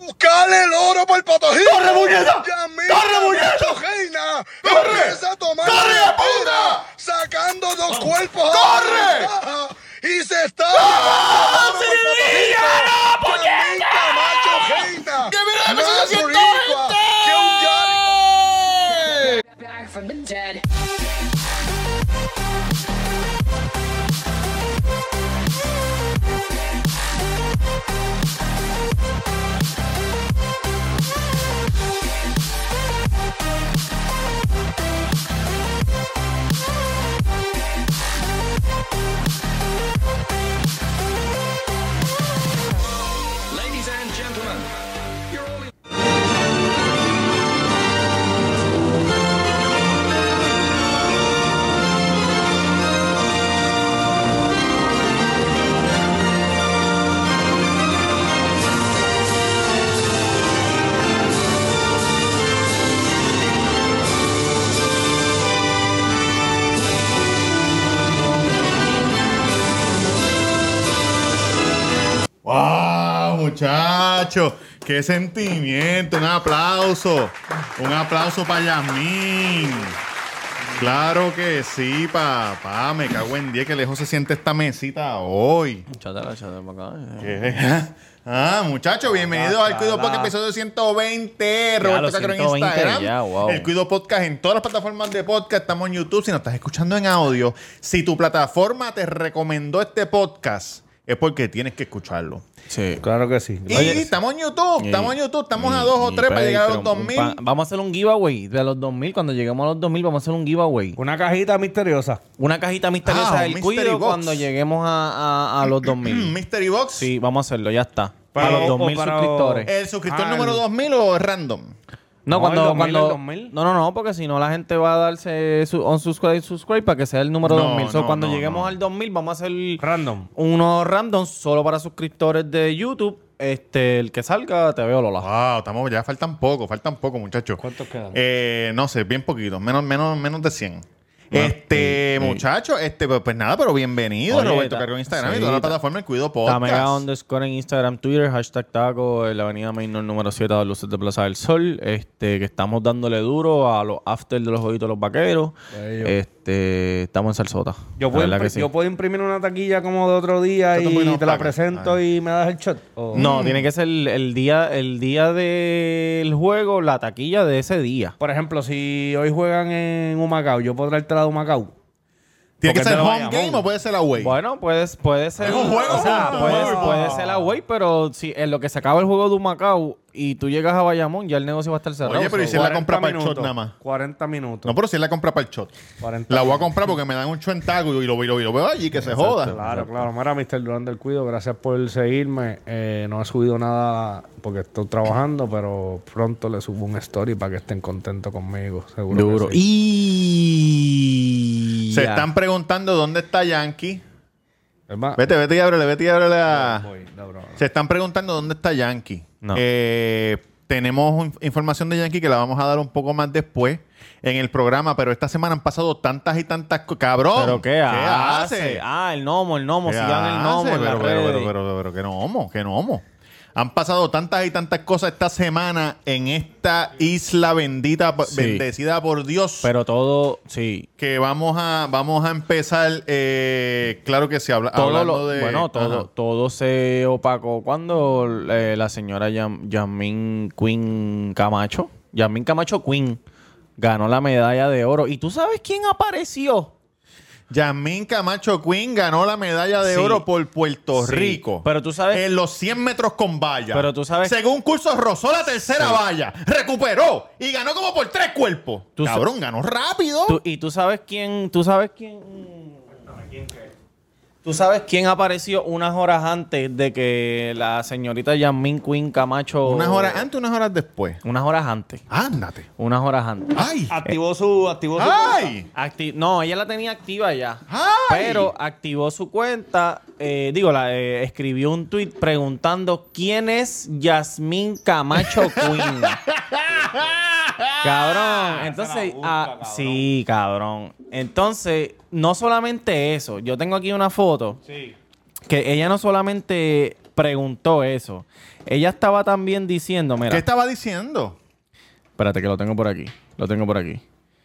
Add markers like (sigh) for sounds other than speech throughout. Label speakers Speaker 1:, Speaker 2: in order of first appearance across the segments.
Speaker 1: buscarle el oro para el patojito.
Speaker 2: ¡Corre, muñeca!
Speaker 1: Yamil
Speaker 2: ¡Corre, muñeca!
Speaker 1: Chojeina
Speaker 2: ¡Corre!
Speaker 1: empieza a tomar
Speaker 2: ¡Corre,
Speaker 1: la
Speaker 2: puta!
Speaker 1: Sacando dos cuerpos.
Speaker 2: ¡Corre!
Speaker 1: a la ventaja Y se está.
Speaker 2: ¡Ah,
Speaker 1: ¡Oro para el Patojito!
Speaker 2: Sevilla! ¡No, muñeca!
Speaker 1: Yamil Camacho Geina.
Speaker 2: ¡Que mira la
Speaker 1: Más
Speaker 2: presentación
Speaker 1: boricua que un Yari.
Speaker 2: gente!
Speaker 3: back from the dead.
Speaker 4: Ladies and gentlemen, you're all in.
Speaker 5: ¡Wow, muchachos! ¡Qué sentimiento! ¡Un aplauso! ¡Un aplauso para Yasmín! Claro que sí, papá. Me cago en 10 que lejos se siente esta mesita hoy.
Speaker 2: Chátala, chátala para acá.
Speaker 5: ¿Qué? Ah, muchachos, bienvenidos al Cuido Podcast, episodio 120. Roberto
Speaker 2: lo
Speaker 5: Cacro en
Speaker 2: 120
Speaker 5: Instagram.
Speaker 2: ya, wow.
Speaker 5: El Cuido Podcast en todas las plataformas de podcast. Estamos en YouTube. Si nos estás escuchando en audio, si tu plataforma te recomendó este podcast, es porque tienes que escucharlo.
Speaker 2: Sí.
Speaker 6: Claro que sí.
Speaker 5: Y estamos en YouTube, estamos en YouTube, estamos a dos o
Speaker 2: Y
Speaker 5: tres para llegar a los
Speaker 2: Patreon, un
Speaker 5: 2000.
Speaker 2: pa- Vamos a hacer un giveaway de los 2000. Cuando lleguemos a los 2000, vamos a hacer un giveaway.
Speaker 6: Una cajita misteriosa.
Speaker 2: Una cajita misteriosa
Speaker 5: Ah, un
Speaker 2: del
Speaker 5: mystery
Speaker 2: cuido
Speaker 5: box.
Speaker 2: cuando lleguemos a, a- a los 2000.
Speaker 5: Mm, Mystery Box.
Speaker 2: Sí, vamos a hacerlo, ya está.
Speaker 6: Para
Speaker 2: Para, los
Speaker 6: los-
Speaker 2: 2000
Speaker 6: o para los-
Speaker 2: suscriptores.
Speaker 5: ¿El suscriptor
Speaker 6: Ah,
Speaker 5: número
Speaker 6: el-
Speaker 5: 2000 o es random?
Speaker 2: no,
Speaker 6: no,
Speaker 2: cuando.
Speaker 6: el 2000,
Speaker 2: cuando
Speaker 6: el 2000.
Speaker 2: No, no, no, porque si no, la gente va a darse su unsubscribe, subscribe para que sea el número
Speaker 5: No,
Speaker 2: 2000. So,
Speaker 5: no,
Speaker 2: cuando
Speaker 5: no,
Speaker 2: lleguemos
Speaker 5: no.
Speaker 2: al 2000, vamos a hacer
Speaker 6: Random.
Speaker 2: uno random solo para suscriptores de YouTube. Este, el que salga, te veo, Lola.
Speaker 5: Wow, Ah, estamos, ya faltan poco, faltan poco, muchachos.
Speaker 6: ¿Cuántos quedan?
Speaker 5: Eh, no sé, bien poquitos, menos, menos, menos de 100. este, muchachos, este, pues, pues nada, pero bienvenido,
Speaker 2: Ah, Oye,
Speaker 5: Roberto
Speaker 2: ta-
Speaker 5: Carrión Instagram y
Speaker 2: sí,
Speaker 5: toda la
Speaker 2: ta-
Speaker 5: plataforma El Cuido
Speaker 2: Tamega
Speaker 5: Podcast.
Speaker 2: underscore en Instagram, Twitter, hashtag taco, en la avenida Mainor número 7 a Luces de Plaza del Sol. Este, que estamos dándole duro a los after de los ojitos de los vaqueros. Este, estamos en Salsota.
Speaker 6: Yo
Speaker 2: La
Speaker 6: puedo,
Speaker 2: verdad que
Speaker 6: impri-
Speaker 2: sí.
Speaker 6: yo puedo imprimir una taquilla como de otro día
Speaker 5: Yo tampoco
Speaker 6: y
Speaker 5: nos
Speaker 6: te la
Speaker 5: pagan.
Speaker 6: presento
Speaker 5: Ah. Oh.
Speaker 6: y me das el shot. O-
Speaker 2: No, tiene que ser el, el día, el día del juego, la taquilla de ese día.
Speaker 6: Por ejemplo, si hoy juegan en Humacao, yo puedo traértela de Humacao.
Speaker 5: ¿Tiene que
Speaker 6: Porque
Speaker 5: ser
Speaker 6: es de
Speaker 5: home
Speaker 6: Bayamón.
Speaker 5: game o puede ser away?
Speaker 2: Bueno, pues, puede ser.
Speaker 5: Es un juego
Speaker 2: o sea,
Speaker 5: junto.
Speaker 2: puede,
Speaker 5: Ah.
Speaker 2: puede ser la way, pero si en lo que se acaba el juego de Humacao y tú llegas a Bayamón, ya el negocio va a estar cerrado.
Speaker 5: Oye, pero ¿y
Speaker 2: So,
Speaker 5: si la
Speaker 6: 40
Speaker 5: compra para el
Speaker 6: minutos,
Speaker 5: shot nada más?
Speaker 6: 40 minutos.
Speaker 5: No, pero si es la compra para el shot.
Speaker 6: 40
Speaker 5: La voy a
Speaker 6: minutos.
Speaker 5: comprar porque me dan un chuentago y lo, y lo, y lo veo allí, que se joda.
Speaker 6: Claro, claro. Mira, Mr. Durán del Cuido, gracias por seguirme. Eh, no he subido nada porque estoy trabajando, pero pronto le subo un story para que estén contentos conmigo. Seguro. que
Speaker 2: Duro.
Speaker 6: sí.
Speaker 2: Y.
Speaker 5: Se están preguntando dónde está Yankee.
Speaker 6: Es más,
Speaker 5: Vete, vete y ábrele, vete y ábrele a...
Speaker 6: voy, no, bro.
Speaker 5: Se están preguntando dónde está Yankee.
Speaker 2: No.
Speaker 5: Eh, tenemos un- información de Yankee que la vamos a dar un poco más después en el programa, pero esta semana han pasado tantas y tantas... co- ¡Cabrón!
Speaker 2: ¿Pero qué, hace? Ah, el gnomo, el gnomo.
Speaker 5: Oh, ¿Qué
Speaker 2: Sigan el
Speaker 5: hace?
Speaker 2: gnomo. en
Speaker 5: Pero,
Speaker 2: las
Speaker 5: pero, pero,
Speaker 2: redes.
Speaker 5: pero, pero, pero, que no homo, que no homo. Han pasado tantas y tantas cosas esta semana en esta isla bendita,
Speaker 2: Sí.
Speaker 5: bendecida por Dios.
Speaker 2: Pero todo, sí.
Speaker 5: que vamos a vamos a empezar eh, claro que sí habla,
Speaker 2: Todo
Speaker 5: hablando
Speaker 2: lo-
Speaker 5: de
Speaker 2: bueno, todo,
Speaker 5: Ajá.
Speaker 2: todo se opacó cuando eh, la señora Yam- Yasmín Queen Camacho, Yasmín Camacho Queen, ganó la medalla de oro. ¿Y tú sabes quién apareció?
Speaker 5: Yasmín Camacho Queen ganó la medalla de
Speaker 2: Sí.
Speaker 5: oro por Puerto
Speaker 2: Sí.
Speaker 5: Rico
Speaker 2: Pero tú sabes-
Speaker 5: en los 100 metros con valla
Speaker 2: Pero tú sabes-
Speaker 5: según curso rozó la tercera
Speaker 2: Sí.
Speaker 5: valla recuperó y ganó como por tres cuerpos
Speaker 2: Tú sa-
Speaker 5: cabrón ganó rápido
Speaker 2: Tú- ¿Y tú sabes quién? ¿Tú sabes quién? ¿Tú sabes quién apareció unas horas antes de que la señorita Yasmín Queen Camacho...
Speaker 5: unas horas antes unas horas después
Speaker 2: Unas horas antes.
Speaker 5: ándate
Speaker 2: Unas horas antes.
Speaker 5: ay
Speaker 6: Activó su. Activó su
Speaker 5: ay
Speaker 2: Acti- no, ella la tenía activa ya.
Speaker 5: ¡Ay!
Speaker 2: Pero activó su cuenta, eh, digo, la, eh, escribió un tweet preguntando quién es Yasmín Camacho
Speaker 5: (laughs)
Speaker 2: Queen. cabrón, entonces, ah, sí, cabrón. Entonces, no solamente eso, yo tengo aquí una foto que ella no solamente preguntó eso. Ella estaba también diciendo, mira,
Speaker 5: ¿Qué estaba diciendo?
Speaker 2: espérate que lo tengo por aquí, lo tengo por aquí.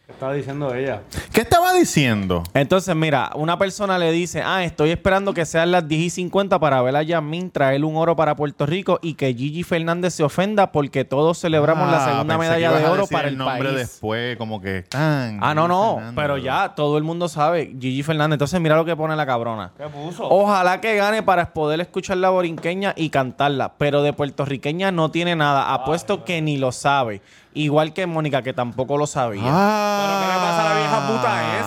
Speaker 6: ¿Qué estaba diciendo ella?
Speaker 5: ¿Qué estaba diciendo?
Speaker 2: Entonces, mira, una persona le dice, ah, estoy esperando que sean las 10 y 50 para ver a Yasmín traer un oro para Puerto Rico y que Gigi Fernández se ofenda porque todos celebramos la
Speaker 5: Ah,
Speaker 2: segunda
Speaker 5: pensé que
Speaker 2: medalla
Speaker 5: ibas
Speaker 2: de
Speaker 5: a
Speaker 2: oro
Speaker 5: decir
Speaker 2: para el,
Speaker 5: nombre
Speaker 2: país.
Speaker 5: después, como que tan.
Speaker 2: Ah, no, no,
Speaker 5: Fernando.
Speaker 2: pero ya todo el mundo sabe, Gigi Fernández. Entonces, mira lo que pone la cabrona.
Speaker 6: ¿Qué puso?
Speaker 2: Ojalá que gane para poder escuchar la borinqueña y cantarla, pero de puertorriqueña no tiene nada. Apuesto que ni lo sabe. Igual que Mónica, que tampoco lo sabía.
Speaker 5: Ah.
Speaker 6: ¿Pero qué le pasa a la vieja puta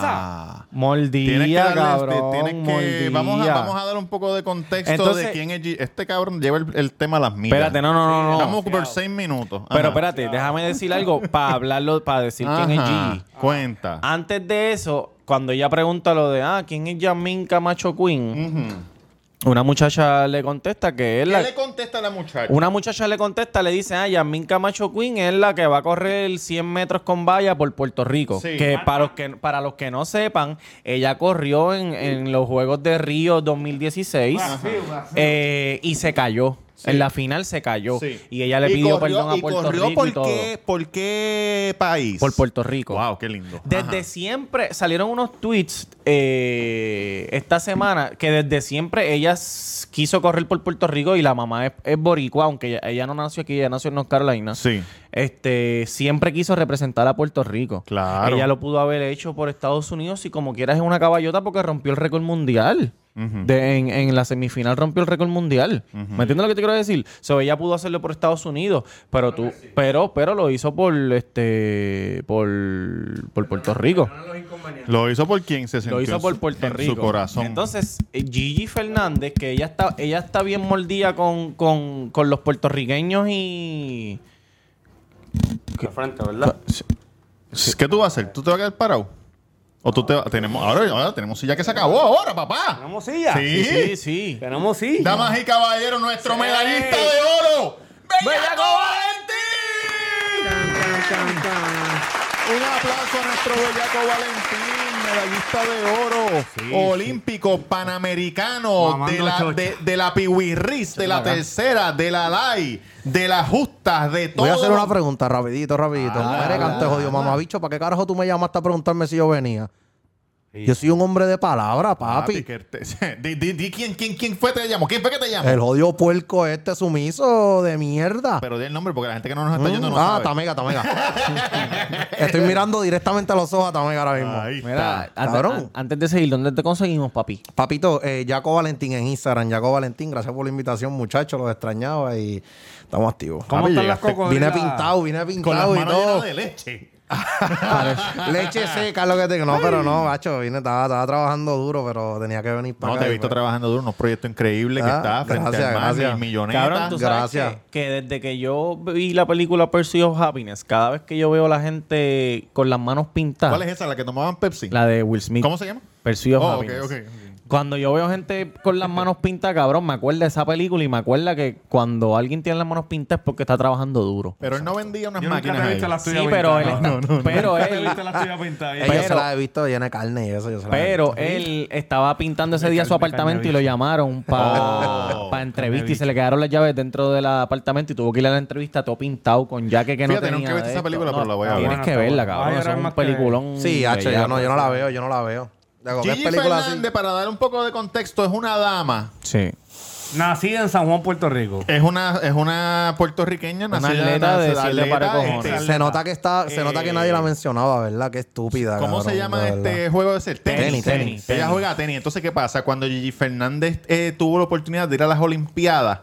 Speaker 6: esa?
Speaker 2: Mordía,
Speaker 5: Tienes que darle-
Speaker 2: cabrón.
Speaker 5: te- tienes que- vamos, a,
Speaker 2: mordía.
Speaker 5: vamos a dar un poco de contexto de
Speaker 2: Entonces-
Speaker 5: quién es. G- Este cabrón lleva el, el tema a las millas.
Speaker 2: Espérate, no, no, no, no.
Speaker 5: Estamos por seis minutos.
Speaker 2: Pero
Speaker 5: Ajá.
Speaker 2: espérate, déjame decir algo para hablarlo, para decir quién es Ah,
Speaker 5: Ajá.
Speaker 2: Gigi.
Speaker 5: Cuenta.
Speaker 2: Antes de eso, cuando ella pregunta lo de, ah, ¿quién es Yasmín Camacho Queen? Una muchacha le contesta que es
Speaker 5: ¿Qué
Speaker 2: la...
Speaker 5: le contesta la muchacha?
Speaker 2: Una muchacha le contesta, le dice, ah, Yasmín Camacho Queen es la que va a correr 100 metros con valla por Puerto Rico.
Speaker 5: Sí.
Speaker 2: Que, para los que para los que no sepan, ella corrió en, en los Juegos de Río 2016 eh, y se cayó. En la final se cayó.
Speaker 5: Sí.
Speaker 2: Y ella le
Speaker 5: Y
Speaker 2: pidió
Speaker 5: corrió-
Speaker 2: perdón a
Speaker 5: y
Speaker 2: Puerto
Speaker 5: corrió
Speaker 2: Rico
Speaker 5: por
Speaker 2: y todo.
Speaker 5: Qué, ¿Por qué país?
Speaker 2: Por Puerto Rico.
Speaker 5: Wow, qué lindo.
Speaker 2: Desde
Speaker 5: Ajá.
Speaker 2: siempre salieron unos tweets eh, esta semana que desde siempre ella s- quiso correr por Puerto Rico y la mamá es, es boricua, aunque ella, ella no nació aquí, ella nació en North Carolina.
Speaker 5: Sí.
Speaker 2: Este, siempre quiso representar a Puerto Rico.
Speaker 5: Claro.
Speaker 2: Ella lo pudo haber hecho por Estados Unidos y como quieras es una caballota porque rompió el récord mundial. De- en, en la semifinal rompió el récord mundial. ¿Me entiendes lo que te quiero decir? So, ella pudo hacerlo por Estados Unidos, pero tú, pero, pero lo hizo por este, por, por Puerto Rico.
Speaker 5: Lo hizo por quien se sintió
Speaker 2: Lo
Speaker 5: en
Speaker 2: hizo
Speaker 5: su-
Speaker 2: por Puerto
Speaker 5: en
Speaker 2: Rico.
Speaker 5: su corazón.
Speaker 2: Entonces, eh, Gigi Fernández, que ella está, ella está bien mordida con, con, con los puertorriqueños y.
Speaker 6: De frente, ¿verdad?
Speaker 5: ¿Qué tú vas a hacer? ¿Tú te vas a quedar parado? ¿O tú te vas- tenemos ahora, ahora tenemos ya que se acabó ahora, papá?
Speaker 6: ¿Tenemos silla?
Speaker 5: Sí.
Speaker 2: Sí, sí.
Speaker 6: ¿Tenemos silla?
Speaker 5: Damas y caballeros, nuestro medallista de oro, Bellaco Valentín. Un aplauso a nuestro Bellaco Valentín, medallista de oro, olímpico, panamericano,
Speaker 6: Mamando
Speaker 5: de la,
Speaker 6: chocho.
Speaker 5: de, de la piwirris, de la tercera, de la LAI, de las justas, de todo.
Speaker 3: Voy a hacer una pregunta rapidito, rapidito.
Speaker 5: Ah.
Speaker 3: Eres cantejo, jodido, mamabicho. ¿Para qué carajo tú me llamaste a preguntarme si yo venía? Yo soy un hombre de palabra,
Speaker 5: Papi,
Speaker 3: papi.
Speaker 5: que te- (laughs) di, di- di quién, quién, quién fue que te llamó, quién fue que te llamó.
Speaker 3: El jodido puerco este sumiso de mierda.
Speaker 5: Pero di el nombre porque la gente que no nos está
Speaker 3: Mm,
Speaker 5: yendo no
Speaker 3: ah,
Speaker 5: sabe.
Speaker 3: Tamega, Tamega.
Speaker 5: (laughs)
Speaker 3: Estoy mirando directamente a los ojos a Tamega ahora mismo.
Speaker 5: Ahí está.
Speaker 2: Mira, an-
Speaker 3: Cabrón.
Speaker 2: an- ah, antes de seguir, ¿dónde te conseguimos, papi?
Speaker 3: Papito, eh, Jaco Valentín en Instagram. Jaco Valentín, gracias por la invitación, muchachos. Los extrañaba y estamos activos. Ah,
Speaker 6: ¿Cómo
Speaker 5: Papi,
Speaker 6: están las
Speaker 5: llegaste-
Speaker 6: cocodrilas?
Speaker 3: Vine pintado, vine
Speaker 5: Con las
Speaker 3: pintado y
Speaker 5: manos
Speaker 3: todo.
Speaker 5: llenas de leche.
Speaker 3: (laughs) Leche seca es lo que tengo. No, pero no, macho. Vine, estaba, estaba trabajando duro, pero tenía que venir para
Speaker 5: No,
Speaker 3: acá.
Speaker 5: te he
Speaker 3: y
Speaker 5: visto
Speaker 3: pues-
Speaker 5: trabajando duro, unos proyectos increíbles que
Speaker 3: Ah,
Speaker 5: está frente
Speaker 3: gracias,
Speaker 5: al mar,
Speaker 3: gracias.
Speaker 5: mil millonetas.
Speaker 2: Cabrón, tú sabes
Speaker 3: gracias.
Speaker 2: que, que desde que yo vi la película Pursuit of Happiness, cada vez que yo veo a la gente con las manos pintadas,
Speaker 5: ¿Cuál es esa? ¿La que tomaban Pepsi?
Speaker 2: la de Will Smith,
Speaker 5: ¿Cómo se llama?
Speaker 2: Pursuit of
Speaker 5: Oh, ok,
Speaker 2: Happiness.
Speaker 5: ok.
Speaker 2: Cuando yo veo gente con las manos pintadas, cabrón, me acuerda de esa película y me acuerda que cuando alguien tiene las manos pintadas es porque está trabajando duro.
Speaker 5: Pero él no vendía unas
Speaker 7: Yo nunca
Speaker 5: máquinas
Speaker 7: te he
Speaker 5: ahí.
Speaker 7: visto las
Speaker 2: Sí,
Speaker 7: tuyas
Speaker 2: pero él
Speaker 7: pintadas.
Speaker 2: está- pero
Speaker 7: Nunca te he
Speaker 2: él-
Speaker 7: visto las tuyas pintadas.
Speaker 3: Eh, yo
Speaker 2: Pero-
Speaker 3: se la he visto llena de carne y eso. Yo se la he
Speaker 2: Pero
Speaker 3: visto.
Speaker 2: él estaba pintando ese día su
Speaker 7: Carne-
Speaker 2: apartamento y lo
Speaker 7: carne
Speaker 2: llamaron para
Speaker 5: Oh,
Speaker 2: entrevista y se le quedaron las llaves dentro del apartamento y tuvo que ir a la entrevista todo pintado con jaque que no
Speaker 5: Fíjate,
Speaker 2: tenía.
Speaker 5: nunca he visto
Speaker 2: de
Speaker 5: esa
Speaker 2: esto.
Speaker 5: película,
Speaker 2: No,
Speaker 5: pero la voy a ver.
Speaker 2: Tienes que
Speaker 6: Buena,
Speaker 2: verla,
Speaker 6: está
Speaker 2: cabrón.
Speaker 6: buena.
Speaker 2: Eso es
Speaker 6: Ay,
Speaker 2: un
Speaker 6: ahora es más que-
Speaker 2: peliculón.
Speaker 3: Sí,
Speaker 5: Mm,
Speaker 3: hacho, yo
Speaker 2: bellaco.
Speaker 3: no, yo no la veo, yo no la veo. Digo, ¿ves
Speaker 5: pues, Gigi
Speaker 3: películas así?
Speaker 5: Fernández, pues, para dar un poco de contexto, es una dama.
Speaker 2: Sí.
Speaker 6: Nacida en San Juan, Puerto Rico.
Speaker 5: Es una, es una puertorriqueña
Speaker 2: Una
Speaker 5: nacida
Speaker 2: atleta de
Speaker 5: nacida
Speaker 2: siete
Speaker 5: atleta,
Speaker 2: pares de
Speaker 5: este,
Speaker 2: cojones.
Speaker 3: Se nota que está, se
Speaker 5: Eh,
Speaker 3: nota que nadie la mencionaba, ¿verdad? Qué estúpida.
Speaker 5: ¿Cómo
Speaker 3: cabrón,
Speaker 5: se llama
Speaker 3: de
Speaker 5: este
Speaker 3: verdad.
Speaker 5: juego de ser?
Speaker 3: Tenis, tenis,
Speaker 5: Ella
Speaker 3: tenis.
Speaker 5: juega a tenis. Entonces, ¿qué pasa? Cuando Gigi Fernández eh, tuvo la oportunidad de ir a las Olimpiadas,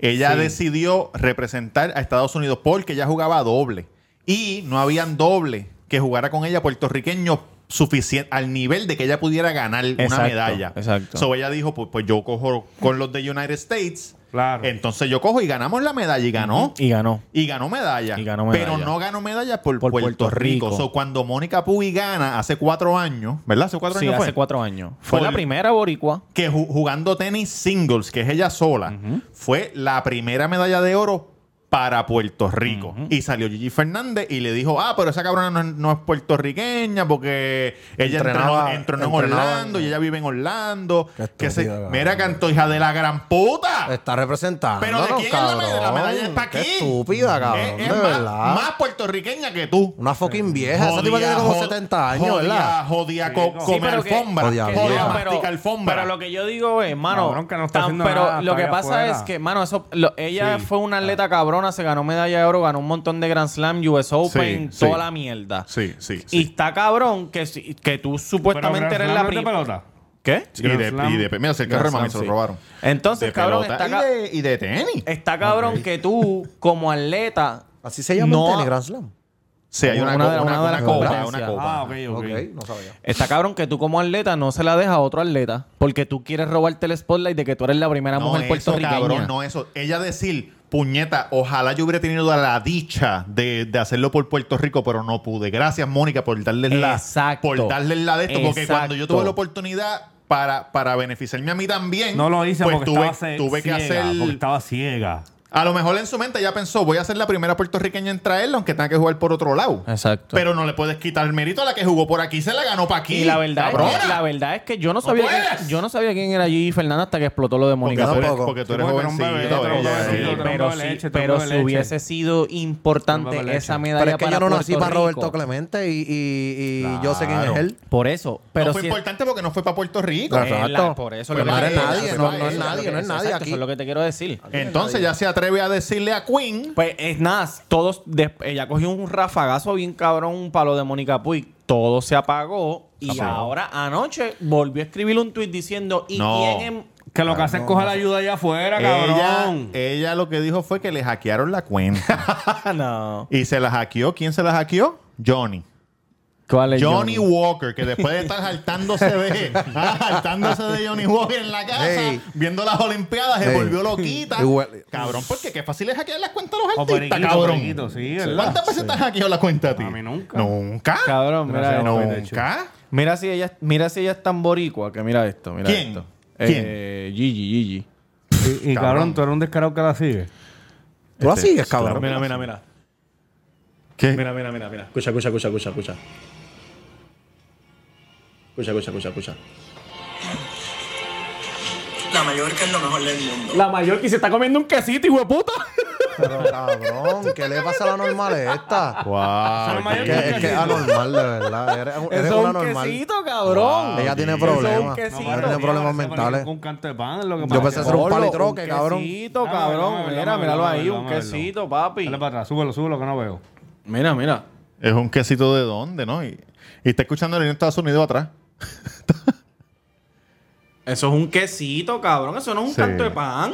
Speaker 5: ella decidió representar a Estados Unidos porque ella jugaba doble. Y no habían doble que jugara con ella puertorriqueño suficiente al nivel de que ella pudiera ganar una
Speaker 2: Exacto,
Speaker 5: medalla.
Speaker 2: exacto.
Speaker 5: So ella dijo, pues, pues yo cojo con los de United States.
Speaker 6: Claro.
Speaker 5: Entonces yo cojo y ganamos la medalla y ganó.
Speaker 2: Y ganó.
Speaker 5: Y ganó medalla.
Speaker 2: Y ganó medalla.
Speaker 5: Pero no ganó medalla por,
Speaker 2: Por
Speaker 5: Puerto,
Speaker 2: Puerto
Speaker 5: Rico.
Speaker 2: Rico.
Speaker 5: So, cuando Mónica Puy gana hace cuatro años, ¿verdad? Hace cuatro
Speaker 2: Sí,
Speaker 5: años
Speaker 2: hace
Speaker 5: fue.
Speaker 2: cuatro años. Fue
Speaker 5: Por-
Speaker 2: la primera boricua.
Speaker 5: Que ju- jugando tenis singles, que es ella sola, fue la primera medalla de oro para Puerto Rico. Y salió Gigi Fernández y le dijo, ah, pero esa cabrona no, es- no es puertorriqueña porque ella
Speaker 3: Entrenaba-
Speaker 5: entrenó, entrenó en
Speaker 3: entrenaba en-
Speaker 5: Orlando y ella vive en Orlando.
Speaker 3: Qué
Speaker 5: Que se,
Speaker 3: estúpida, Este
Speaker 5: mira, canto hija de la gran puta.
Speaker 3: Está representando.
Speaker 5: Pero de quién es la medalla? La medalla es pa' aquí.
Speaker 3: Qué estúpida, cabrón.
Speaker 5: Es- es
Speaker 3: de
Speaker 5: más,
Speaker 3: verdad.
Speaker 5: más puertorriqueña que tú.
Speaker 3: Una fucking vieja. Esa tipa tiene como
Speaker 5: jod-
Speaker 3: 70 años,
Speaker 5: jodía-
Speaker 3: ¿verdad?
Speaker 5: Jodía, co-
Speaker 2: Sí,
Speaker 5: come
Speaker 2: pero que-
Speaker 5: alfombra.
Speaker 3: Jodía
Speaker 5: Jodía,
Speaker 3: vieja.
Speaker 5: mastica alfombra.
Speaker 2: pero lo que yo digo es, mano,
Speaker 6: Cabrón, que no está haciendo
Speaker 2: pero
Speaker 6: nada,
Speaker 2: lo
Speaker 6: está
Speaker 2: que
Speaker 6: allá
Speaker 2: pasa
Speaker 6: afuera. Ah.
Speaker 2: es que, mano, eso, lo- ella fue una atleta cabrona, se ganó medalla de oro, ganó un montón de Grand Slam, US Open,
Speaker 5: sí.
Speaker 2: toda la mierda.
Speaker 5: Sí, sí.
Speaker 2: Y
Speaker 5: sí.
Speaker 2: está cabrón que, si- que tú
Speaker 6: Pero
Speaker 2: supuestamente
Speaker 6: Grand
Speaker 2: eres
Speaker 6: Slam
Speaker 2: la
Speaker 6: no es de
Speaker 2: primera.
Speaker 6: pelota.
Speaker 2: ¿Qué?
Speaker 5: Y de,
Speaker 6: Grand
Speaker 5: y de- mira, se el carro de mami, se lo
Speaker 2: sí.
Speaker 5: robaron.
Speaker 2: Entonces,
Speaker 5: De
Speaker 2: cabrón,
Speaker 5: pelota.
Speaker 2: está
Speaker 5: y,
Speaker 2: ca-
Speaker 5: de, y de tenis.
Speaker 2: Está cabrón que tú, como atleta.
Speaker 3: Así se llama
Speaker 2: no-
Speaker 3: el tenis, Grand Slam.
Speaker 5: Sí, hay una,
Speaker 2: Una de-
Speaker 5: co-
Speaker 2: una de
Speaker 5: una-
Speaker 2: las
Speaker 5: una copa,
Speaker 2: competencias.
Speaker 5: una
Speaker 6: Ah,
Speaker 5: copa.
Speaker 6: ok, ok.
Speaker 3: Ok, no sabía.
Speaker 2: Está cabrón que tú, como atleta, no se la dejas a otro atleta. Porque tú quieres robarte el spotlight de que tú eres la primera
Speaker 5: No,
Speaker 2: mujer
Speaker 5: eso,
Speaker 2: puertorriqueña.
Speaker 5: cabrón, no eso. Ella decir, puñeta, ojalá yo hubiera tenido la dicha de, de hacerlo por Puerto Rico, pero no pude. Gracias, Mónica, por darles la,
Speaker 2: Exacto.
Speaker 5: por darles la de esto. Porque
Speaker 2: Exacto.
Speaker 5: cuando yo tuve la oportunidad para, para beneficiarme a mí también,
Speaker 6: No lo hice
Speaker 5: pues
Speaker 6: porque
Speaker 5: tuve,
Speaker 6: estaba ce-
Speaker 5: tuve que
Speaker 6: ciega,
Speaker 5: hacer...
Speaker 6: porque estaba ciega.
Speaker 5: A lo mejor en su mente ella pensó, voy a ser la primera puertorriqueña en traerla, aunque tenga que jugar por otro lado.
Speaker 2: Exacto.
Speaker 5: Pero no le puedes quitar el mérito a la que jugó por aquí, se la ganó para aquí.
Speaker 2: Y la verdad, es
Speaker 5: cabrona.
Speaker 2: que, la verdad es que yo no sabía
Speaker 5: puedes.
Speaker 2: quién, yo no sabía quién era Gigi Fernández hasta que explotó lo de
Speaker 5: Porque
Speaker 2: Mónica.
Speaker 5: tú
Speaker 2: Soler.
Speaker 5: eres,
Speaker 3: tampoco.
Speaker 5: porque tú
Speaker 6: Sí,
Speaker 5: eres
Speaker 6: porque era un
Speaker 5: jovencito,
Speaker 6: bebé, tú eres un
Speaker 5: ella-
Speaker 6: bebecito,
Speaker 5: ella-
Speaker 6: tú
Speaker 2: Sí,
Speaker 6: eres
Speaker 2: pero,
Speaker 6: un bebé
Speaker 2: si-
Speaker 6: leche, tú
Speaker 2: pero
Speaker 6: eres un
Speaker 2: si
Speaker 6: bebé
Speaker 2: hubiese
Speaker 6: leche.
Speaker 2: sido
Speaker 6: Un
Speaker 2: importante
Speaker 6: bebé
Speaker 2: esa
Speaker 6: leche.
Speaker 2: medalla
Speaker 3: Pero es que
Speaker 2: para
Speaker 3: yo no nací
Speaker 2: Puerto
Speaker 3: para Roberto
Speaker 2: Rico.
Speaker 3: Clemente y, y- y yo sé quién es
Speaker 5: Claro.
Speaker 3: él.
Speaker 2: Por eso, pero
Speaker 5: no fue
Speaker 2: si-
Speaker 5: importante porque no fue para Puerto Rico.
Speaker 3: Claro.
Speaker 2: es la-
Speaker 3: Exacto.
Speaker 2: por eso
Speaker 5: Pues
Speaker 2: que
Speaker 5: no
Speaker 2: te
Speaker 5: eres
Speaker 2: digo,
Speaker 5: nadie,
Speaker 2: eso
Speaker 5: no-
Speaker 2: es
Speaker 5: no es
Speaker 2: lo que-
Speaker 3: nadie, no es
Speaker 2: eso exacto,
Speaker 3: nadie
Speaker 2: Eso
Speaker 3: aquí.
Speaker 2: es lo que te quiero decir.
Speaker 6: Ah,
Speaker 5: Entonces ya se atreve a decirle a Queen.
Speaker 2: Pues es nada, todos, des- ella cogió un rafagazo bien cabrón, un palo de Mónica Puig, todo se apagó y ahora anoche volvió a escribir un tweet diciendo, ¿y
Speaker 5: No.
Speaker 2: quién em-
Speaker 6: Que lo que hace es coger la ayuda allá afuera,
Speaker 5: Ella, eh,
Speaker 6: cabrón.
Speaker 5: ella lo que dijo fue que le hackearon la cuenta. (laughs)
Speaker 2: Ah, (laughs) no.
Speaker 5: y se la hackeó. ¿Quién se la hackeó? Johnny.
Speaker 2: ¿Cuál es
Speaker 5: Johnny Walker, que después de estar saltándose
Speaker 6: (laughs)
Speaker 5: de, (laughs) ah, jaltándose de Johnny Walker en la casa,
Speaker 3: Hey.
Speaker 5: viendo las Olimpiadas, se
Speaker 3: Hey.
Speaker 5: volvió loquita.
Speaker 6: (laughs)
Speaker 3: Igual-
Speaker 5: cabrón, porque qué fácil es hackear las cuentas a
Speaker 6: O
Speaker 5: los artistas,
Speaker 6: periquito,
Speaker 5: cabrón.
Speaker 6: periquito, sí, ¿verdad?
Speaker 5: ¿Cuántas veces te has hackeado la cuenta a ti?
Speaker 6: A mí nunca.
Speaker 5: ¿Nunca?
Speaker 2: Cabrón, mira
Speaker 6: Gracias,
Speaker 2: esto.
Speaker 6: no. de hecho.
Speaker 5: ¿Nunca?
Speaker 2: Mira si ella, mira si ella es tan boricua que mira esto, mira
Speaker 5: ¿Quién?
Speaker 2: esto.
Speaker 5: ¿Quién?
Speaker 2: Eh, Gigi, Gigi.
Speaker 6: Y, y, cabrón, tú eres un descarado que la sigue.
Speaker 3: Tú la
Speaker 5: Este,
Speaker 3: sigues,
Speaker 5: claro.
Speaker 3: cabrón.
Speaker 2: Mira, mira, mira.
Speaker 5: ¿Qué?
Speaker 2: Mira, mira, mira, mira.
Speaker 7: Escucha, escucha, escucha, escucha, escucha. Escucha, escucha, escucha, escucha.
Speaker 4: La Mallorca es lo mejor del mundo.
Speaker 2: La mayor que se está comiendo un quesito, hijo de puta.
Speaker 3: Pero, cabrón, ¿qué le pasa a la normal esta?
Speaker 5: Wow.
Speaker 3: Es que,
Speaker 2: (laughs)
Speaker 3: es que es anormal, de verdad. Eres, eres
Speaker 2: Eso es
Speaker 3: una
Speaker 2: un
Speaker 3: normal.
Speaker 2: quesito, cabrón.
Speaker 3: Ella tiene
Speaker 2: Eso es un
Speaker 3: problemas.
Speaker 2: quesito.
Speaker 3: Ella tiene problemas mentales.
Speaker 6: Un canto de pan, es lo que
Speaker 3: Yo pensé hacer Pues un
Speaker 2: Polo,
Speaker 3: palitroque, cabrón.
Speaker 2: Un quesito,
Speaker 6: Dame, dame,
Speaker 2: cabrón.
Speaker 6: dame,
Speaker 2: Mira,
Speaker 6: dame,
Speaker 2: míralo
Speaker 6: dame,
Speaker 2: ahí,
Speaker 6: dame,
Speaker 2: un
Speaker 6: dame,
Speaker 2: quesito, papi.
Speaker 6: Dale para atrás, súbelo, súbelo, que no veo.
Speaker 2: Mira, mira.
Speaker 5: Es un quesito de dónde, ¿no? Y, y está escuchando en Estados Unidos atrás.
Speaker 2: Eso es un quesito, cabrón. Eso no es un
Speaker 5: Sí.
Speaker 2: canto de pan.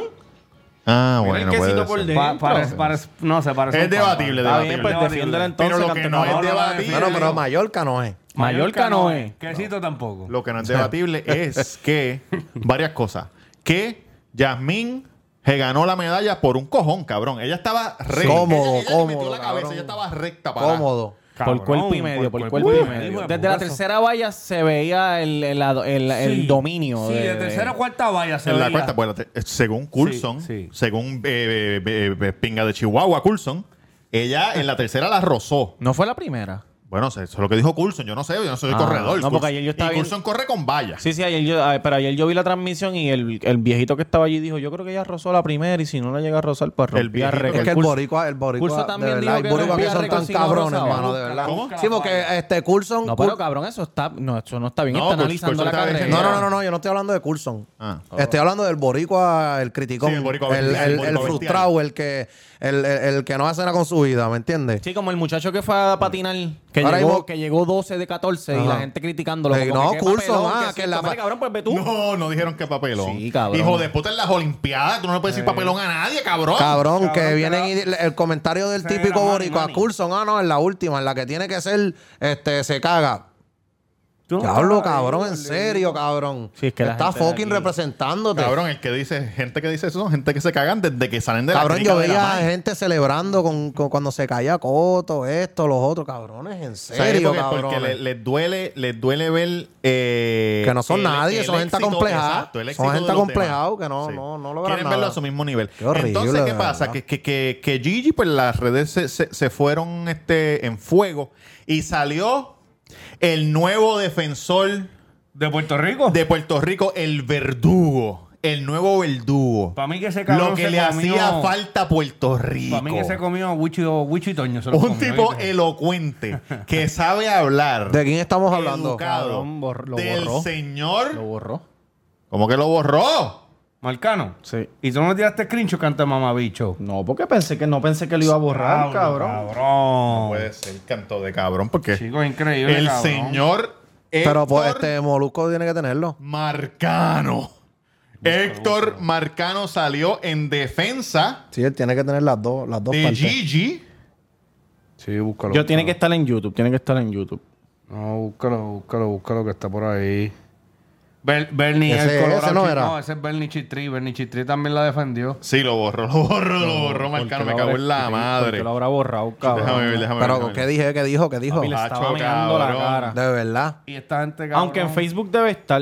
Speaker 5: Ah,
Speaker 2: Mira el
Speaker 5: bueno,
Speaker 2: quesito
Speaker 5: puede
Speaker 2: por
Speaker 5: ser.
Speaker 2: dentro.
Speaker 6: Pa- parece- parece- no sé, parece
Speaker 5: Es
Speaker 6: un pan, pan.
Speaker 5: debatible,
Speaker 2: Está
Speaker 5: debatible.
Speaker 2: bien, pues
Speaker 6: Debatible.
Speaker 2: defiéndela entonces.
Speaker 5: Pero lo
Speaker 2: canto
Speaker 5: que
Speaker 2: de
Speaker 5: no
Speaker 2: pan.
Speaker 5: es
Speaker 3: No, no,
Speaker 5: debatible.
Speaker 3: pero Mallorca no es.
Speaker 2: Mallorca no es.
Speaker 6: Quesito tampoco.
Speaker 5: Lo que no es debatible es que varias cosas. Que Yasmín se ganó la medalla por un cojón, cabrón. Ella estaba recta.
Speaker 3: Cómodo,
Speaker 5: ella, ella le metió
Speaker 3: cómodo,
Speaker 5: la cabeza,
Speaker 3: cabrón.
Speaker 5: ella estaba recta para.
Speaker 3: Cómodo.
Speaker 2: por cuerpo y medio, por cuerpo y medio. Desde la tercera valla se veía el, el- el- el
Speaker 6: Sí.
Speaker 2: dominio.
Speaker 6: Sí, de,
Speaker 2: de-
Speaker 6: tercera o cuarta vaya se
Speaker 5: En la
Speaker 6: veía.
Speaker 5: cuarta, pues, la te- eh, según Coulson,
Speaker 6: Sí, sí.
Speaker 5: según eh, eh, eh, eh, Pinga de Chihuahua, Coulson, ella en la tercera la rozó.
Speaker 2: No fue la primera.
Speaker 5: Bueno, eso es lo que dijo Coulson. Yo no sé, yo no soy
Speaker 2: Ah,
Speaker 5: corredor.
Speaker 2: no, porque
Speaker 5: Coulson-
Speaker 2: ayer yo estaba
Speaker 5: y Coulson corre con vallas.
Speaker 2: Sí, sí, ayer yo, ah, pero ayer yo vi la transmisión y el, el viejito que estaba allí dijo, yo creo que ella rozó la primera y si no la llega a rozar, pues
Speaker 5: El
Speaker 2: rompía
Speaker 5: viejito
Speaker 2: récord.
Speaker 3: Es que el
Speaker 2: Curso-
Speaker 3: boricua, el
Speaker 2: Curso
Speaker 3: boricua, de
Speaker 2: también
Speaker 3: verdad,
Speaker 2: dijo que
Speaker 3: el boricua que
Speaker 2: rompía
Speaker 3: son tan
Speaker 2: récord si no
Speaker 3: cabrones,
Speaker 2: rozaba.
Speaker 3: hermano, de verdad.
Speaker 5: ¿Cómo?
Speaker 3: Sí, porque este Coulson...
Speaker 2: No, pero cabrón, eso está... No, eso no está bien.
Speaker 5: No,
Speaker 2: está
Speaker 5: Curso-
Speaker 2: analizando
Speaker 5: Curso
Speaker 2: la
Speaker 5: está
Speaker 2: carrera.
Speaker 5: diciendo-
Speaker 3: No, no, no, no, yo no estoy hablando de Coulson.
Speaker 5: Ah.
Speaker 3: Estoy hablando del boricua, el criticón,
Speaker 5: Sí, el
Speaker 3: el,
Speaker 5: boricua
Speaker 3: el,
Speaker 5: bestial, el
Speaker 3: el
Speaker 5: boricua
Speaker 3: frustrado, el que, el, el- el que no hace nada con su vida, ¿me entiendes?
Speaker 2: Sí, como el muchacho que fue a patinar, que,
Speaker 3: Ahora
Speaker 2: llegó,
Speaker 3: mismo-
Speaker 2: que llegó 12 de 14 y
Speaker 3: Ajá.
Speaker 2: la gente criticándolo.
Speaker 3: Eh,
Speaker 2: como
Speaker 3: no,
Speaker 2: que qué
Speaker 3: Curso,
Speaker 2: papelón,
Speaker 3: ah,
Speaker 2: que
Speaker 3: que
Speaker 2: sí,
Speaker 3: la
Speaker 2: comadre,
Speaker 3: pa-
Speaker 2: cabrón, pues ve tú.
Speaker 5: No, no dijeron que papelón.
Speaker 2: Sí, cabrón.
Speaker 5: Hijo de puta en las Olimpiadas. Tú no le puedes decir papelón a nadie, Oh, cabrón.
Speaker 3: Eh, Cabrón, que
Speaker 6: cabrón,
Speaker 3: vienen
Speaker 6: que
Speaker 3: y le- el comentario del
Speaker 6: Ese era
Speaker 3: típico
Speaker 6: Manny,
Speaker 3: boricua,
Speaker 6: Manny.
Speaker 3: Coulson, ah, no, en la última, en la que tiene que ser, este, se caga.
Speaker 6: Tú no
Speaker 3: Diablo,
Speaker 6: estás ahí,
Speaker 3: cabrón, en
Speaker 6: Orlando.
Speaker 3: serio, cabrón.
Speaker 2: Sí, es que la
Speaker 3: Estás
Speaker 2: gente de
Speaker 3: fucking
Speaker 2: aquí-
Speaker 3: representándote.
Speaker 5: Cabrón, el que dice, gente que dice eso son gente que se cagan desde que salen de
Speaker 3: Cabrón,
Speaker 5: la
Speaker 3: yo
Speaker 5: clínica de la
Speaker 3: veía
Speaker 5: madre.
Speaker 3: gente celebrando con, con- cuando se caía Coto, esto, los otros, cabrones, en
Speaker 5: O sea, es
Speaker 3: serio,
Speaker 5: porque, porque
Speaker 3: cabrones.
Speaker 5: le- les, duele, les duele ver. eh,
Speaker 3: Que no son nadie, son gente acomplejada.
Speaker 5: exacto, el éxito
Speaker 3: Son gente
Speaker 5: de los
Speaker 3: acomplejada
Speaker 5: demás.
Speaker 3: que no- no- no logran
Speaker 5: Quieren
Speaker 3: nada.
Speaker 5: verlo a su mismo nivel.
Speaker 3: Qué horrible,
Speaker 5: Entonces, ¿qué
Speaker 3: de
Speaker 5: pasa?
Speaker 3: verdad.
Speaker 5: Que, que, que, que Gigi, pues las redes se, se- se fueron este, en fuego y salió el nuevo defensor
Speaker 6: ¿De Puerto Rico?
Speaker 5: de Puerto Rico, el verdugo. El nuevo verdugo.
Speaker 6: Para mí que ese cabrón
Speaker 5: Lo que
Speaker 6: se
Speaker 5: le
Speaker 6: comió-
Speaker 5: hacía falta a Puerto Rico.
Speaker 6: Para mí que se comió Wicho, Wicho y Toño. se los
Speaker 5: Un
Speaker 6: comió,
Speaker 5: tipo
Speaker 6: ¿viste? (laughs)
Speaker 5: elocuente que sabe hablar.
Speaker 3: ¿De quién estamos hablando?
Speaker 5: educado,
Speaker 2: Cabrón, bor- lo
Speaker 5: del
Speaker 2: borró. Lo
Speaker 5: señor.
Speaker 2: borró.
Speaker 5: ¿Cómo que lo borró?
Speaker 6: Marcano.
Speaker 2: Sí.
Speaker 6: ¿Y tú no le tiraste screenshot canta mamabicho?
Speaker 2: No, porque pensé que no pensé que lo iba a borrar, cabrón.
Speaker 6: Cabrón.
Speaker 5: Puede ser canto de cabrón, porque
Speaker 6: Chico, increíble.
Speaker 5: el
Speaker 6: cabrón.
Speaker 5: señor
Speaker 3: Pero
Speaker 5: Héctor
Speaker 3: pues este Molusco tiene que tenerlo.
Speaker 5: Marcano. Héctor Marcano salió en defensa
Speaker 3: Sí, él tiene que tener las dos, las dos
Speaker 5: de
Speaker 3: partes.
Speaker 5: Gigi.
Speaker 6: Sí, búscalo.
Speaker 2: Yo tiene que
Speaker 6: búscalo.
Speaker 2: estar en YouTube, tiene que estar en YouTube.
Speaker 6: No, búscalo, búscalo, búscalo que está por ahí. Ber- Bernie
Speaker 3: Ese-
Speaker 6: el Colorado
Speaker 3: ese no
Speaker 6: Chi-
Speaker 3: era.
Speaker 6: No, ese es Bernie Chitri. Bernie Chitri también la defendió.
Speaker 5: Sí, lo borró, (laughs) lo borró, lo borró
Speaker 2: Porque
Speaker 5: Marcano.
Speaker 2: lo
Speaker 5: Me cago
Speaker 2: habrá-
Speaker 5: en la
Speaker 2: porque-
Speaker 5: madre.
Speaker 2: porque lo habrá borrado, cabrón.
Speaker 5: Déjame ver, déjame ver,
Speaker 3: Pero
Speaker 5: déjame
Speaker 3: ¿qué
Speaker 5: ver.
Speaker 3: dije? ¿Qué dijo? ¿Qué dijo?
Speaker 2: Papi, le
Speaker 5: Hacho,
Speaker 2: estaba meando la
Speaker 5: cabrón.
Speaker 2: cara.
Speaker 3: De verdad.
Speaker 6: Y esta gente, cabrón,
Speaker 2: Aunque en Facebook debe estar.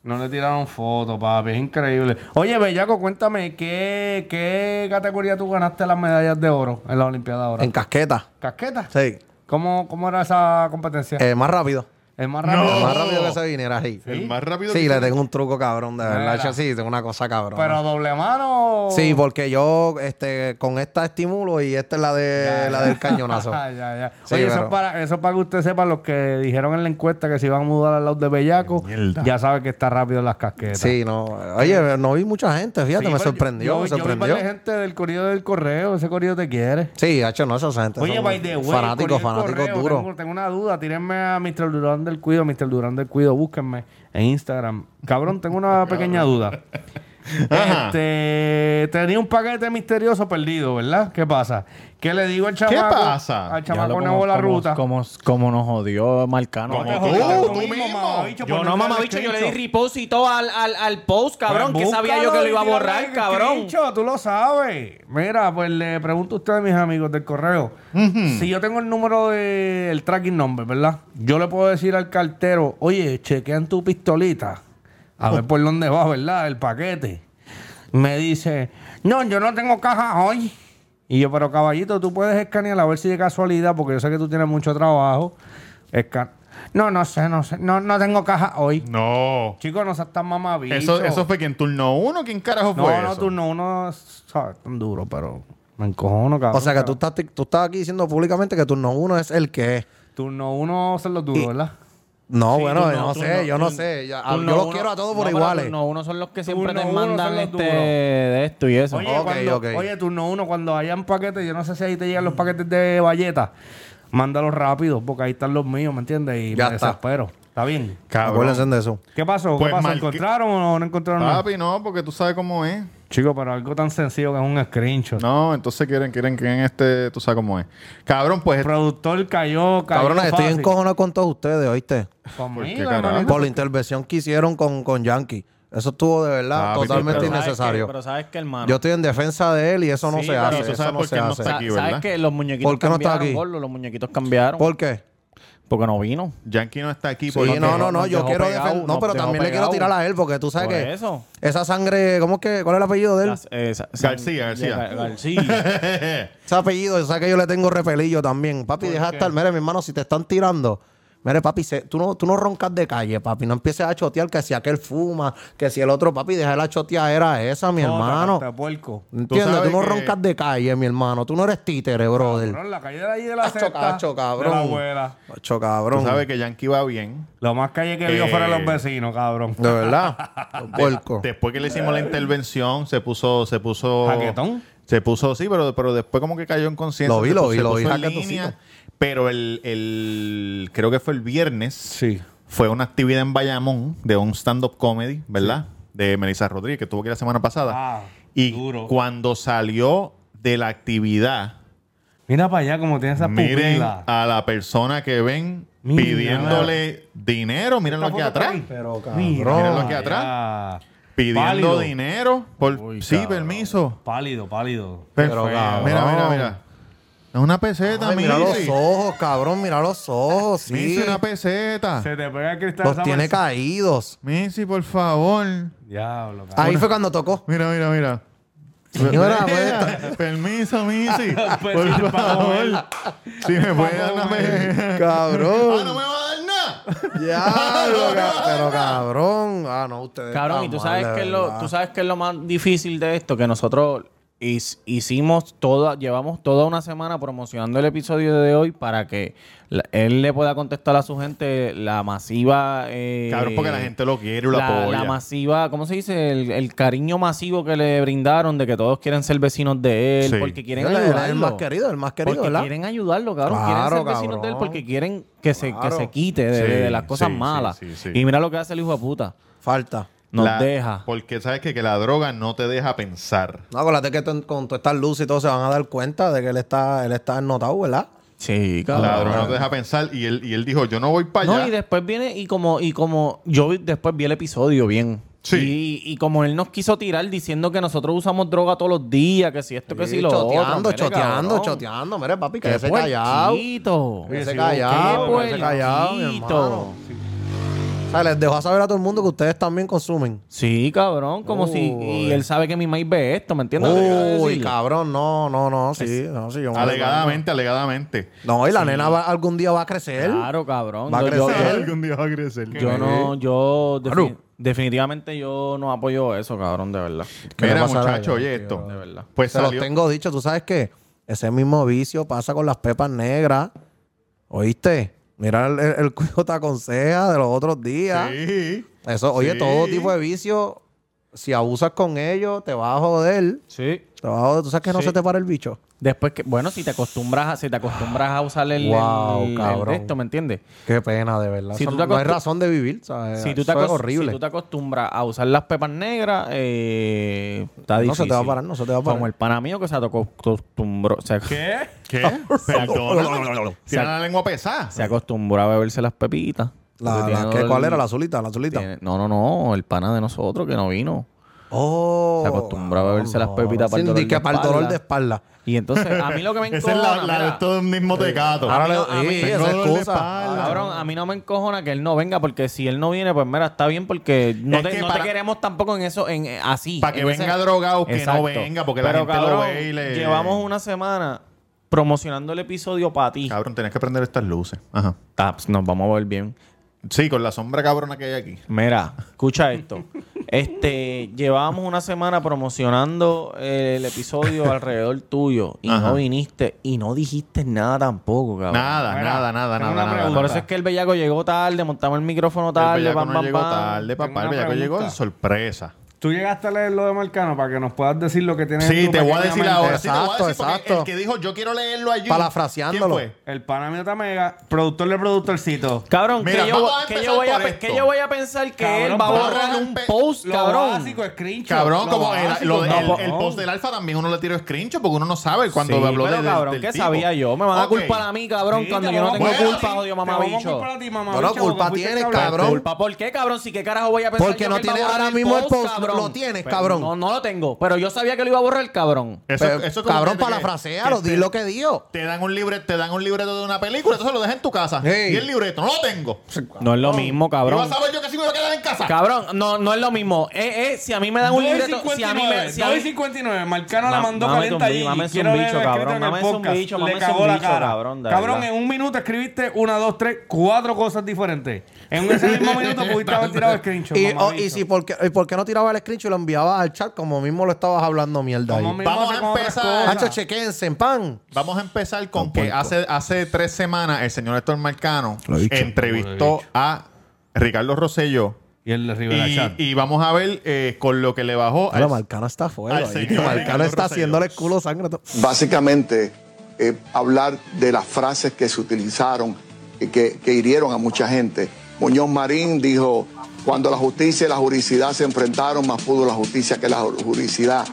Speaker 6: No le tiraron fotos, papi. Es increíble. Oye, Bellaco, cuéntame, ¿qué, qué categoría tú ganaste las medallas de oro en la Olimpiada ahora?
Speaker 3: En casqueta.
Speaker 6: ¿Casqueta?
Speaker 3: Sí.
Speaker 6: ¿Cómo, ¿Cómo era esa competencia?
Speaker 3: Eh, más rápido.
Speaker 6: ¿Es más
Speaker 5: No.
Speaker 6: rápido?
Speaker 3: Más rápido que se viniera ahí.
Speaker 5: El Oh. más rápido
Speaker 3: Sí,
Speaker 5: que-
Speaker 3: le tengo un truco cabrón, de verdad.
Speaker 6: Mira.
Speaker 3: yo Sí, tengo una cosa cabrón.
Speaker 6: ¿Pero doble mano? o-
Speaker 3: Sí, porque yo este, con esta estimulo y esta es la, de, la
Speaker 6: (laughs)
Speaker 3: del cañonazo.
Speaker 6: Ah, ya, ya.
Speaker 3: Sí,
Speaker 6: Oye, eso,
Speaker 3: pero-
Speaker 6: es para, eso es para que usted sepa los que dijeron en la encuesta que se iban a mudar al lado de Bellaco. Ya sabe que está rápido en las casquetas.
Speaker 3: Sí, no. Oye, no vi mucha gente,
Speaker 6: Sí,
Speaker 3: fíjate,
Speaker 6: pero
Speaker 3: me
Speaker 6: yo-
Speaker 3: sorprendió,
Speaker 6: yo-
Speaker 3: me
Speaker 6: yo vi
Speaker 3: sorprendió.
Speaker 6: varias gente del correo del correo. Ese correo te quiere.
Speaker 3: Sí, hacho, no, esa gente.
Speaker 6: Oye,
Speaker 3: son
Speaker 6: by the way, Corriel
Speaker 3: Fanáticos, fanáticos
Speaker 6: Correo,
Speaker 3: duros.
Speaker 6: Tengo, tengo una duda, tírenme a Mr. Durán del Cuido, Mr. Durán del Cuido, búsquenme en Instagram. Cabrón, tengo
Speaker 5: (laughs)
Speaker 6: una pequeña duda.
Speaker 5: Ajá.
Speaker 6: Este, tenía un paquete misterioso perdido, ¿verdad? ¿Qué pasa? ¿Qué le digo al chamaco?
Speaker 5: pasa?
Speaker 6: Al
Speaker 2: Ya lo
Speaker 6: chamaco una
Speaker 2: como-
Speaker 6: bola
Speaker 2: como-
Speaker 6: ruta.
Speaker 2: Como, como nos odió Marcano.
Speaker 5: Como
Speaker 2: Como
Speaker 5: tú,
Speaker 6: Joder,
Speaker 5: tú mismo.
Speaker 6: mamabicho, por
Speaker 2: Yo no,
Speaker 6: entrar al
Speaker 2: mamabicho, yo le di
Speaker 6: screenshot.
Speaker 2: repost y todo al, al, al post, cabrón.
Speaker 6: Pues
Speaker 2: que sabía yo que lo iba a
Speaker 6: búscalo y
Speaker 2: borrar,
Speaker 6: tíralo en el
Speaker 2: cabrón.
Speaker 6: screenshot, Tú lo sabes. Mira, pues le pregunto a ustedes, mis amigos del correo. Si yo tengo el número del tracking number, ¿verdad? Yo le puedo decir al cartero, oye, chequean tu pistolita. A ver por dónde va, ¿verdad? El paquete. Me dice, no, yo no tengo caja hoy. Y yo, pero caballito, tú puedes escanear a ver si de casualidad, porque yo sé que tú tienes mucho trabajo. Escan- no, no sé, no sé. No, no tengo caja hoy.
Speaker 5: No.
Speaker 6: Chicos, no seas tan mamabicho.
Speaker 5: Eso, eso fue quien turno uno, ¿quién carajo
Speaker 6: No,
Speaker 5: fue?
Speaker 6: no,
Speaker 5: eso?
Speaker 6: tú no, uno, sabes, tan duro, pero me encojono, cabrón.
Speaker 3: O sea que tú
Speaker 6: cabrón.
Speaker 3: estás, tú estás aquí diciendo públicamente que turno uno es el que es.
Speaker 6: Turno uno son los duros, ¿verdad?
Speaker 3: No, bueno,
Speaker 2: turno-
Speaker 3: yo no
Speaker 2: turno-
Speaker 3: sé, yo no
Speaker 2: turno-
Speaker 3: sé. Ya-
Speaker 2: Turno
Speaker 3: Ah, yo los
Speaker 2: uno-
Speaker 3: quiero a todos
Speaker 2: no,
Speaker 3: por
Speaker 2: pero
Speaker 3: iguales.
Speaker 2: turno uno son los que siempre
Speaker 6: Turno
Speaker 2: te
Speaker 6: uno son
Speaker 2: mandan
Speaker 6: los
Speaker 2: este
Speaker 6: duros.
Speaker 2: de esto y eso.
Speaker 6: Oye,
Speaker 3: Ok,
Speaker 6: cuando,
Speaker 3: ok.
Speaker 6: oye, turno uno, cuando hayan paquetes, yo no sé si ahí te llegan los paquetes de valletas, mándalos rápido, porque ahí están los míos, ¿me entiendes? Y
Speaker 3: Ya
Speaker 6: me
Speaker 3: está.
Speaker 6: desespero. ¿Está bien?
Speaker 3: Acuérdense de eso.
Speaker 6: ¿Qué pasó?
Speaker 5: Pues,
Speaker 6: ¿Qué pasó?
Speaker 5: mal-
Speaker 6: ¿Encontraron o no encontraron nada?
Speaker 5: Papi, no, porque tú sabes cómo es.
Speaker 6: Chico, pero algo tan sencillo que es un screenshot.
Speaker 5: No, entonces quieren, quieren, quieren este, tú sabes cómo es. Cabrón, pues.
Speaker 6: El productor cayó, cayó
Speaker 3: Cabrones, estoy
Speaker 6: fácil.
Speaker 3: encojonado con todos ustedes, ¿oíste?
Speaker 5: ¿Por
Speaker 6: Conmigo,
Speaker 5: qué, carajo?
Speaker 6: hermanito.
Speaker 3: Por la intervención que hicieron con, con Yankee. Eso estuvo de verdad
Speaker 5: Ah,
Speaker 3: totalmente
Speaker 5: pero
Speaker 2: sabes
Speaker 3: innecesario.
Speaker 2: que- pero sabes que, hermano.
Speaker 3: Yo estoy en defensa de él y eso no
Speaker 2: Sí,
Speaker 3: se
Speaker 2: pero
Speaker 3: hace.
Speaker 5: tú sabes
Speaker 3: Eso no
Speaker 5: por qué
Speaker 3: se
Speaker 5: él no
Speaker 3: hace.
Speaker 5: está aquí, ¿verdad?
Speaker 2: ¿Sabes que los muñequitos
Speaker 3: ¿Por qué no está
Speaker 2: cambiaron,
Speaker 3: aquí?
Speaker 2: gordo? los muñequitos cambiaron.
Speaker 3: ¿Por qué?
Speaker 2: Porque no vino.
Speaker 5: Yankee no está aquí
Speaker 3: Sí,
Speaker 5: porque.
Speaker 3: no, no,
Speaker 2: dejó-
Speaker 3: no,
Speaker 2: nos
Speaker 3: yo
Speaker 2: dejó
Speaker 3: quiero
Speaker 2: pegado,
Speaker 3: defender. No,
Speaker 2: nos
Speaker 3: pero
Speaker 2: dejó
Speaker 3: también le quiero
Speaker 2: pegado.
Speaker 3: tirar a él porque tú sabes
Speaker 2: Por
Speaker 3: que
Speaker 2: eso.
Speaker 3: esa sangre, ¿cómo es que? ¿Cuál es el apellido de él?
Speaker 2: Las- eh, sa- sa-
Speaker 5: García, García.
Speaker 3: (laughs)
Speaker 2: Gar- García.
Speaker 3: Ese apellido, yo sé que yo le tengo repelillo también. Papi, deja de estar. Mire, mi hermano, si te están tirando. Mire, papi, se- tú, no, tú no roncas de calle, papi. No empieces a chotear que si aquel fuma, que si el otro, papi, deja la choteadera esa, mi hermano.
Speaker 6: Jota, este puerco.
Speaker 3: ¿Entiendes? Tú,
Speaker 5: sabes
Speaker 3: no
Speaker 5: que-
Speaker 3: roncas de calle, mi hermano. Tú no eres títere, brother.
Speaker 6: Cabrón, la calle de ahí de la
Speaker 3: Cacho,
Speaker 6: cesta
Speaker 3: cacho,
Speaker 6: de la
Speaker 3: cabrón.
Speaker 6: abuela.
Speaker 3: Cacho,
Speaker 5: Tú (laughs)
Speaker 3: cabrón.
Speaker 5: sabes que Yankee va bien.
Speaker 6: Lo más calle que vio
Speaker 5: Eh.
Speaker 6: fueron los vecinos, cabrón.
Speaker 3: De verdad.
Speaker 5: (laughs)
Speaker 3: Puerco.
Speaker 5: Después que le hicimos la intervención, se puso, se puso.
Speaker 6: Jaquetón.
Speaker 5: Se puso, sí, pero, pero después como que cayó en conciencia.
Speaker 3: Lo vi,
Speaker 5: se
Speaker 3: lo
Speaker 5: puso-
Speaker 3: vi,
Speaker 5: se
Speaker 3: lo
Speaker 5: puso
Speaker 3: vi,
Speaker 5: en
Speaker 3: jaquetoncito.
Speaker 5: línea, Pero el, el- creo que fue el viernes.
Speaker 6: Sí.
Speaker 5: Fue una actividad en Bayamón de un stand-up comedy, ¿verdad? De Melissa Rodríguez, que tuvo que ir la semana pasada.
Speaker 6: Ah,
Speaker 5: y
Speaker 6: duro.
Speaker 5: cuando salió de la actividad,
Speaker 6: Mira para allá como tiene esa
Speaker 5: miren ah,
Speaker 6: pupila.
Speaker 5: a la persona que ven
Speaker 6: Mira.
Speaker 5: pidiéndole dinero. Mírenlo
Speaker 6: Esta
Speaker 5: aquí
Speaker 6: foto
Speaker 5: atrás.
Speaker 6: está ahí, Pero
Speaker 5: Mira,
Speaker 6: cabrón.
Speaker 5: Mírenlo aquí atrás.
Speaker 6: Ah,
Speaker 5: Pidiendo
Speaker 6: Pálido.
Speaker 5: dinero. Por,
Speaker 6: Uy,
Speaker 5: sí,
Speaker 6: cabrón.
Speaker 5: permiso.
Speaker 6: Pálido, pálido.
Speaker 5: Per-
Speaker 3: Pero,
Speaker 5: mira,
Speaker 3: cabrón.
Speaker 5: mira, mira. Es una peseta,
Speaker 3: Ay, mira los
Speaker 5: Missy.
Speaker 3: ojos, cabrón, mira los ojos, sí.
Speaker 5: Missy, una peseta.
Speaker 6: Se te pega el cristal.
Speaker 3: Los
Speaker 6: esa
Speaker 3: tiene
Speaker 6: bolsa.
Speaker 3: caídos.
Speaker 5: Missy, por favor.
Speaker 6: Diablo, cabrón.
Speaker 3: Ahí fue cuando (laughs) tocó.
Speaker 5: Mira,
Speaker 2: (laughs)
Speaker 5: mira, mira.
Speaker 3: (laughs) Señora,
Speaker 5: Mira,
Speaker 3: pues,
Speaker 2: (laughs)
Speaker 5: Permiso, Missy.
Speaker 6: Pues, para
Speaker 5: por favor. Si me puede dar una peseta. Ah, no
Speaker 3: cabrón.
Speaker 5: me va a dar nada.
Speaker 3: Ya,
Speaker 5: (laughs)
Speaker 3: lo ca- pero cabrón. Ah, no, ustedes.
Speaker 2: Cabrón, y
Speaker 3: están
Speaker 2: tú sabes,
Speaker 3: mal, de
Speaker 2: que es lo,
Speaker 3: verdad.
Speaker 2: tú sabes que es lo más difícil de esto, que nosotros his- hicimos toda, llevamos toda una semana promocionando el episodio de hoy para que la- él le pueda contestar a su gente la masiva... eh,
Speaker 5: Cabrón, porque la gente lo quiere y lo
Speaker 2: la,
Speaker 5: apoya.
Speaker 2: la masiva, ¿cómo se dice? El, el cariño masivo que le brindaron de que todos quieren ser vecinos de él,
Speaker 5: Sí.
Speaker 2: porque quieren
Speaker 3: Él es
Speaker 2: ayudarlo.
Speaker 3: el más querido, el más querido,
Speaker 2: porque
Speaker 3: ¿verdad?
Speaker 2: quieren ayudarlo, cabrón.
Speaker 3: Claro,
Speaker 2: quieren ser vecinos de él
Speaker 3: cabrón.
Speaker 2: porque quieren que se, que
Speaker 3: Claro.
Speaker 2: se quite de,
Speaker 5: Sí,
Speaker 2: de las cosas
Speaker 5: sí, sí,
Speaker 2: malas.
Speaker 5: sí, sí.
Speaker 2: Y mira lo que hace el hijo de puta.
Speaker 3: Falta.
Speaker 2: Nos
Speaker 5: La-
Speaker 2: deja.
Speaker 5: Porque sabes que, que la droga no te deja pensar.
Speaker 3: No, acuérdate que ton- con todas estas luces y todo se van a dar cuenta de que él está, él está ennotado, ¿verdad?
Speaker 2: Sí,
Speaker 5: La droga no te deja pensar. Y él, y él dijo, yo no voy para allá.
Speaker 2: No, y después viene y como, y como yo vi- después vi el episodio bien.
Speaker 5: Sí.
Speaker 2: Y, y como él nos quiso tirar diciendo que nosotros usamos droga todos los días, que si esto, que si lo otro.
Speaker 3: choteando,
Speaker 2: mire,
Speaker 3: choteando,
Speaker 2: cabrón.
Speaker 3: choteando. Mire, papi, que
Speaker 2: Qué
Speaker 3: se callado.
Speaker 2: puerquito.
Speaker 3: Que
Speaker 6: Oye,
Speaker 3: se
Speaker 6: sí,
Speaker 3: callado,
Speaker 2: qué
Speaker 3: que se callado, mi
Speaker 2: puerquito.
Speaker 3: hermano. O sea, les dejó a saber a todo el mundo que ustedes también consumen.
Speaker 2: Sí, cabrón, como si... Y
Speaker 3: Uy.
Speaker 2: él sabe que mi maíz ve esto, ¿me entiendes? lo que quiero
Speaker 3: Uy,
Speaker 2: decir?
Speaker 3: cabrón, no, no, no, sí, no, sí, yo me-
Speaker 5: Alegadamente, alegadamente.
Speaker 3: No, y la nena va- algún día va a crecer.
Speaker 2: Claro, cabrón.
Speaker 3: Va a
Speaker 2: Yo- yo-
Speaker 3: crecer.
Speaker 2: yo-
Speaker 5: día va a crecer.
Speaker 2: Yo no, yo defi-
Speaker 3: Claro.
Speaker 2: definitivamente yo no apoyo eso, cabrón, de verdad.
Speaker 3: ¿Qué le
Speaker 5: Mira,
Speaker 3: pasará
Speaker 5: muchacho,
Speaker 3: a
Speaker 5: oye
Speaker 3: ellos,
Speaker 5: esto.
Speaker 2: tío? De verdad.
Speaker 5: Pues
Speaker 3: Se los
Speaker 5: salió.
Speaker 3: tengo dicho, tú sabes que ese mismo vicio pasa con las pepas negras. ¿Oíste? Mira el, el, el cuido te aconseja de los otros días.
Speaker 5: Sí.
Speaker 3: Eso, oye,
Speaker 5: Sí.
Speaker 3: todo tipo de vicio, si abusas con ellos, te vas a joder.
Speaker 2: Sí.
Speaker 3: Te vas a joder. ¿Tú sabes que no
Speaker 2: Sí.
Speaker 3: se te para el bicho?
Speaker 2: Después que, bueno, si te acostumbras a, si te acostumbras a usar el,
Speaker 3: Wow,
Speaker 2: el- el
Speaker 3: cabrón.
Speaker 2: de esto, ¿me entiendes?
Speaker 3: Qué pena, de verdad.
Speaker 2: Si
Speaker 3: Eso
Speaker 2: tú te
Speaker 3: no no hay
Speaker 2: acostu-
Speaker 3: razón de vivir, ¿sabes?
Speaker 2: Si tú, te
Speaker 3: Eso es
Speaker 2: acos-
Speaker 3: horrible.
Speaker 2: si tú te acostumbras a usar las pepas negras, eh, está
Speaker 3: No
Speaker 2: difícil.
Speaker 3: se te va a parar, no se te va a parar.
Speaker 2: Como el pana mío que se aco- acostumbró, se, ac-
Speaker 6: ¿Qué?
Speaker 5: ¿Qué? Ah,
Speaker 2: (laughs)
Speaker 5: Perdón. Tiene la lengua pesada.
Speaker 2: se acostumbró a beberse las pepitas.
Speaker 3: La-
Speaker 2: Porque
Speaker 3: la-
Speaker 2: tiene
Speaker 3: ¿qué-
Speaker 2: dolor-
Speaker 3: ¿Cuál era? La azulita, la azulita.
Speaker 2: tiene- no, no, no, el pana de nosotros que no vino.
Speaker 3: Oh,
Speaker 2: Se acostumbra a beberse las pepitas para el
Speaker 3: Sin-
Speaker 2: dolor
Speaker 3: que
Speaker 2: de
Speaker 3: para el dolor de espalda.
Speaker 2: Y entonces, a mí lo que me
Speaker 5: (laughs) Esa es la,
Speaker 2: encojona,
Speaker 5: la de
Speaker 2: mira,
Speaker 5: todo el mismo tecato.
Speaker 3: Ahora le
Speaker 2: no, a mí-
Speaker 3: sí,
Speaker 5: Tengo
Speaker 3: esa
Speaker 5: dolor de
Speaker 3: excusa.
Speaker 5: espalda.
Speaker 2: Cabrón, a mí no me encojona que él no venga, porque si él no viene, pues mira, está bien, porque no,
Speaker 5: Es
Speaker 2: te,
Speaker 5: que
Speaker 2: no te
Speaker 5: para-
Speaker 2: queremos tampoco en eso, en eh, así.
Speaker 5: Para que
Speaker 2: en ese-
Speaker 5: venga drogado, que no
Speaker 2: Exacto.
Speaker 5: venga, porque la
Speaker 2: Pero,
Speaker 5: gente lo
Speaker 2: cabrón,
Speaker 5: ve y le-
Speaker 2: Llevamos una semana promocionando el episodio para ti.
Speaker 5: Cabrón, tenés que prender estas luces. Ajá.
Speaker 2: Taps, nos vamos a ver bien.
Speaker 5: Sí, con la sombra cabrona que hay aquí.
Speaker 2: Mira, escucha esto. Este, llevábamos una semana promocionando eh, el episodio alrededor tuyo y
Speaker 5: Ajá.
Speaker 2: no viniste y no dijiste nada tampoco, cabrón.
Speaker 5: Nada,
Speaker 6: Mira,
Speaker 5: nada, nada,
Speaker 6: tengo
Speaker 5: nada,
Speaker 6: una
Speaker 5: nada,
Speaker 6: pregunta.
Speaker 5: nada.
Speaker 2: Por eso es que el bellaco llegó tarde, montamos el micrófono
Speaker 5: el
Speaker 2: tarde,
Speaker 5: bellaco
Speaker 2: pam,
Speaker 5: no
Speaker 2: pam,
Speaker 5: llegó
Speaker 2: pam.
Speaker 5: tarde,
Speaker 6: Tengo
Speaker 5: papá. El
Speaker 6: una
Speaker 5: bellaco llegó en
Speaker 6: pregunta.
Speaker 5: sorpresa.
Speaker 6: Tú llegaste a leer lo de Marcano para que nos puedas decir lo que tienes en
Speaker 5: Sí,
Speaker 6: tu
Speaker 5: te voy a decir
Speaker 6: pequeña
Speaker 5: ahora.
Speaker 6: mente.
Speaker 5: sí, te voy a
Speaker 3: Exacto,
Speaker 5: decir, porque
Speaker 3: exacto.
Speaker 5: El que dijo, yo quiero leerlo allí.
Speaker 3: Parafraseándolo.
Speaker 5: ¿Quién fue?
Speaker 6: El pana mío Tamega, productor de productorcito.
Speaker 2: Cabrón,
Speaker 5: Mira,
Speaker 2: que,
Speaker 5: vamos
Speaker 2: yo,
Speaker 5: a
Speaker 2: que,
Speaker 5: empezar
Speaker 2: yo voy a,
Speaker 5: por
Speaker 2: pe-
Speaker 5: esto.
Speaker 2: que yo voy a pensar que
Speaker 6: Cabrón,
Speaker 2: él va a
Speaker 5: bórrale
Speaker 2: borrar
Speaker 5: un
Speaker 2: un
Speaker 5: pe-
Speaker 2: post,
Speaker 6: Lo
Speaker 2: cabrón.
Speaker 6: básico, screenshot.
Speaker 5: Cabrón,
Speaker 6: Lo
Speaker 5: como el,
Speaker 6: básico,
Speaker 5: lo de- el-
Speaker 6: cabrón.
Speaker 5: el post del alfa también uno le tiró screenshot porque uno no sabe cuando
Speaker 2: Sí,
Speaker 5: habló
Speaker 2: pero,
Speaker 5: de,
Speaker 2: cabrón,
Speaker 5: del
Speaker 2: ¿qué
Speaker 5: tipo.
Speaker 2: sabía yo? Me van a
Speaker 5: Ok.
Speaker 2: culpar a mí, cabrón,
Speaker 6: Sí,
Speaker 2: cuando
Speaker 6: te
Speaker 2: yo no
Speaker 6: vamos
Speaker 2: tengo
Speaker 6: a culpar
Speaker 2: culpa,
Speaker 6: a ti.
Speaker 2: odio
Speaker 6: Te vamos a
Speaker 2: mamabicho.
Speaker 6: culpar a ti,
Speaker 3: No, no,
Speaker 6: mamabicho,
Speaker 3: culpa
Speaker 6: porque fuiste
Speaker 3: tienes,
Speaker 6: el que hablaste.
Speaker 3: cabrón.
Speaker 2: Culpa, ¿por qué, cabrón? Si qué carajo voy a pensar
Speaker 3: Porque
Speaker 2: yo
Speaker 3: no
Speaker 2: que él va a
Speaker 3: tienes
Speaker 2: borrar
Speaker 3: ahora mismo el post,
Speaker 2: cabrón.
Speaker 3: lo tienes,
Speaker 2: Pero
Speaker 3: cabrón.
Speaker 2: No, no lo tengo, pero yo sabía que lo iba a borrar el cabrón.
Speaker 5: Eso-
Speaker 3: Pero,
Speaker 5: eso es como que-
Speaker 3: cabrón,
Speaker 5: que-
Speaker 3: parafrasealo,
Speaker 5: que
Speaker 3: di lo que dio.
Speaker 5: Te dan un libre, te dan un libreto de una película, entonces lo dejas en tu casa.
Speaker 3: Ey.
Speaker 5: Y el libreto, no lo tengo.
Speaker 2: No es lo mismo,
Speaker 5: ¿Y
Speaker 2: cabrón.
Speaker 5: vas a saber yo que sí me voy a quedar en casa?
Speaker 2: Cabrón, no, no es lo mismo. Eh, eh, si a mí me dan un
Speaker 6: 2 y
Speaker 2: libreto, si a mí me...
Speaker 6: 59,
Speaker 2: Si a
Speaker 6: 2
Speaker 2: mí-
Speaker 6: y 59, Marcano la
Speaker 2: Ma-
Speaker 6: mandó
Speaker 2: mames
Speaker 6: caliente
Speaker 2: un bi-
Speaker 6: allí.
Speaker 2: mames un
Speaker 6: Quiero leer
Speaker 2: bicho,
Speaker 6: el escrito
Speaker 2: cabrón,
Speaker 6: en el
Speaker 2: mames un
Speaker 6: podcast.
Speaker 2: bicho,
Speaker 6: Le
Speaker 2: mames un
Speaker 6: cagó la
Speaker 2: bicho,
Speaker 6: cara.
Speaker 2: cabrón, de
Speaker 6: Cabrón,
Speaker 2: verdad.
Speaker 6: en un minuto escribiste una, dos, tres, cuatro cosas diferentes. En
Speaker 2: (laughs)
Speaker 6: ese mismo minuto pudiste haber tirado el screenshot,
Speaker 3: Y, oh,
Speaker 6: mamabicho.
Speaker 3: y si por qué, y por qué no tiraba el screenshot y lo enviaba al chat como mismo lo estabas hablando mierda
Speaker 6: Como
Speaker 3: ahí?
Speaker 6: mismo
Speaker 5: Vamos a
Speaker 6: hace con otras
Speaker 5: empezar.
Speaker 6: cosas.
Speaker 3: Hacho, chequense, en pan.
Speaker 5: Vamos a empezar con que hace, hace tres semanas el señor Héctor Marcano entrevistó a Ricardo Rosselló
Speaker 6: Y el de Rivera
Speaker 5: y,
Speaker 6: Chat.
Speaker 5: y vamos a ver eh, con lo que le bajó
Speaker 3: Pero
Speaker 5: al-
Speaker 3: Marcano está
Speaker 5: al
Speaker 3: fuera. ahí,
Speaker 5: señor
Speaker 3: que
Speaker 5: Ricardo
Speaker 3: Marcano está
Speaker 5: Rosselló.
Speaker 3: haciéndole culo sangre.
Speaker 8: básicamente eh, hablar de las frases que se utilizaron y que, que hirieron a mucha gente. Muñoz Marín dijo, cuando la justicia y la juridicidad se enfrentaron, más pudo la justicia que la juridicidad.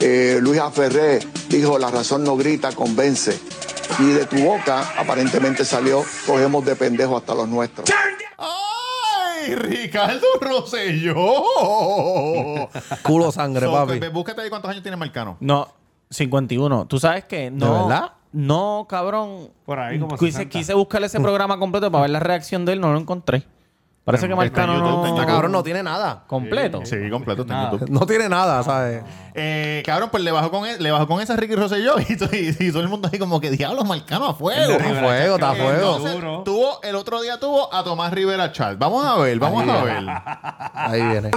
Speaker 8: Eh, Luis Aferré dijo, la razón no grita, convence. y de tu boca aparentemente salió, cogemos de pendejo hasta los nuestros.
Speaker 5: ¡Ay, Ricardo Rosselló!
Speaker 3: Culo sangre,
Speaker 5: So,
Speaker 3: papi.
Speaker 5: ve- Búscate ahí cuántos años tiene Marcano.
Speaker 2: No, 51. Tú sabes que no.
Speaker 3: verdad?
Speaker 2: No, cabrón.
Speaker 6: Por ahí como
Speaker 2: quise,
Speaker 6: 60.
Speaker 2: quise buscar ese programa completo para ver la reacción de él, no lo encontré. Parece
Speaker 5: Pero
Speaker 2: que
Speaker 5: está en
Speaker 2: Marcano
Speaker 5: YouTube,
Speaker 2: no...
Speaker 5: está en
Speaker 3: Ah, cabrón, no tiene nada.
Speaker 2: completo.
Speaker 5: Sí, completo, está en YouTube.
Speaker 3: No tiene nada, ¿sabes?
Speaker 5: Eh, cabrón, pues le bajó con, e- le bajó con esa Ricky Rosselló y, to- y- y todo el mundo ahí como que diablos Marcano a fuego.
Speaker 3: Está a fuego, está a fuego.
Speaker 5: Entonces,
Speaker 6: Duro.
Speaker 5: tuvo, el otro día tuvo a Tomás Rivera Chat. Vamos a ver, vamos a ver.
Speaker 3: Ahí viene.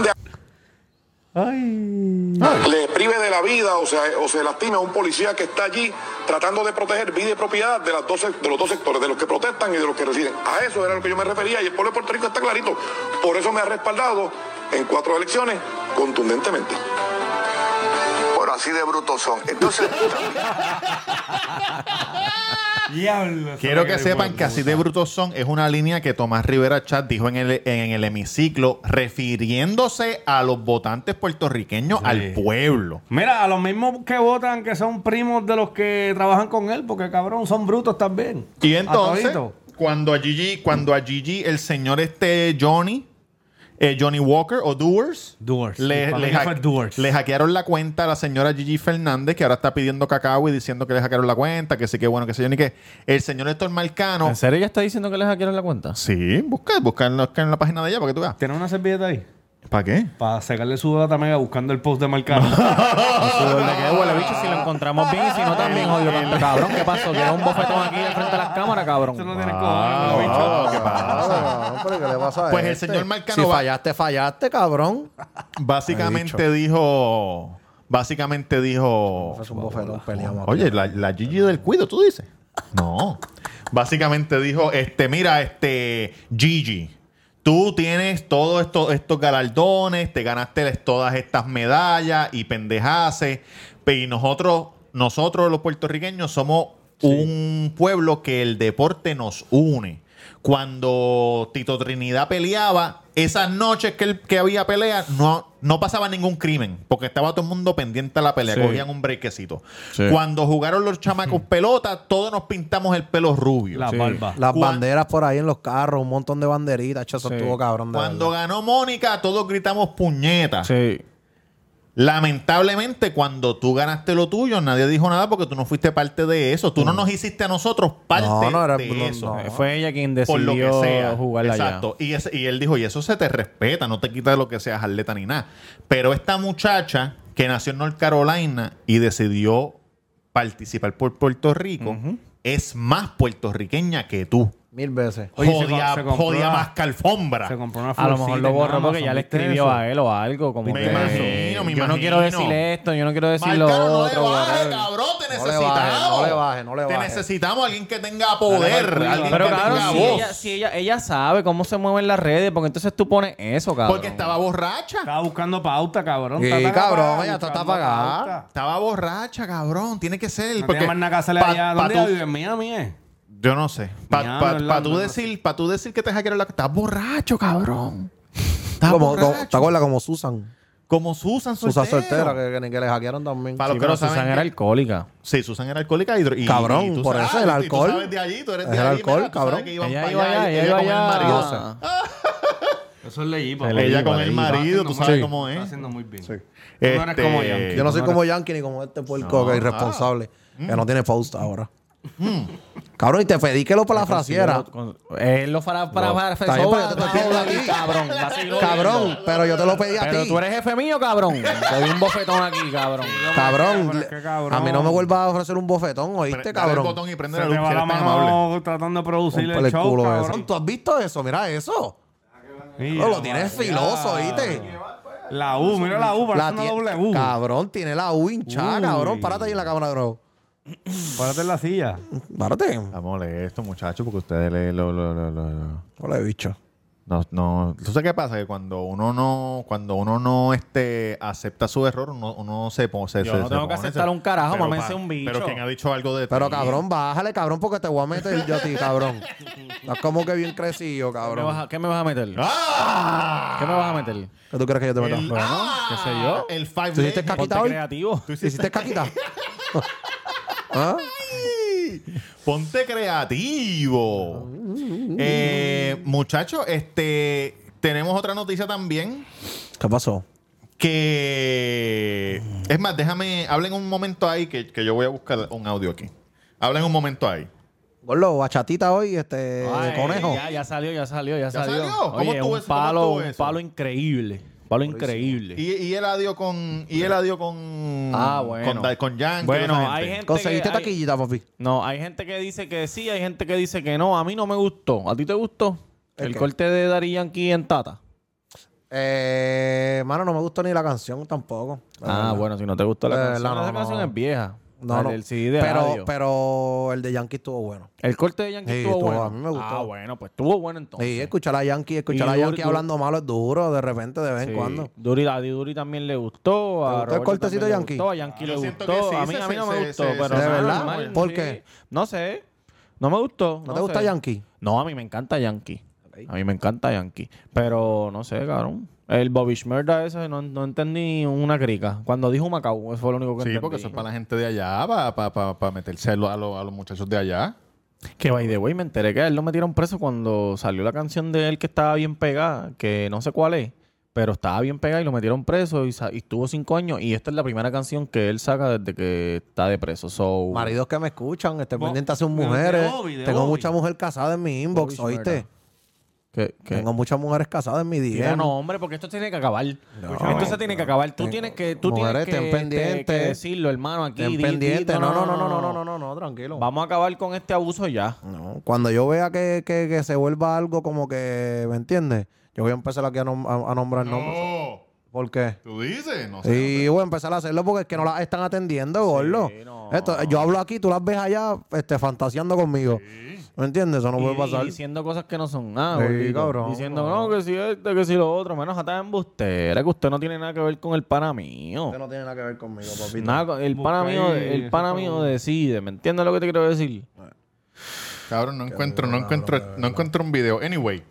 Speaker 9: le prive de la vida o, sea, o se lastime a un policía que está allí tratando de proteger vida y propiedad de, las dos sec- de los dos sectores, de los que protestan y de los que reciben. A eso era lo que yo me refería y el pueblo de Puerto Rico está clarito. Por eso me ha respaldado en cuatro elecciones contundentemente. Bueno, así de brutos son. Entonces...
Speaker 6: Diablo.
Speaker 5: Quiero que sepan que así de brutos son es una línea que Tomás Rivera Chat dijo en el, en el hemiciclo refiriéndose a los votantes puertorriqueños, al pueblo.
Speaker 6: Mira, a los mismos que votan que son primos de los que trabajan con él, porque cabrón, son brutos también.
Speaker 5: Y
Speaker 6: A
Speaker 5: entonces,
Speaker 6: todito.
Speaker 5: cuando a Gigi, cuando a Gigi, el señor este Johnny, eh, Johnny Walker o Doers,
Speaker 6: Doers.
Speaker 5: le,
Speaker 6: Sí, para
Speaker 5: le
Speaker 6: mí
Speaker 5: hack-
Speaker 6: fue Doers.
Speaker 5: le hackearon la cuenta a la señora Gigi Fernández, que ahora está pidiendo cacao y diciendo que le hackearon la cuenta, que sí que bueno, que sé yo, ni que el señor Héctor Marcano.
Speaker 2: ¿En serio ya está diciendo que les hackearon la cuenta?
Speaker 5: Sí, busca, busca en, la, busca en la página de ella para que tú veas.
Speaker 6: ¿Tiene una servilleta ahí?
Speaker 5: ¿Para (laughs) qué?
Speaker 6: Para sacarle su data mega buscando el post de Marcano.
Speaker 5: Ah,
Speaker 2: Eso es de que "Oh, huele, bicho, si lo encontramos bien y si no también, jodido tanto, cabrón. ¿Qué pasó? ¿Quieres un bofetón aquí de frente a las cámaras, cabrón?
Speaker 6: Tú no tienes cojones, bicho.
Speaker 5: ¿Qué pasa?
Speaker 3: Ah, pero ¿qué le pasa a
Speaker 5: Pues el
Speaker 3: este?
Speaker 5: señor Marcano
Speaker 3: Si
Speaker 5: va-
Speaker 3: fallaste, fallaste, cabrón.
Speaker 5: Básicamente dijo. Básicamente dijo.
Speaker 3: Es un bofetón, peleamos.
Speaker 5: Oye, la, la Gigi del cuido, tú dices. No. Básicamente dijo, este, mira, este, Gigi, tú tienes todos esto- estos galardones, te ganaste les- todas estas medallas y pendejaces, pe- y nosotros, nosotros los puertorriqueños somos un pueblo que el deporte nos une. Cuando Tito Trinidad peleaba, esas noches que, él- que había pelea, no, no pasaba ningún crimen, porque estaba todo el mundo pendiente a la pelea,
Speaker 2: Sí.
Speaker 5: cogían un brequecito.
Speaker 2: Sí.
Speaker 5: Cuando jugaron los chamacos pelota, todos nos pintamos el pelo rubio.
Speaker 6: La barba.
Speaker 3: Las
Speaker 5: Cuan-
Speaker 3: banderas por ahí en los carros, un montón de banderitas. Chacho,
Speaker 2: Sí.
Speaker 3: estuvo cabrón. De
Speaker 5: Cuando
Speaker 3: verdad.
Speaker 5: ganó Mónica, todos gritamos puñeta.
Speaker 2: Sí.
Speaker 5: Lamentablemente, cuando tú ganaste lo tuyo, nadie dijo nada porque tú no fuiste parte de eso. Tú no nos hiciste a nosotros parte
Speaker 3: Mm. No, no, era-
Speaker 5: de
Speaker 3: no,
Speaker 5: eso.
Speaker 3: no.
Speaker 2: Fue ella quien
Speaker 5: Por lo que
Speaker 2: decidió
Speaker 5: sea.
Speaker 2: jugarla allá.
Speaker 5: Exacto. Y, ese- y él dijo, y eso se te respeta, no te quita lo que seas atleta ni nada. Pero esta muchacha que nació en North Carolina y decidió participar por Puerto Rico, es más puertorriqueña que tú.
Speaker 3: Mil veces.
Speaker 6: Oye, se
Speaker 5: jodía,
Speaker 6: co- se compró
Speaker 5: jodía
Speaker 6: una-
Speaker 5: más que alfombra.
Speaker 6: Se compró una
Speaker 2: A lo mejor
Speaker 6: florcita
Speaker 2: lo
Speaker 6: en
Speaker 2: borró porque
Speaker 6: Amazon,
Speaker 2: ya le
Speaker 6: ¿viste
Speaker 2: escribió
Speaker 6: eso?
Speaker 2: a él o algo. Como
Speaker 5: Me
Speaker 2: que,
Speaker 5: imagino, me
Speaker 2: yo no quiero
Speaker 5: imagino.
Speaker 2: decirle esto, yo no quiero decir
Speaker 5: Marcano,
Speaker 2: lo
Speaker 5: no le
Speaker 2: otro.
Speaker 5: bajes,
Speaker 2: whatever.
Speaker 5: cabrón, te
Speaker 3: No le
Speaker 5: necesitamos.
Speaker 3: bajes, no le bajes, no le
Speaker 5: Te
Speaker 2: eh.
Speaker 3: bajes.
Speaker 5: necesitamos alguien que tenga poder,
Speaker 6: Dale,
Speaker 5: alguien
Speaker 2: Pero
Speaker 5: que
Speaker 2: cabrón,
Speaker 5: tenga
Speaker 2: si,
Speaker 5: voz.
Speaker 2: ella, si ella, ella sabe cómo se mueven las redes, porque entonces tú pones eso, cabrón.
Speaker 5: Porque estaba borracha.
Speaker 6: Estaba buscando pauta, cabrón.
Speaker 3: Sí,
Speaker 6: Está
Speaker 3: cabrón,
Speaker 6: apagada,
Speaker 3: ya está
Speaker 6: buscando
Speaker 3: apagada.
Speaker 6: pauta.
Speaker 5: Estaba borracha, cabrón. Tiene que ser.
Speaker 6: No
Speaker 5: porque
Speaker 6: tiene más nada que hacerle
Speaker 5: pa-
Speaker 6: allá.
Speaker 5: pa
Speaker 6: ¿Dónde
Speaker 5: tú-
Speaker 6: ella vive? En Miami, eh.
Speaker 5: Yo no sé. Para
Speaker 6: Miami,
Speaker 5: pa,
Speaker 6: Orlando,
Speaker 5: pa tú
Speaker 6: no sé.
Speaker 5: decir, pa tú decir que te hackearon la... Estás borracho, cabrón. Estás
Speaker 3: Como, como-
Speaker 5: borracho.
Speaker 3: ¿Te acuerdas? Como Susan.
Speaker 5: Como Susan
Speaker 3: Susan
Speaker 5: Soltero.
Speaker 3: soltera, que, que, que le hackearon también.
Speaker 5: Para los
Speaker 2: Sí,
Speaker 5: que
Speaker 2: pero
Speaker 5: no saben
Speaker 2: Susan
Speaker 5: que-
Speaker 2: era alcohólica.
Speaker 5: Sí, Susan era alcohólica y... y
Speaker 3: Cabrón,
Speaker 5: y tú
Speaker 3: por eso el
Speaker 5: y
Speaker 3: alcohol.
Speaker 5: Tú sabes de allí, tú eres de
Speaker 3: Es el
Speaker 5: allí,
Speaker 3: alcohol,
Speaker 5: mira, tú sabes
Speaker 3: cabrón.
Speaker 5: que iban
Speaker 2: Ella
Speaker 5: pa'
Speaker 2: iba allá, ella iba
Speaker 5: con el marido.
Speaker 2: allá.
Speaker 6: (laughs) Eso es ley, papá.
Speaker 5: Ella
Speaker 2: iba,
Speaker 5: con
Speaker 2: le
Speaker 5: el
Speaker 2: iba.
Speaker 5: marido,
Speaker 6: Está
Speaker 5: tú
Speaker 6: haciendo
Speaker 5: sabes
Speaker 6: muy-
Speaker 5: cómo es.
Speaker 6: Está haciendo muy bien.
Speaker 5: Este,
Speaker 6: Tú no eres como Yankee.
Speaker 3: Yo no soy como Yankee ni como este puerco que es irresponsable.
Speaker 5: Mm.
Speaker 3: Que no tiene post ahora. Cabrón, y te pedí que lo parafraseara.
Speaker 2: Con- eh, Él lo para para para
Speaker 3: Está bien, pero yo te estoy pidiendo a ti.
Speaker 2: (laughs) cabrón. vacilón.
Speaker 3: Cabrón, pero yo te lo pedí a
Speaker 2: Pero
Speaker 3: ti.
Speaker 2: tú eres jefe mío, cabrón. (laughs) Te doy un bofetón aquí, cabrón.
Speaker 3: Cabrón,
Speaker 6: Pero es que cabrón.
Speaker 3: a mí no me vuelvas a ofrecer un bofetón,
Speaker 5: Pre-
Speaker 3: ¿oíste,
Speaker 5: dale el
Speaker 3: Este cabrón?
Speaker 5: botón y prende
Speaker 6: Se
Speaker 5: la
Speaker 6: te
Speaker 5: luz,
Speaker 6: va
Speaker 5: si
Speaker 6: la
Speaker 5: eres tan amable.
Speaker 6: mano tratando de producir
Speaker 3: Rompele
Speaker 6: el
Speaker 3: el
Speaker 6: show,
Speaker 3: culo ese.
Speaker 6: cabrón.
Speaker 3: ¿Tú has visto eso? Mira eso.
Speaker 6: Mira,
Speaker 3: No, lo tienes
Speaker 6: madre.
Speaker 3: filoso, ¿oíste?
Speaker 6: La U, mira la U, parece
Speaker 3: La
Speaker 6: una
Speaker 3: tie-
Speaker 6: doble U.
Speaker 3: Cabrón, tiene la U hinchada,
Speaker 6: Uy.
Speaker 3: cabrón. Párate ahí en la cámara de nuevo.
Speaker 6: Párate en la silla.
Speaker 3: Párate.
Speaker 5: Está molesto, muchachos, porque ustedes le, lo, lo, lo, lo- lo-
Speaker 3: Hola, bicho.
Speaker 5: No, no. ¿Tú sabes qué pasa? Que cuando uno no, cuando uno no este, acepta su error, uno, uno se pone. se-
Speaker 2: Yo
Speaker 5: se-
Speaker 2: no
Speaker 5: se
Speaker 2: tengo que
Speaker 5: pone-
Speaker 2: aceptar
Speaker 5: se-
Speaker 2: un carajo,
Speaker 5: Pero,
Speaker 2: mámense
Speaker 5: pa-
Speaker 2: un bicho.
Speaker 5: Pero quien ha dicho algo de
Speaker 3: Pero
Speaker 5: ti?
Speaker 3: cabrón, bájale, cabrón, porque te voy a meter yo a ti, cabrón. Estás como que bien crecido,
Speaker 2: ¿Qué me
Speaker 3: cabrón.
Speaker 2: vas a- ¿Qué me vas a meter?
Speaker 5: ¡Ah!
Speaker 2: ¿Qué me vas a meter?
Speaker 3: ¿Qué tú crees que yo te meta?
Speaker 5: El,
Speaker 3: Bueno,
Speaker 5: ah,
Speaker 2: qué sé yo.
Speaker 5: El Five
Speaker 3: ¿Tú hiciste
Speaker 5: Legends.
Speaker 3: caquita (laughs)
Speaker 2: Ponte
Speaker 3: hoy?
Speaker 2: creativo.
Speaker 3: ¿Hiciste caquita? ¿Ah?
Speaker 5: Ponte creativo. Eh, muchachos, este, tenemos otra noticia también
Speaker 3: ¿Qué pasó?
Speaker 5: que... Es más, déjame, hablen un momento ahí que, que yo voy a buscar un audio aquí. Hablen un momento ahí.
Speaker 3: Gordo, bachatita hoy, este
Speaker 2: Ay,
Speaker 3: conejo.
Speaker 2: Ya, ya salió, ya salió, ya,
Speaker 5: salió?
Speaker 2: salió.
Speaker 5: ¿Cómo
Speaker 2: Oye,
Speaker 5: estuvo
Speaker 2: un
Speaker 5: eso? ¿Cómo
Speaker 2: palo,
Speaker 5: estuvo
Speaker 2: un
Speaker 5: eso?
Speaker 2: palo increíble. Palo increíble.
Speaker 5: Y, y él adió con... Y él adió con...
Speaker 2: Ah, bueno.
Speaker 5: Con, Da- con Yankee,
Speaker 2: Bueno,
Speaker 5: esa
Speaker 2: hay
Speaker 5: gente.
Speaker 2: gente
Speaker 3: Conseguiste
Speaker 2: que- hay-
Speaker 3: taquillita, papi.
Speaker 2: No, hay gente que dice que sí, hay gente que dice que no. A mí no me gustó. ¿A ti te gustó?
Speaker 3: ¿El
Speaker 2: El,
Speaker 3: qué?
Speaker 2: corte de Dari Yankee en Tata.
Speaker 3: Eh, mano, no me gustó ni la canción tampoco. la
Speaker 2: ah,
Speaker 3: verdad.
Speaker 2: bueno, si no te gustó la
Speaker 3: Eh,
Speaker 2: canción.
Speaker 3: no, no,
Speaker 2: esa
Speaker 3: no.
Speaker 2: canción es vieja.
Speaker 3: No,
Speaker 2: El
Speaker 3: no.
Speaker 2: del CD de
Speaker 3: pero,
Speaker 2: radio.
Speaker 3: pero el de Yankee estuvo bueno.
Speaker 2: el corte de Yankee
Speaker 3: Sí,
Speaker 2: estuvo
Speaker 3: estuvo-
Speaker 2: bueno.
Speaker 3: a mí me gustó.
Speaker 2: Ah, bueno, pues estuvo bueno entonces.
Speaker 3: Sí, escuchar a Yankee, escuchar
Speaker 2: Y
Speaker 3: a
Speaker 2: dur-
Speaker 3: Yankee
Speaker 2: dur-
Speaker 3: hablando malo es duro, de repente, de vez en
Speaker 2: Sí.
Speaker 3: cuando.
Speaker 2: Duri, a Duri también le gustó.
Speaker 3: ¿Te
Speaker 2: A
Speaker 3: gustó el
Speaker 2: Roberto
Speaker 3: cortecito
Speaker 2: también le
Speaker 3: Yankee?
Speaker 2: gustó, A Yankee le
Speaker 5: Ah, yo
Speaker 2: gustó.
Speaker 5: siento que sí,
Speaker 2: a mí,
Speaker 5: se-
Speaker 2: a mí no
Speaker 5: se-
Speaker 2: me
Speaker 5: se-
Speaker 2: gustó.
Speaker 5: se-
Speaker 2: pero
Speaker 5: se-
Speaker 3: ¿De
Speaker 2: nada,
Speaker 3: verdad?
Speaker 2: normal,
Speaker 3: ¿Por
Speaker 2: sí.
Speaker 3: qué?
Speaker 2: No sé. No me gustó.
Speaker 3: ¿No te gusta
Speaker 2: sé.
Speaker 3: Yankee?
Speaker 2: No, a mí me encanta Yankee. A mí me encanta Yankee. Pero no sé, cabrón. El Bobby Schmerda ese no, no entendí una crica. Cuando dijo Macau, eso fue lo único que
Speaker 5: Sí,
Speaker 2: entendí.
Speaker 5: porque eso es para la gente de allá, para, para, para, para meterse a, lo- a lo- a los muchachos de allá.
Speaker 2: Que by the way, me enteré que a él lo metieron preso cuando salió la canción de él que estaba bien pegada, que no sé cuál es, pero estaba bien pegada y lo metieron preso y, sa- y estuvo cinco años. Y esta es la primera canción que él saca desde que está de preso. So,
Speaker 3: Maridos que me escuchan, estén
Speaker 6: Bo-
Speaker 3: pendientes a sus
Speaker 6: de-
Speaker 3: mujeres.
Speaker 6: de Bobby, de
Speaker 3: Tengo
Speaker 6: Bobby.
Speaker 3: mucha mujer casada en mi inbox,
Speaker 2: Bobby
Speaker 3: ¿oíste?
Speaker 2: Shmurda. que, que-
Speaker 3: Tengo muchas mujeres casadas en mi
Speaker 2: Mira,
Speaker 3: día.
Speaker 2: no, hombre, porque esto tiene que acabar. esto se tiene que acabar. Tú tienes que, tú tienes
Speaker 3: Mujeres,
Speaker 2: que,
Speaker 3: estén
Speaker 2: te-
Speaker 3: pendientes.
Speaker 2: que decirlo, hermano, aquí.
Speaker 3: Estén
Speaker 2: di- di-
Speaker 3: pendientes. No, no, no, no, no, no, no, no, tranquilo.
Speaker 2: Vamos a acabar con este abuso ya.
Speaker 3: No, Cuando yo vea que, que, que se vuelva algo como que, ¿me entiendes? Yo voy a empezar aquí a, nom- a- a nombrar nombres.
Speaker 5: No,
Speaker 3: ¿Por qué?
Speaker 5: tú dices, no sé.
Speaker 3: Y voy a empezar a hacerlo porque es que no las están atendiendo, gordo. Esto, yo hablo aquí, tú las ves allá este, fantaseando conmigo. ¿Me entiendes? Eso no
Speaker 2: Y-
Speaker 3: puede
Speaker 2: y
Speaker 3: pasar.
Speaker 2: diciendo cosas que no son nada,
Speaker 3: Sí,
Speaker 2: gordito.
Speaker 3: cabrón,
Speaker 2: Diciendo,
Speaker 3: cabrón.
Speaker 2: no, que si este, que si lo otro. Menos hasta embustera, que usted no tiene nada que ver con el pana mío.
Speaker 3: Usted Este no tiene nada que ver conmigo, papito.
Speaker 2: Nada con- el pana
Speaker 6: Busca
Speaker 2: mío,
Speaker 6: ahí,
Speaker 2: el pana
Speaker 6: saca
Speaker 2: mío
Speaker 6: un-
Speaker 2: decide. ¿Me entiendes lo que te quiero decir?
Speaker 5: Cabrón, no encuentro, no encuentro, no encuentro un video. Anyway.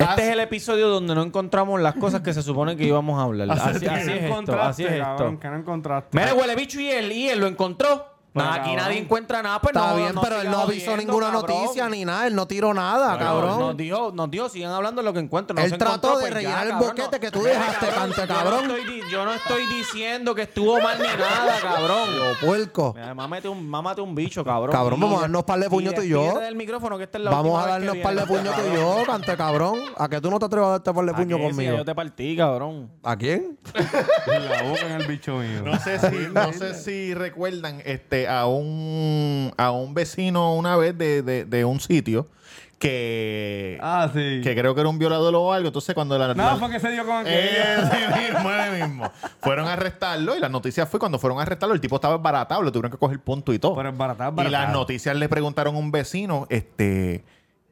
Speaker 3: Ah,
Speaker 2: Este es el episodio donde no encontramos las cosas que se supone que íbamos a
Speaker 3: (laughs)
Speaker 2: hablar. Así, así es esto, así es esto.
Speaker 6: que no encontraste.
Speaker 2: Mira, huele bicho y él, y él lo encontró. Nah, aquí
Speaker 6: cabrón.
Speaker 2: nadie encuentra nada, pues
Speaker 3: Pues, Está
Speaker 2: no,
Speaker 3: bien,
Speaker 2: no
Speaker 3: pero él no
Speaker 2: siga
Speaker 3: avisó
Speaker 2: jodiendo,
Speaker 3: ninguna
Speaker 2: cabrón.
Speaker 3: noticia ni nada. Él no tiró nada,
Speaker 2: Bueno,
Speaker 3: Ah, cabrón.
Speaker 2: Nos dijo, nos dijo, sigan hablando de lo que encuentran. No
Speaker 3: Él
Speaker 2: se
Speaker 3: trató
Speaker 2: encontró,
Speaker 3: de
Speaker 2: pues, ya,
Speaker 3: rellenar el
Speaker 2: cabrón,
Speaker 3: boquete que tú
Speaker 2: Mira,
Speaker 3: dejaste, cante, cabrón.
Speaker 2: Yo no, estoy, di- yo no estoy diciendo que estuvo mal ni nada, cabrón.
Speaker 3: Puerco.
Speaker 2: Mira, mámate pues, un, mámate un bicho, cabrón.
Speaker 3: Cabrón,
Speaker 2: Y
Speaker 3: vamos a
Speaker 2: de-
Speaker 3: darnos par de
Speaker 2: y
Speaker 3: puños tú y yo.
Speaker 2: despídete del micrófono, que esta es la
Speaker 3: Vamos
Speaker 2: última
Speaker 3: a
Speaker 2: vez que
Speaker 3: darnos par de
Speaker 2: vienes,
Speaker 3: puños tú y
Speaker 2: cabrón.
Speaker 3: yo, cante cabrón. ¿A que tú no te atrevas a darte par de
Speaker 2: ¿A
Speaker 3: puños
Speaker 2: qué? Si
Speaker 3: conmigo?
Speaker 2: Yo te partí, cabrón.
Speaker 3: ¿A quién?
Speaker 6: La boca en el bicho mío.
Speaker 5: No sé si, (laughs) no sé si recuerdan este, a, un, a un vecino una vez de, de- de un sitio que,
Speaker 6: Ah, sí.
Speaker 5: que creo que era un violador o algo. Entonces, cuando la.
Speaker 6: No,
Speaker 5: la-
Speaker 6: fue que se dio con aquello.
Speaker 5: (laughs) Ese mismo, ese mismo. Fueron a arrestarlo y la noticia fue cuando fueron a arrestarlo, el tipo estaba embaratado, le tuvieron que coger punto y todo.
Speaker 6: Pero embaratado,
Speaker 5: Y las
Speaker 6: embaratado.
Speaker 5: noticias le preguntaron a un vecino, este,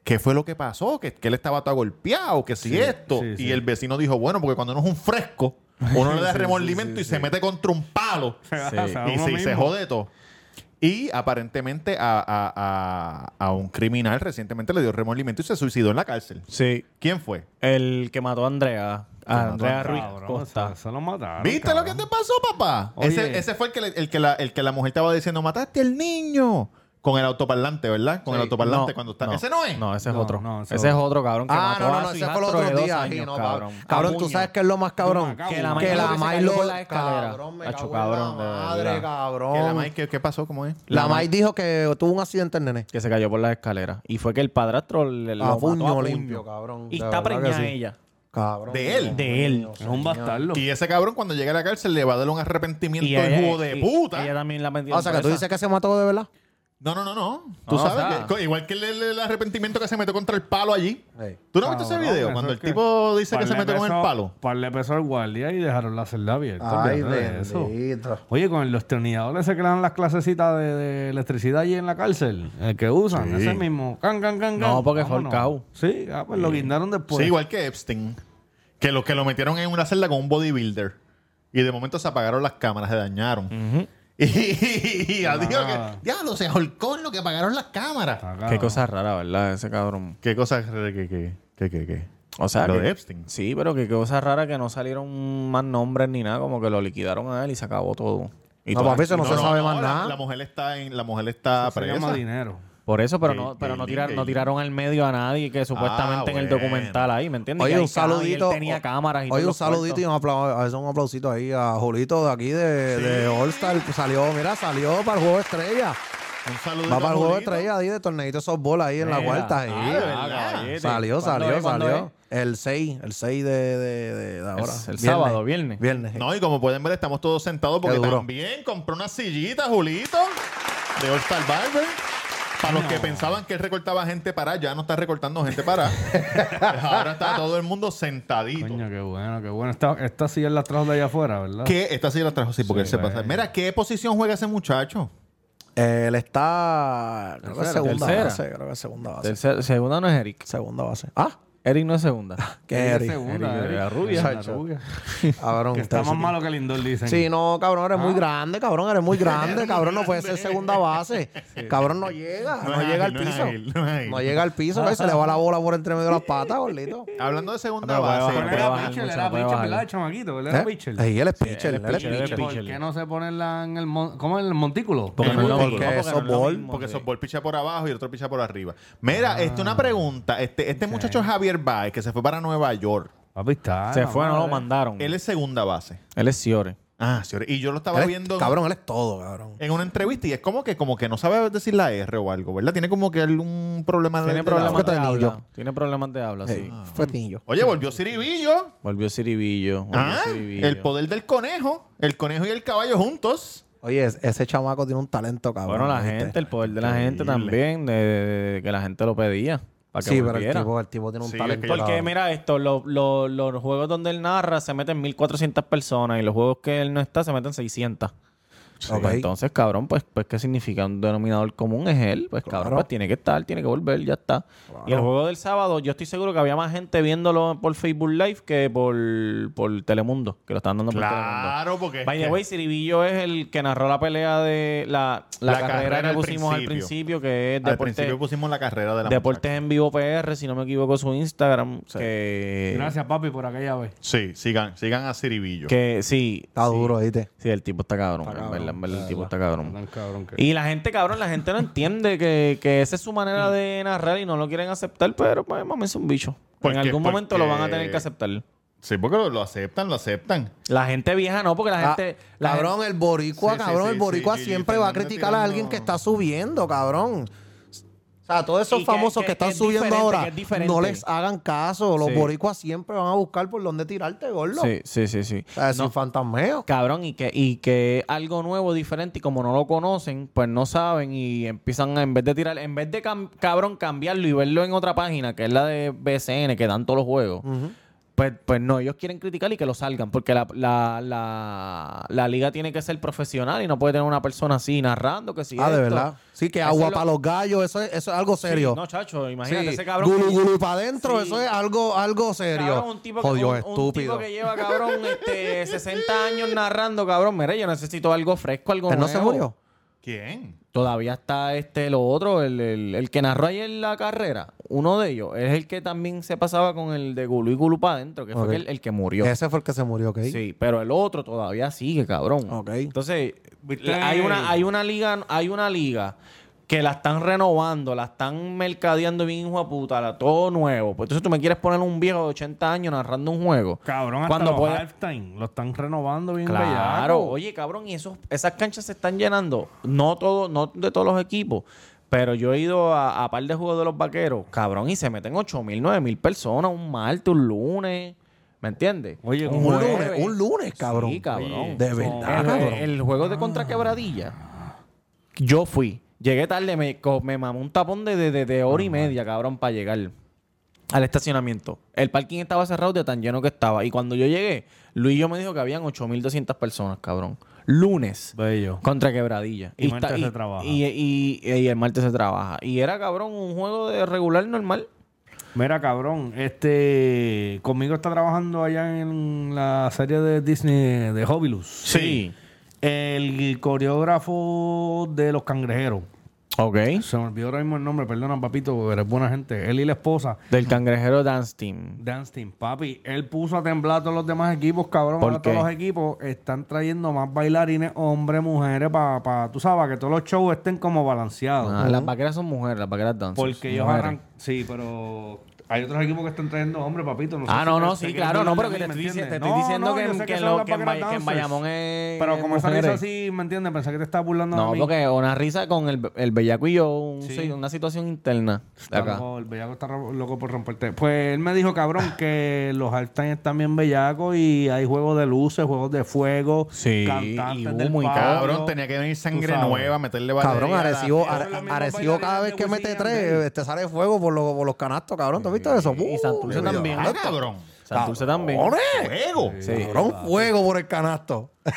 Speaker 5: ¿qué fue lo que pasó? Que, que él estaba todo golpeado, que si esto.
Speaker 6: sí,
Speaker 5: y
Speaker 6: sí.
Speaker 5: el vecino dijo, bueno, porque cuando uno es
Speaker 6: (laughs)
Speaker 5: un fresco, uno le da remordimiento y se mete contra un palo. Eh,
Speaker 6: Sí. (laughs) (laughs) O sea,
Speaker 5: y
Speaker 6: uno
Speaker 5: se, y se
Speaker 6: mismo.
Speaker 5: jode todo. Y aparentemente a, a- a- a un criminal recientemente le dio remordimiento y se suicidó en la cárcel.
Speaker 2: Sí.
Speaker 5: ¿Quién fue?
Speaker 2: El que mató a Andrea. A Andrea Ruiz
Speaker 6: Cabrón,
Speaker 2: Costa.
Speaker 6: Se, se lo mataron.
Speaker 5: ¿Viste lo que te pasó, papá?
Speaker 6: Oye.
Speaker 5: Ese, ese fue el que, le- el, que la, el que la mujer estaba diciendo, mataste al niño. Con el autoparlante, ¿verdad? Con el autoparlante
Speaker 2: No,
Speaker 5: cuando está... ¿Ese no es?
Speaker 2: No, ese es
Speaker 6: No,
Speaker 2: otro.
Speaker 6: no, ese
Speaker 2: ese
Speaker 6: es
Speaker 2: es otro, cabrón. Que
Speaker 3: Ah,
Speaker 2: mató
Speaker 3: no, no,
Speaker 2: a
Speaker 3: no,
Speaker 2: su
Speaker 3: ese fue el
Speaker 2: hijastro de
Speaker 3: otro
Speaker 2: dos
Speaker 3: día.
Speaker 2: años,
Speaker 3: sí, no,
Speaker 2: cabrón.
Speaker 3: cabrón, cabrón tú
Speaker 2: Abuño.
Speaker 3: sabes que es lo más cabrón.
Speaker 6: Macao,
Speaker 2: Que la
Speaker 3: que
Speaker 2: Mike
Speaker 3: la
Speaker 2: se
Speaker 3: May
Speaker 2: cayó
Speaker 3: lo...
Speaker 2: por la escalera.
Speaker 3: Cabrón, me
Speaker 2: Hacho,
Speaker 3: cago en
Speaker 2: cabrón, de
Speaker 3: la madre,
Speaker 2: verdad.
Speaker 5: Que la
Speaker 3: cabrón.
Speaker 5: Mike, ¿qué, qué pasó? ¿Cómo es?
Speaker 3: La May dijo que tuvo un accidente el nene.
Speaker 2: Que se cayó por las escaleras. Y fue que el padrastro le lo
Speaker 3: A
Speaker 2: mató
Speaker 3: puño
Speaker 2: a puño.
Speaker 3: limpio, cabrón.
Speaker 2: Y
Speaker 3: De
Speaker 2: está
Speaker 3: verdad que
Speaker 2: preñada
Speaker 3: sí.
Speaker 2: ella.
Speaker 3: Cabrón.
Speaker 5: De él.
Speaker 2: De él.
Speaker 6: Es un bastardo.
Speaker 5: Y ese cabrón cuando llegue a la cárcel le va a dar un arrepentimiento el jugo de
Speaker 2: y-
Speaker 5: puta.
Speaker 2: Ella también la metió
Speaker 3: Ah, O sea, que tú dices que se mató de verdad.
Speaker 5: No, no, no, no. Tú
Speaker 2: No,
Speaker 5: sabes
Speaker 2: o sea-
Speaker 5: que co- igual que el, el- el arrepentimiento que se metió contra el palo allí.
Speaker 3: Ey.
Speaker 5: ¿Tú no viste ese
Speaker 6: Cabrón,
Speaker 5: video?
Speaker 6: eso
Speaker 5: Cuando
Speaker 6: es
Speaker 5: el tipo dice
Speaker 6: par
Speaker 5: que se
Speaker 6: le
Speaker 5: metió con el
Speaker 6: pesó-
Speaker 5: palo.
Speaker 6: Par le pesó al guardia y dejaron la celda abierta. olvídate de eso. Oye, con los tornilladores ese que le dan las clasecitas de, de electricidad allí en la cárcel, el que usan, ese mismo. Can, can, can,
Speaker 2: No,
Speaker 6: can.
Speaker 2: porque fue el
Speaker 6: Vámonos.
Speaker 2: cau.
Speaker 6: Sí, ah, pues lo guindaron después.
Speaker 5: Sí, igual que Epstein. Que los que lo metieron en una celda con un bodybuilder. Y de momento se apagaron las cámaras, se dañaron. (laughs) Y, y- y- adiós,
Speaker 6: nada.
Speaker 5: que- diablo, se ahorcó en lo que apagaron las cámaras.
Speaker 6: Ah, cabrón.
Speaker 2: Qué cosa rara, ¿verdad? Ese cabrón.
Speaker 5: ¿Qué cosa? ¿Qué? ¿Qué? ¿Qué? ¿Qué? qué?
Speaker 2: O sea,
Speaker 5: Lo
Speaker 2: que-
Speaker 5: de Epstein.
Speaker 2: Sí, pero que qué cosa rara que no salieron más nombres ni nada. Como que lo liquidaron a él y se acabó todo.
Speaker 5: Y
Speaker 3: No,
Speaker 5: todas-
Speaker 3: papi, eso no se sabe más
Speaker 5: la-
Speaker 3: nada.
Speaker 5: La, mujer está en, la mujer está
Speaker 6: Se llama
Speaker 5: presa.
Speaker 6: dinero.
Speaker 2: Por eso, pero
Speaker 5: Gay-
Speaker 2: no, pero
Speaker 5: gay
Speaker 2: no,
Speaker 5: link,
Speaker 2: tirar-
Speaker 5: gay
Speaker 2: no
Speaker 5: link.
Speaker 2: tiraron al medio a nadie que supuestamente en el
Speaker 5: bueno.
Speaker 2: documental ahí, ¿me entiendes?
Speaker 3: Ah, Oye,
Speaker 2: Que
Speaker 3: un
Speaker 2: hay cámaras y él
Speaker 3: saludito.
Speaker 2: tenía
Speaker 3: o-
Speaker 2: cámaras y
Speaker 3: Oye,
Speaker 2: todos
Speaker 3: un
Speaker 2: los
Speaker 3: saludito y
Speaker 2: cuartos.
Speaker 3: un, apla- a veces un aplausito ahí a Julito de aquí de, de All Star. Salió, mira, salió para el juego de estrella.
Speaker 5: Un saludo.
Speaker 3: Va para el juego de estrella ahí de torneito de softball ahí en la
Speaker 2: Mira.
Speaker 3: cuarta.
Speaker 5: Ah, de
Speaker 3: Ahí.
Speaker 5: verdad.
Speaker 2: caballete.
Speaker 3: Salió,
Speaker 2: ¿Cuándo
Speaker 3: salió,
Speaker 2: es? ¿Cuándo
Speaker 3: salió. El 6, el 6 de, de, de- de ahora.
Speaker 2: el sábado, viernes.
Speaker 3: Viernes.
Speaker 5: No, y como pueden ver, estamos todos sentados porque
Speaker 3: Qué duro.
Speaker 5: también compró una sillita, Julito, de All Star Barber. Para los que pensaban que él recortaba gente para, ya no está recortando gente (laughs) para. Ahora está todo el mundo sentadito.
Speaker 6: Coño, qué bueno, qué bueno. Esta, esta sí es la trajo de allá afuera, ¿verdad?
Speaker 5: ¿Qué? Esta sí la trajo, sí, pues. porque él se pasa. Mira, ¿qué posición juega ese muchacho?
Speaker 3: Eh, Él está. Creo que es
Speaker 2: Tercera,
Speaker 3: segunda
Speaker 2: tercera.
Speaker 3: base. Creo que es segunda base.
Speaker 2: Tercer- segunda no es Eric.
Speaker 3: Segunda base. Ah,
Speaker 2: Eric no es segunda.
Speaker 3: que
Speaker 6: Ella es
Speaker 3: Eric.
Speaker 6: segunda,
Speaker 2: Eric,
Speaker 6: Eric.
Speaker 2: la rubia.
Speaker 6: La
Speaker 3: Sacho.
Speaker 6: rubia.
Speaker 3: Ah, Cabrón,
Speaker 6: Que está
Speaker 3: ustedes
Speaker 6: más
Speaker 3: son-
Speaker 6: malo que Lindor, dicen.
Speaker 3: Sí, no, cabrón, eres muy grande, cabrón, eres muy grande, cabrón, no puede ser segunda base. Cabrón, no llega,
Speaker 5: No
Speaker 3: no,
Speaker 5: es
Speaker 3: llega
Speaker 5: ágil,
Speaker 3: al
Speaker 5: no es
Speaker 3: piso.
Speaker 5: ágil, no es ágil.
Speaker 3: No llega al piso, ¿ves? se le va la bola por entre medio de las patas, gordito.
Speaker 5: Hablando de segunda
Speaker 2: Pero puede
Speaker 5: base.
Speaker 2: bajar,
Speaker 6: Pero
Speaker 2: puede
Speaker 6: era
Speaker 2: bajar
Speaker 6: pitcher,
Speaker 2: mucho,
Speaker 6: era
Speaker 2: puede
Speaker 6: pitcher,
Speaker 2: bajar.
Speaker 6: ¿verdad, el chamaquito? Él
Speaker 3: ¿Eh?
Speaker 6: era pitcher.
Speaker 3: Ahí él es pitcher, él es
Speaker 2: pitcher, él es
Speaker 3: pitcher.
Speaker 6: ¿Por
Speaker 2: pitcher.
Speaker 6: qué no se ponerla en el... mon- ¿Cómo en el montículo?
Speaker 2: Porque
Speaker 5: El
Speaker 2: no es lo
Speaker 5: único,
Speaker 2: mismo.
Speaker 5: porque
Speaker 2: Porque no es lo
Speaker 3: softball,
Speaker 2: mismo,
Speaker 5: Porque
Speaker 2: sí.
Speaker 5: softball picha por abajo y el otro picha por arriba. Mira,
Speaker 2: Ah.
Speaker 5: este, una pregunta. Este, este muchacho Javier Baez, que se fue para Nueva York,
Speaker 6: Papi, está.
Speaker 2: Se
Speaker 6: la
Speaker 2: fue, no lo
Speaker 6: Ah, madre.
Speaker 2: mandaron.
Speaker 5: él es segunda base.
Speaker 2: Él es Ciore.
Speaker 5: Mm. Ah, señores. Y yo lo estaba
Speaker 3: Él es-
Speaker 5: viendo
Speaker 3: Cabrón, él es todo, cabrón.
Speaker 5: en una entrevista y es como que, como que no sabe decir la R o algo, ¿verdad? Tiene como que algún problema de-
Speaker 2: Tiene
Speaker 5: de
Speaker 2: problemas
Speaker 5: la-
Speaker 2: de
Speaker 3: tenía
Speaker 2: habla.
Speaker 3: yo.
Speaker 2: Tiene problemas de habla, sí.
Speaker 3: Ey, Fetillo.
Speaker 5: Oye, volvió Ciribillo.
Speaker 2: Volvió Ciribillo. volvió
Speaker 5: Ah,
Speaker 2: Ciribillo.
Speaker 5: el poder del conejo. El conejo y el caballo juntos.
Speaker 3: Oye, es- ese chamaco tiene un talento, cabrón.
Speaker 2: Bueno, la
Speaker 3: ¿viste?
Speaker 2: gente, el poder de la gente también, de, de- que la gente lo pedía. Para que
Speaker 3: Sí, pero el
Speaker 2: volviera.
Speaker 3: tipo, el tipo tiene un
Speaker 5: Sí, es que
Speaker 3: talento.
Speaker 5: yo-
Speaker 2: Porque
Speaker 3: cabrón.
Speaker 2: mira esto, lo- lo- los juegos donde él narra se meten 1400 personas y los juegos que él no está se meten 600. Pues
Speaker 3: Ok.
Speaker 2: entonces, cabrón, pues, pues ¿qué significa? Un denominador común es él. Pues cabrón,
Speaker 3: Claro.
Speaker 2: pues tiene que estar, tiene que volver, ya está. Y el juego del sábado, yo estoy seguro que había más gente viéndolo por Facebook Live que por, por Telemundo, que lo están dando por Telemundo.
Speaker 5: Claro, porque. es
Speaker 2: By the
Speaker 5: que-
Speaker 2: way, Ciribillo es el que narró la pelea de la, la
Speaker 5: La
Speaker 2: carrera,
Speaker 5: carrera
Speaker 2: que
Speaker 5: al
Speaker 2: pusimos al
Speaker 5: principio.
Speaker 2: principio, que es
Speaker 5: al
Speaker 2: Deportes,
Speaker 5: principio pusimos la carrera de la
Speaker 2: Deportes
Speaker 5: muchacha.
Speaker 2: en Vivo PR, si no me equivoco, su Instagram. Que,
Speaker 6: Gracias, papi, por aquella vez.
Speaker 5: Sí, sigan, sigan a Ciribillo.
Speaker 2: Que sí.
Speaker 3: Está
Speaker 2: sí,
Speaker 3: duro, ¿viste?
Speaker 2: Sí, el tipo está cabrón.
Speaker 3: Está
Speaker 2: en
Speaker 3: cabrón,
Speaker 2: verdad, en verdad, el
Speaker 6: la
Speaker 2: tipo
Speaker 6: verdad.
Speaker 2: está cabrón.
Speaker 6: Tan cabrón que-
Speaker 2: Y la gente, cabrón, la gente no entiende que, que esa es su manera de narrar y no lo quieren aceptar, pero pues mames, es un bicho.
Speaker 5: Porque-
Speaker 2: en algún momento lo van a
Speaker 5: porque-
Speaker 2: tener que aceptar.
Speaker 5: Sí, porque lo, lo aceptan, lo aceptan.
Speaker 2: La gente vieja no, porque la
Speaker 3: Ah,
Speaker 2: gente... la
Speaker 3: cabrón, el boricua,
Speaker 5: Sí, sí,
Speaker 3: cabrón,
Speaker 5: sí,
Speaker 3: el boricua
Speaker 5: sí, Gigi
Speaker 3: siempre va a
Speaker 5: Fernández
Speaker 3: criticar a alguien
Speaker 5: tirando-
Speaker 3: que está subiendo, cabrón. O sea, todos esos
Speaker 2: Y que-
Speaker 3: famosos
Speaker 2: que-
Speaker 3: que,
Speaker 2: que
Speaker 3: están
Speaker 2: es
Speaker 3: subiendo
Speaker 2: diferente,
Speaker 3: ahora,
Speaker 2: que es diferente.
Speaker 3: no les hagan caso. Los
Speaker 2: Sí.
Speaker 3: boricuas siempre van a buscar por dónde tirarte, gordo.
Speaker 2: gente- Sí, sí, sí, sí.
Speaker 3: O sea, es un fantasmeo.
Speaker 2: Cabrón, y que, y que algo nuevo, diferente, y como no lo conocen, pues no saben y empiezan a, en vez de tirar, en vez de cam- cabrón cambiarlo y verlo en otra página, que es la de BCN, que dan todos los juegos, pues, pues no, ellos quieren criticar y que lo salgan, porque la, la, la, la liga tiene que ser profesional y no puede tener una persona así narrando, que si
Speaker 3: Ah, de
Speaker 2: esto.
Speaker 3: verdad. Sí, que
Speaker 2: Eso
Speaker 3: agua
Speaker 2: es lo-
Speaker 3: para los gallos, eso es, eso es algo
Speaker 2: Sí,
Speaker 3: serio.
Speaker 2: no, chacho, imagínate
Speaker 3: Sí,
Speaker 2: ese cabrón. que-
Speaker 3: Gulu, gulu para adentro,
Speaker 2: Sí.
Speaker 3: eso es algo, algo serio.
Speaker 2: Cabrón, un tipo, que,
Speaker 3: Jodido,
Speaker 2: un- un
Speaker 3: estúpido.
Speaker 2: tipo que lleva, cabrón, este, (laughs) 60 años narrando, cabrón. Mira, yo necesito algo fresco, algo
Speaker 3: Él no
Speaker 2: nuevo.
Speaker 3: se murió.
Speaker 5: ¿Quién?
Speaker 2: Todavía está este lo otro, el, el- el que narró ayer la carrera, uno de ellos, es el que también se pasaba con el de Gulú y Gulú para adentro, que
Speaker 3: Ok.
Speaker 2: fue el, el que murió.
Speaker 3: Ese fue el que se murió, ¿ok?
Speaker 2: Sí, pero el otro todavía sigue, cabrón.
Speaker 3: Ok.
Speaker 2: Entonces, la- hay una, hay una liga, hay una liga que la están renovando, la están mercadeando bien, hijo de puta, la- todo nuevo. Pues entonces tú me quieres poner un viejo de 80 años narrando un juego.
Speaker 6: Cabrón, hasta
Speaker 2: Cuando
Speaker 6: los
Speaker 2: puede-
Speaker 6: halftime. Lo están renovando bien
Speaker 2: Claro,
Speaker 6: bellaco.
Speaker 2: oye, cabrón, y esos, esas canchas se están llenando. No todo, no de todos los equipos. Pero yo he ido a, a par de juegos de los vaqueros, cabrón, y se meten 8 mil, 9 mil personas un martes, un lunes. ¿Me entiendes?
Speaker 6: Oye,
Speaker 3: Un
Speaker 6: como
Speaker 2: jueves.
Speaker 3: lunes, un lunes, cabrón.
Speaker 2: Sí, cabrón.
Speaker 3: De verdad,
Speaker 2: el,
Speaker 3: cabrón.
Speaker 2: el juego de contra quebradilla. Yo fui. Llegué tarde, me, co- me mamó un tapón de, de, de- de hora y media, cabrón, para llegar al estacionamiento. El parking estaba cerrado de tan lleno que estaba. Y cuando yo llegué, Luis yo me dijo que habían 8.200 personas, cabrón. Lunes.
Speaker 6: Bello.
Speaker 2: Contra quebradilla.
Speaker 6: Y martes se trabaja.
Speaker 2: Y, y- y- y el martes se trabaja. Y era, cabrón, un juego de regular normal.
Speaker 6: Mira, cabrón, este... Conmigo está trabajando allá en la serie de Disney de Hobilus. El coreógrafo de Los Cangrejeros.
Speaker 2: Ok.
Speaker 6: Se me olvidó ahora mismo el nombre, perdona, papito, pero eres buena gente. Él y la esposa,
Speaker 2: Del cangrejero Dance Team.
Speaker 6: Dance Team, papi. Él puso a temblar a todos los demás equipos, cabrón.
Speaker 2: ¿Por
Speaker 6: Ahora
Speaker 2: qué?
Speaker 6: todos los equipos están trayendo más bailarines, hombres, mujeres, para, pa, tú sabes, que todos los shows estén como balanceados.
Speaker 2: Ah, Las vaqueras son mujeres, las vaqueras dancers.
Speaker 6: Porque ellos
Speaker 2: Mujeres.
Speaker 6: arran... Sí, pero hay otros equipos que están trayendo hombres, papito. sé
Speaker 2: Ah, no,
Speaker 6: si
Speaker 2: no,
Speaker 6: te-
Speaker 2: sí,
Speaker 6: te
Speaker 2: claro,
Speaker 6: quieren
Speaker 2: no,
Speaker 6: ver
Speaker 2: pero
Speaker 6: la
Speaker 2: que te
Speaker 6: misma,
Speaker 2: estoy, dici-
Speaker 6: ¿entiendes?
Speaker 2: te estoy
Speaker 6: No,
Speaker 2: diciendo
Speaker 6: no,
Speaker 2: que,
Speaker 6: yo
Speaker 2: en-
Speaker 6: sé
Speaker 2: que en
Speaker 6: son
Speaker 2: lo-
Speaker 6: las
Speaker 2: que en,
Speaker 6: Bacchanal
Speaker 2: Bay- que en
Speaker 6: Dancers.
Speaker 2: Bayamón es.
Speaker 6: Pero como esa
Speaker 2: mujeres.
Speaker 6: risa así, ¿me entiendes? Pensé que te estaba burlando
Speaker 2: No,
Speaker 6: de mí.
Speaker 2: porque una risa con el, el bellaco y yo, un- sí, una situación interna. de
Speaker 6: Está
Speaker 2: acá.
Speaker 6: loco, el bellaco está ro- loco por romperte. Pues él me dijo, cabrón, que los halftime están bien bellacos y hay juegos de luces, juegos de fuego,
Speaker 2: Sí,
Speaker 6: cantantes
Speaker 2: y
Speaker 6: del
Speaker 2: humo y
Speaker 6: palo.
Speaker 5: Cabrón, tenía que venir sangre
Speaker 6: sabes.
Speaker 5: nueva, meterle batería.
Speaker 3: Cabrón,
Speaker 5: a la-
Speaker 3: Arecibo,
Speaker 6: Esos
Speaker 3: Are-
Speaker 6: son los mismos
Speaker 3: Arecibo cada
Speaker 6: bailarines
Speaker 3: vez que
Speaker 6: de
Speaker 3: mete
Speaker 6: Wisin y
Speaker 3: tres,
Speaker 6: Yandel.
Speaker 3: te sale fuego por, lo- por los canastos, cabrón. ¿Tú has visto eso?
Speaker 2: Y Santurce también.
Speaker 5: Ah, cabrón.
Speaker 2: Santurce también.
Speaker 5: Fuego.
Speaker 2: Sí.
Speaker 3: Cabrón, fuego por el canasto. (laughs)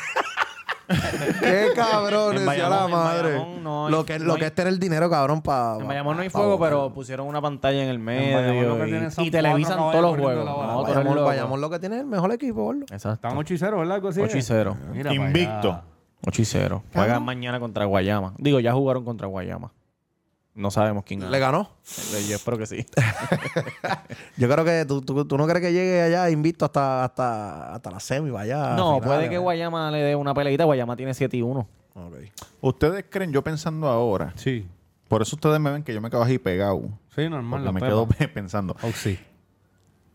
Speaker 3: Qué cabrón,
Speaker 2: En
Speaker 3: decía
Speaker 2: Bayamón,
Speaker 3: la
Speaker 2: en
Speaker 3: madre.
Speaker 2: Bayamón no hay-
Speaker 3: lo que,
Speaker 2: no
Speaker 3: lo
Speaker 2: hay-
Speaker 3: que es tener dinero, cabrón, para.
Speaker 2: En Bayamón no hay fuego, pero pusieron una pantalla en el
Speaker 6: Bayamón lo que
Speaker 2: medio y-
Speaker 6: tienen son
Speaker 2: y, televisan
Speaker 6: cuatro
Speaker 2: todos los
Speaker 6: caballos
Speaker 2: juegos.
Speaker 6: corriendo la bola.
Speaker 2: No, tú eres
Speaker 3: Bayamón,
Speaker 2: loco.
Speaker 3: Bayamón lo que tiene es el mejor equipo, boludo.
Speaker 2: Exacto.
Speaker 6: Estaban 8 y 0, ¿verdad? Algo así,
Speaker 2: 8 y 0.
Speaker 6: Mira pa' allá.
Speaker 5: Invicto.
Speaker 2: 8 y 0. Juegan mañana contra Guayama. Digo, ya jugaron contra Guayama. No sabemos quién
Speaker 3: Le
Speaker 2: gana.
Speaker 3: ganó.
Speaker 2: Yo espero que sí.
Speaker 3: Yo creo que tú, tú- tú no crees que llegue allá invicto hasta, hasta, hasta la semi, vaya.
Speaker 2: No,
Speaker 3: finales,
Speaker 2: puede que
Speaker 3: ¿verdad?
Speaker 2: Guayama le dé una peleita. Guayama tiene 7 y 1.
Speaker 3: Ok.
Speaker 5: Ustedes creen, yo pensando ahora,
Speaker 6: Sí.
Speaker 5: por eso ustedes me ven que yo me quedo ahí pegado.
Speaker 6: Sí, normal.
Speaker 5: Porque
Speaker 6: La
Speaker 5: me
Speaker 6: me
Speaker 5: quedo (laughs) pensando.
Speaker 6: sí.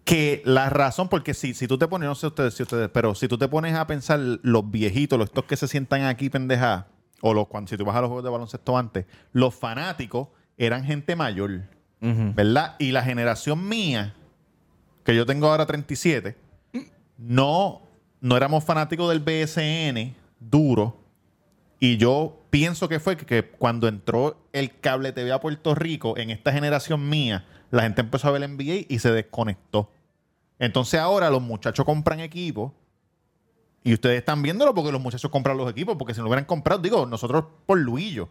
Speaker 5: que la razón, porque si, si tú te pones, no sé ustedes, si ustedes, pero si tú te pones a pensar los viejitos, los estos que se sientan aquí, pendeja, o los cuando si tú vas a los juegos de baloncesto antes, los fanáticos eran gente mayor, ¿verdad? Y la generación mía, que yo tengo ahora 37, no, no éramos fanáticos del BSN duro. Y yo pienso que fue que, que cuando entró el cable TV a Puerto Rico, en esta generación mía, la gente empezó a ver el NBA y se desconectó. Entonces ahora los muchachos compran equipos. Y ustedes están viéndolo porque los muchachos compran los equipos, porque si no lo hubieran comprado, digo, nosotros por Luillo.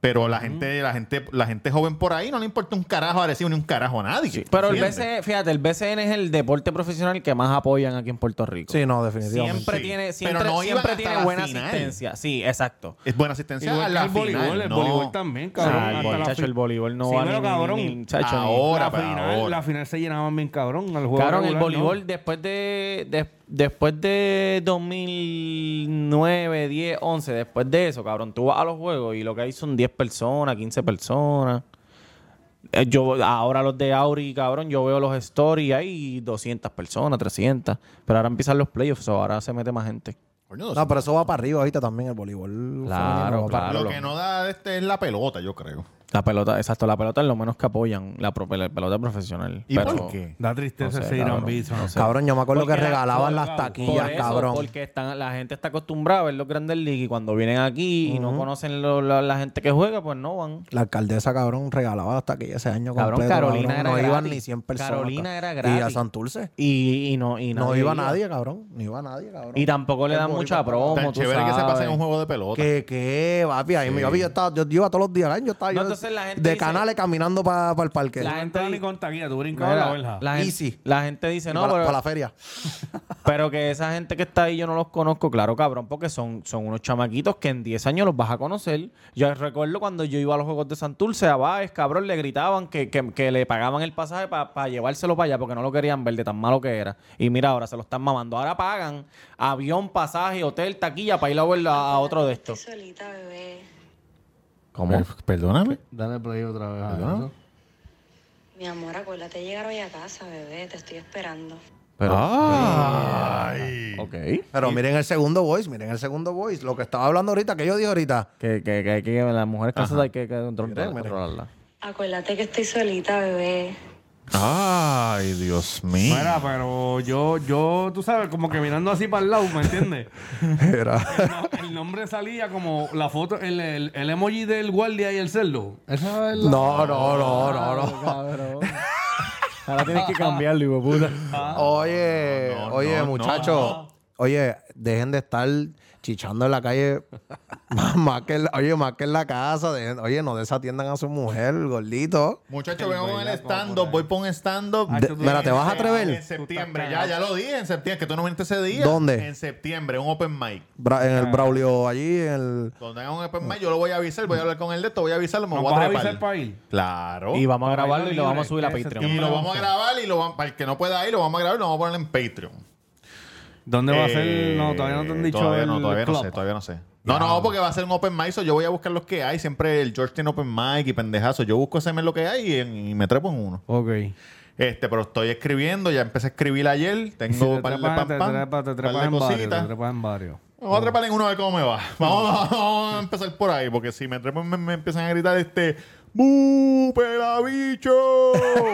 Speaker 5: Pero la gente, la gente, la gente joven por ahí no le importa un carajo a Arecibo ni un carajo a nadie.
Speaker 2: Pero el
Speaker 5: ¿entiendes?
Speaker 2: BCN, fíjate, el BCN es el deporte profesional que más apoyan aquí en Puerto Rico.
Speaker 3: Sí, no, definitivamente.
Speaker 2: Siempre
Speaker 5: Sí.
Speaker 2: tiene,
Speaker 5: Pero
Speaker 2: siempre,
Speaker 5: no iban
Speaker 2: siempre
Speaker 5: hasta
Speaker 2: tiene
Speaker 5: la
Speaker 2: buena
Speaker 5: final.
Speaker 2: asistencia. Sí, exacto.
Speaker 5: Es buena asistencia
Speaker 6: Igual
Speaker 5: a
Speaker 6: que
Speaker 5: la
Speaker 6: el voleibol,
Speaker 5: final,
Speaker 6: el
Speaker 5: no.
Speaker 6: voleibol también, cabrón.
Speaker 2: Ah, el,
Speaker 6: hasta la
Speaker 2: chacho,
Speaker 6: fi-
Speaker 2: el voleibol no
Speaker 6: Sí,
Speaker 2: va
Speaker 6: pero,
Speaker 2: ni- ni-
Speaker 6: cabrón,
Speaker 2: ni- chacho, ni-
Speaker 5: ahora,
Speaker 6: la,
Speaker 5: pero
Speaker 6: final,
Speaker 5: ahora.
Speaker 6: la final se llenaban bien, cabrón. Al juego
Speaker 2: Claro, el
Speaker 6: regular, ¿no?
Speaker 2: voleibol después de, de- después de 2009, 10, 11, después de eso, cabrón, tú vas a los juegos y lo que hay son 10 personas, 15 personas. Eh, Yo ahora los de Auri, cabrón, yo veo los stories y hay 200 personas, 300, pero ahora empiezan los playoffs, so ahora se mete más gente.
Speaker 5: Coño, dos-
Speaker 3: No, pero eso va para arriba ahorita también, el voleibol.
Speaker 2: Claro,
Speaker 3: femenino va para-
Speaker 2: claro.
Speaker 5: lo que no da este es la pelota, yo creo.
Speaker 2: La pelota, exacto, la pelota es lo menos que apoyan, la, pro- la pelota profesional.
Speaker 5: ¿Y
Speaker 2: pero-
Speaker 5: por qué?
Speaker 6: Da tristeza
Speaker 2: No sé,
Speaker 6: ese Irán
Speaker 2: cabrón,
Speaker 6: Bison.
Speaker 2: no sé.
Speaker 3: Cabrón, yo me acuerdo que
Speaker 2: Porque era-
Speaker 3: regalaban
Speaker 2: por-
Speaker 3: las
Speaker 2: claro,
Speaker 3: taquillas,
Speaker 2: por eso,
Speaker 3: cabrón.
Speaker 2: Porque están, la gente está acostumbrada a ver los grandes ligas y cuando vienen aquí y no conocen lo- la, la gente que juega, pues no van.
Speaker 3: La alcaldesa, cabrón, regalaba las taquillas ese año
Speaker 2: Cabrón,
Speaker 3: completo.
Speaker 2: Carolina
Speaker 3: cabrón.
Speaker 2: era
Speaker 3: No iban
Speaker 2: gratis.
Speaker 3: ni 100 personas.
Speaker 2: Carolina era
Speaker 3: Y a
Speaker 2: gratis.
Speaker 3: Santurce.
Speaker 2: Y, y no, y
Speaker 3: No
Speaker 2: nadie
Speaker 3: iba nadie, cabrón. No iba nadie, cabrón.
Speaker 2: Y tampoco le
Speaker 3: El
Speaker 2: dan mucha
Speaker 3: voleibol, cabrón.
Speaker 2: promo.
Speaker 5: Tan
Speaker 2: tú
Speaker 5: chévere que se pase en
Speaker 2: sabes.
Speaker 5: un juego de pelota.
Speaker 3: Que, que, papi, ahí me- papi, yo, estaba, yo, yo iba todos los días, ¿eh? yo estaba
Speaker 2: No,
Speaker 3: yo
Speaker 2: entonces la gente
Speaker 3: de
Speaker 2: dice-
Speaker 3: canales caminando para el parque.
Speaker 2: La
Speaker 6: No
Speaker 2: gente
Speaker 6: entraba ni
Speaker 2: di-
Speaker 6: con taquilla, tú brincabas la
Speaker 2: Mira,
Speaker 6: verja.
Speaker 2: la,
Speaker 3: Easy.
Speaker 2: gente, la gente dice, no,
Speaker 3: para,
Speaker 2: pero,
Speaker 3: la feria.
Speaker 2: pero que esa gente que está ahí yo no los conozco. Claro, cabrón, porque son, son unos chamaquitos que en 10 años los vas a conocer. Yo recuerdo cuando yo iba a los Juegos de Santurce, a Baez, cabrón, le gritaban que, que- que le pagaban el pasaje para llevárselo para allá porque no lo querían ver de tan malo que era. Y mira, ahora se lo están mamando. Ahora pagan avión, pasaje, hotel, taquilla para ir a verlo a, a otro de estos.
Speaker 10: Solita, bebé.
Speaker 5: ¿Cómo? Perdóname.
Speaker 6: Dale play otra vez. a
Speaker 5: ¿Perdón?
Speaker 6: eso.
Speaker 10: Mi amor, acuérdate de llegar hoy a casa, bebé. Te estoy esperando.
Speaker 5: Ay.
Speaker 2: Ok.
Speaker 3: Pero miren el segundo voice, miren el segundo voice. Lo que estaba hablando ahorita, que yo dije ahorita.
Speaker 2: Que, que, que, que las mujeres casadas hay que, que control-
Speaker 3: Miren, miren.
Speaker 2: controlarlas.
Speaker 10: Acuérdate que estoy solita, bebé.
Speaker 5: Ay, Dios mío.
Speaker 6: Mira, pero yo, yo, tú sabes, como que mirando así para el lado, ¿me entiendes? El, no- el nombre salía como la foto, el, el- el emoji del guardia y el cerdo. Esa es la-
Speaker 3: No, no, no, no, no.
Speaker 2: Ah,
Speaker 3: (laughs)
Speaker 2: Ahora tienes que cambiarlo, hijo
Speaker 6: Ah.
Speaker 2: de puta.
Speaker 3: Oye,
Speaker 5: no,
Speaker 3: oye,
Speaker 5: no,
Speaker 3: muchacho. Oye, dejen de estar chichando en la calle. (laughs) más, más que en la- oye, más que en la casa. de- oye, no desatiendan a su mujer, gordito.
Speaker 5: Muchachos, vengo con el stand-up. Voy por un stand-up.
Speaker 6: Ah,
Speaker 3: De- mira, ¿te vas a atrever?
Speaker 5: En septiembre, ya, ya lo dije, en septiembre, que tú no viniste ese día.
Speaker 3: ¿Dónde?
Speaker 5: En septiembre, un open mic.
Speaker 3: Bra- en el
Speaker 6: Ah.
Speaker 3: Braulio allí, en el.
Speaker 5: Donde haga un open mic, yo lo voy a avisar, voy a hablar con él de esto, voy a avisarlo, me
Speaker 6: ¿Nos
Speaker 5: voy a
Speaker 6: vas a
Speaker 5: trepar.
Speaker 6: avisar para ir?
Speaker 5: Claro.
Speaker 2: Y vamos a grabarlo y lo
Speaker 6: libre,
Speaker 2: vamos a subir a
Speaker 6: que es
Speaker 2: Patreon.
Speaker 5: Y lo vamos a
Speaker 6: Once.
Speaker 5: grabar y lo vamos, para el que no pueda ir, lo vamos a grabar y lo vamos a poner en Patreon.
Speaker 6: ¿Dónde va a
Speaker 5: Eh,
Speaker 6: ser? No, todavía no te han dicho.
Speaker 5: Todavía
Speaker 6: el
Speaker 5: no, todavía no
Speaker 6: club.
Speaker 5: sé, todavía no sé. No, no, porque va a ser un open mic, so yo voy a buscar los que hay. Siempre el George tiene open mic y pendejazo. Yo busco ese mes lo que hay y, en- y me trepo en uno.
Speaker 6: Ok.
Speaker 5: Este, pero estoy escribiendo, ya empecé a escribir
Speaker 6: Si
Speaker 5: ayer. Tengo
Speaker 6: te
Speaker 5: un par de
Speaker 6: trepas,
Speaker 5: pam
Speaker 6: te
Speaker 5: pam,
Speaker 6: trepas, te
Speaker 5: par de
Speaker 6: trepas en varios, te
Speaker 5: cositas.
Speaker 6: trepas en varios.
Speaker 5: Vamos a trepar en uno a ver cómo me va. (laughs) Vamos, vamos a empezar por ahí, porque si me trepo me, me empiezan a gritar este ¡Bu, pelabicho!
Speaker 6: (laughs)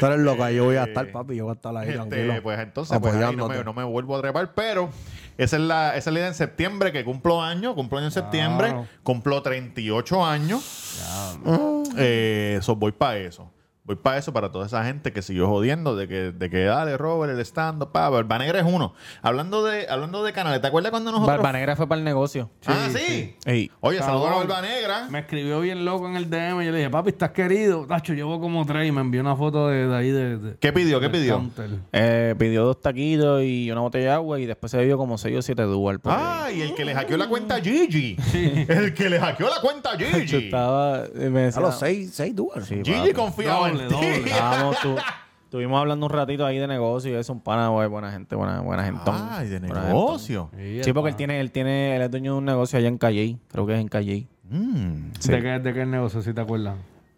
Speaker 3: Tú eres loca, yo voy a
Speaker 6: Eh.
Speaker 3: estar, papi. Yo voy a estar ahí.
Speaker 5: Este,
Speaker 3: tranquilo.
Speaker 5: pues entonces pues, ahí no, me,
Speaker 3: Apoyándote.
Speaker 5: no me vuelvo a trepar, pero esa es la, esa es la idea en septiembre, que cumplo año, cumplo año en septiembre, cumplo 38 años. Eh, so, voy para eso. Voy para eso, para toda esa gente que siguió jodiendo, de que, de que dale, Robert, el stand-up, pa, Barbanegra es uno. Hablando de, hablando de canales, ¿te acuerdas cuando nosotros...
Speaker 2: Barba Negra fue para el negocio.
Speaker 5: ah, sí.
Speaker 2: Ey.
Speaker 5: Oye,
Speaker 6: Cabrón.
Speaker 5: saludos a Barbanegra.
Speaker 6: Me escribió bien loco en el DM y yo le dije, papi, ¿estás querido? Tacho, llevo como tres y me envió una foto de, de ahí de, de-
Speaker 5: ¿Qué pidió? ¿Qué
Speaker 6: del
Speaker 5: pidió?
Speaker 6: counter.
Speaker 2: Eh, pidió dos taquitos y una botella de agua y después se bebió como 6 o 7 dual. porque-
Speaker 5: Ah, y el que le hackeó la cuenta a Gigi. El que le hackeó la cuenta a
Speaker 2: Yo
Speaker 5: Gigi.
Speaker 2: estaba... eh, Me
Speaker 3: A
Speaker 2: decía,
Speaker 3: los seis, seis dólares.
Speaker 2: Sí,
Speaker 5: Gigi
Speaker 2: papi.
Speaker 5: confiaba en
Speaker 6: Doble, doble.
Speaker 5: ti.
Speaker 2: Estábamos,
Speaker 5: (laughs)
Speaker 2: tu- estuvimos hablando un ratito ahí de negocio y es un pana, güey, buena gente, buena, buena gentón.
Speaker 5: Ay, Ah, de
Speaker 2: Buena
Speaker 5: negocio.
Speaker 2: gentón. Sí, porque él tiene, él tiene, él es dueño de un negocio allá en Calle, creo que es en Calle.
Speaker 5: Mm.
Speaker 2: Sí.
Speaker 6: ¿De, qué, ¿De qué negocio, si te acuerdas?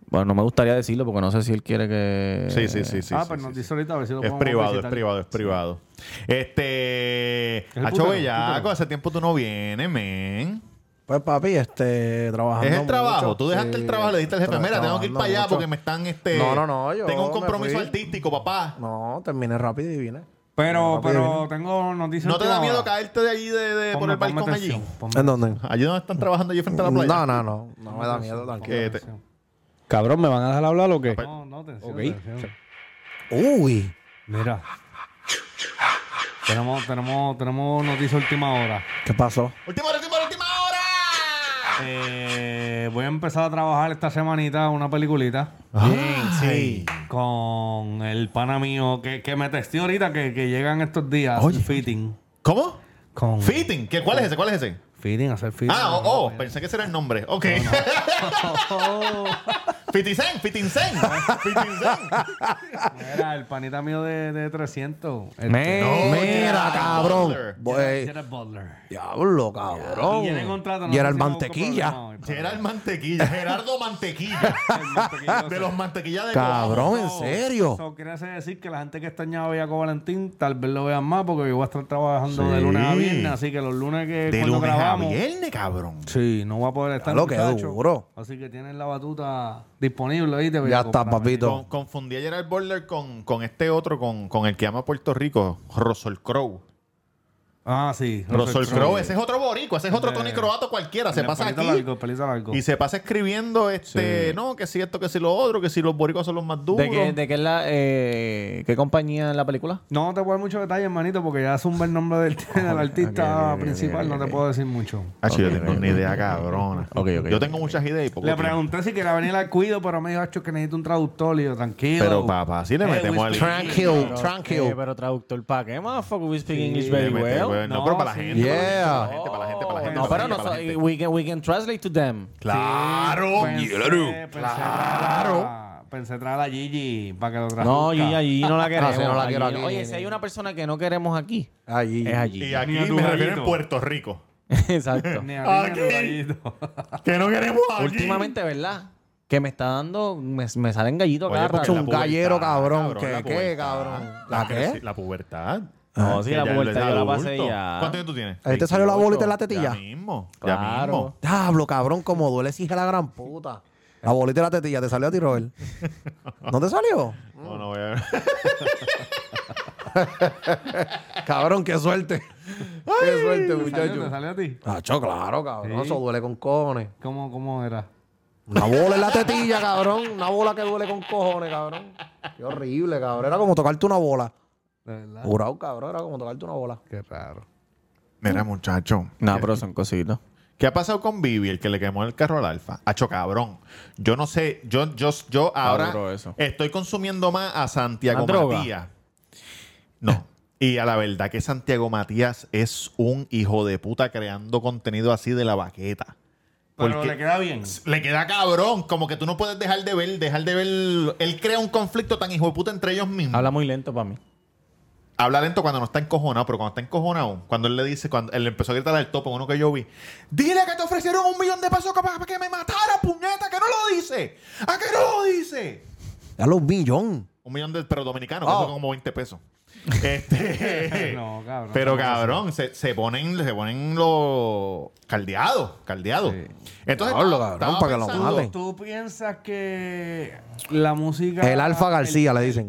Speaker 2: Bueno, no me gustaría decirlo porque no sé si él quiere que...
Speaker 5: Sí, sí, sí, sí.
Speaker 6: ah,
Speaker 5: sí,
Speaker 6: pero
Speaker 5: sí,
Speaker 6: nos
Speaker 5: sí.
Speaker 6: dice ahorita a ver si lo
Speaker 5: Es
Speaker 6: podemos
Speaker 5: privado, es
Speaker 6: visitar.
Speaker 5: privado, es privado. Este.
Speaker 6: el
Speaker 5: Hacho
Speaker 6: putero,
Speaker 5: Bellaco,
Speaker 6: putero.
Speaker 5: hace tiempo tú no vienes, men.
Speaker 3: Pues, papi, este, trabajando.
Speaker 6: Eh.
Speaker 5: Es el trabajo.
Speaker 3: mucho.
Speaker 5: Tú dejaste
Speaker 3: Sí,
Speaker 5: el trabajo, le dijiste al jefe,
Speaker 3: tra-
Speaker 5: mira, tengo que ir
Speaker 3: trabajando
Speaker 5: para allá
Speaker 3: mucho.
Speaker 5: porque me están. este
Speaker 3: No, no, no, yo
Speaker 5: Tengo un
Speaker 3: me
Speaker 5: compromiso
Speaker 3: fui.
Speaker 5: artístico, papá.
Speaker 3: No, terminé rápido y vine.
Speaker 6: Pero,
Speaker 3: Rápido y
Speaker 6: pero
Speaker 3: vine.
Speaker 6: tengo noticias.
Speaker 5: ¿No te da
Speaker 6: última
Speaker 5: miedo
Speaker 6: hora.
Speaker 5: caerte de allí de, de- por
Speaker 6: Ponme-
Speaker 5: el
Speaker 6: ponme
Speaker 5: balcón allí?
Speaker 6: atención, ponme
Speaker 3: ¿En dónde?
Speaker 5: Allí donde están trabajando, allí frente a la playa. Este.
Speaker 3: No, no, no. No me da miedo,
Speaker 5: Que
Speaker 3: tranquilo.
Speaker 5: te-
Speaker 2: Cabrón, ¿me van a dejar hablar o qué?
Speaker 6: No, no, atención,
Speaker 2: Ok.
Speaker 6: atención.
Speaker 3: Uy.
Speaker 6: Mira. tenemos, tenemos, tenemos noticia última hora.
Speaker 3: ¿Qué pasó?
Speaker 5: ¡Última hora, última hora, última hora!
Speaker 6: Eh, voy a empezar a trabajar esta semanita una peliculita
Speaker 5: Bien, sí.
Speaker 6: con el pana mío que, que me testió ahorita que, que llegan estos días
Speaker 5: Oye.
Speaker 6: el fitting.
Speaker 5: ¿Cómo?
Speaker 6: Con
Speaker 5: Fitting. ¿Qué, ¿Cuál es ese? ¿Cuál es ese?
Speaker 6: fitting, hacer fitting.
Speaker 5: Ah, oh, oh, pensé que ese era el nombre. Ok. (laughs) Fitizen, Fitizen. Fitizen.
Speaker 6: Mira, Ah, el panita mío de, de 300. este,
Speaker 5: No,
Speaker 3: Mira,
Speaker 5: Gerard
Speaker 3: cabrón.
Speaker 5: Butler.
Speaker 3: Bo-
Speaker 6: Gerard-
Speaker 3: eh,
Speaker 5: Oh.
Speaker 6: Gerard Butler.
Speaker 3: Diablo, cabrón.
Speaker 6: Y tiene contrato, no
Speaker 3: Oh. Y
Speaker 6: sé
Speaker 3: era el
Speaker 6: si lo
Speaker 3: mantequilla.
Speaker 6: busco, pero no,
Speaker 5: Gerard Mantequilla. Gerardo Mantequilla. (laughs)
Speaker 6: el mantequilla,
Speaker 5: De los mantequillas de
Speaker 3: Cabrón, en
Speaker 6: So-
Speaker 3: serio.
Speaker 6: so, quiere hacer decir que la gente que está en Bellaco Valentín tal vez lo vean más porque yo voy a estar trabajando de
Speaker 5: Sí.
Speaker 6: lunes a viernes, así que los lunes que
Speaker 5: De
Speaker 6: cuando
Speaker 5: lunes a
Speaker 6: grabamos,
Speaker 5: viernes, cabrón.
Speaker 6: Sí, no va a poder estar.
Speaker 3: Claro, qué
Speaker 6: muchacho.
Speaker 3: duro.
Speaker 6: Así que tienen la batuta disponible, ¿viste?
Speaker 3: Ya
Speaker 6: Bellaco,
Speaker 3: está,
Speaker 6: para mí.
Speaker 5: Con-
Speaker 3: papito.
Speaker 5: confundí a Gerard Butler con, con este otro, con, con el que ama Puerto Rico, Russell Crowe.
Speaker 6: Ah, sí.
Speaker 5: Russell Crowe, ese es otro boricua, ese es otro Tony Croato cualquiera. Se
Speaker 6: El
Speaker 5: pasa
Speaker 6: pelito
Speaker 5: aquí
Speaker 6: largo, el pelito largo.
Speaker 5: y se pasa escribiendo este, no, que si esto, que si lo otro, que si los boricuas son los más duros.
Speaker 2: ¿De qué, de qué es la, eh, qué compañía es la película?
Speaker 6: No te puedo dar muchos detalles, hermanito, porque ya sumbe el nombre
Speaker 3: (laughs)
Speaker 6: del, del artista principal. no te puedo decir mucho.
Speaker 5: Ah, chico, yo tengo una idea cabrona. yo tengo muchas ideas y poco
Speaker 6: Le
Speaker 5: tiempo.
Speaker 6: pregunté si quería venir al cuido, pero me dijo "Acho, que necesito un traductor. Y yo, tranquilo.
Speaker 5: Pero papá, si le
Speaker 6: Eh,
Speaker 5: metemos al...
Speaker 6: whisky.
Speaker 3: Tranquilo,
Speaker 2: Eh,
Speaker 3: tranquilo.
Speaker 2: pero traductor, ¿para qué, motherfucker? We speak
Speaker 6: Sí.
Speaker 2: English
Speaker 5: Le
Speaker 2: very
Speaker 5: metemos-
Speaker 2: well.
Speaker 5: No,
Speaker 6: No,
Speaker 5: pero para la
Speaker 6: sí.
Speaker 5: gente. Para la
Speaker 3: Yeah.
Speaker 5: gente, para la gente, para la gente.
Speaker 2: No,
Speaker 5: para
Speaker 2: pero no,
Speaker 5: la gente, para la gente.
Speaker 2: we can, we can translate to them.
Speaker 5: Claro.
Speaker 6: Pensé, pensé claro. pensé traer a Gigi para que lo traduzca.
Speaker 2: No, Gigi, a Gigi no la queremos.
Speaker 3: sí, no la
Speaker 2: A
Speaker 3: quiero
Speaker 2: Gigi-
Speaker 3: aquí,
Speaker 2: Oye,
Speaker 3: ni-
Speaker 2: si hay una persona que no queremos aquí,
Speaker 3: Allí.
Speaker 2: es allí.
Speaker 5: Y aquí
Speaker 6: Ni a tu
Speaker 5: me refiero
Speaker 6: gallito.
Speaker 5: en Puerto Rico.
Speaker 2: (laughs) Exacto.
Speaker 6: Ni a ti, ni a tu
Speaker 5: Aquí.
Speaker 6: gallito.
Speaker 5: Que no queremos aquí.
Speaker 2: Últimamente, ¿verdad? Que me está dando, me, me salen gallitos
Speaker 5: Oye,
Speaker 2: cada
Speaker 5: porque
Speaker 2: rato.
Speaker 5: la
Speaker 3: pues, un
Speaker 5: pubertad,
Speaker 3: gallero, cabrón. ¿Qué,
Speaker 5: la
Speaker 3: qué,
Speaker 5: pubertad.
Speaker 3: cabrón?
Speaker 5: La,
Speaker 3: ¿La qué?
Speaker 5: La pubertad.
Speaker 2: No, sí,
Speaker 5: Que
Speaker 2: la
Speaker 5: ya
Speaker 2: pubertad
Speaker 5: eres
Speaker 2: yo la pasé
Speaker 5: adulto.
Speaker 2: ya.
Speaker 5: ¿Cuántos años tú tienes?
Speaker 3: Ahí te salió la
Speaker 2: 18.
Speaker 3: bolita en la tetilla.
Speaker 5: Ya mismo. Ya
Speaker 2: Claro.
Speaker 5: mismo.
Speaker 3: Diablo, cabrón, como duele ese hija de la gran puta. La bolita de la tetilla, te salió a ti, Robert. ¿No te salió?
Speaker 5: No, no voy
Speaker 3: (laughs)
Speaker 5: a ver.
Speaker 3: Cabrón, qué suerte. qué suerte,
Speaker 6: ¿Salió? ¿Te
Speaker 3: muchacho.
Speaker 6: salió a ti?
Speaker 3: Nacho, claro, cabrón.
Speaker 6: Sí.
Speaker 3: Eso duele con cojones.
Speaker 6: ¿Cómo, cómo era?
Speaker 3: Una bola en la tetilla, cabrón. Una bola que duele con cojones, cabrón. Qué horrible, cabrón. Era como tocarte una bola.
Speaker 6: De verdad.
Speaker 3: Jurado, cabrón. Era como tocarte una bola.
Speaker 6: Qué raro.
Speaker 5: Mira, muchacho.
Speaker 2: No, pero son cositas.
Speaker 5: ¿Qué ha pasado con Vivi, el que le quemó el carro al Alfa? Hacho cabrón. Yo no sé, yo, yo, yo ahora
Speaker 2: duro eso.
Speaker 5: estoy consumiendo más a
Speaker 2: ¿La
Speaker 5: Santiago
Speaker 2: droga?
Speaker 5: Matías. No. Y a la verdad que Santiago Matías es un hijo de puta creando contenido así de la baqueta.
Speaker 6: Pero
Speaker 5: Porque-
Speaker 6: le queda bien.
Speaker 5: le queda cabrón, como que tú no puedes dejar de ver, dejar de ver. Él crea un conflicto tan hijo de puta entre ellos mismos.
Speaker 2: Habla muy lento para mí.
Speaker 5: Habla lento cuando no está encojonado, pero cuando está encojonado, cuando él le dice, cuando él empezó a gritar al topo, uno que yo vi, dile que te ofrecieron un millón de pesos para que me matara, puñeta, que no lo dice, a que no lo dice.
Speaker 3: Dale un millón.
Speaker 5: Un millón de, pero dominicano, que
Speaker 3: Oh.
Speaker 5: son como 20 pesos. (laughs) Este,
Speaker 6: (laughs) No, cabrón.
Speaker 5: Pero cabrón, se, se ponen, se ponen los caldeados, caldeados. Entonces,
Speaker 3: Pablo,
Speaker 5: estaba-
Speaker 3: cabrón,
Speaker 5: estaba
Speaker 3: para que lo
Speaker 5: pensando-
Speaker 3: maten.
Speaker 6: ¿Tú piensas que la música...
Speaker 3: El Alfa García, le dicen.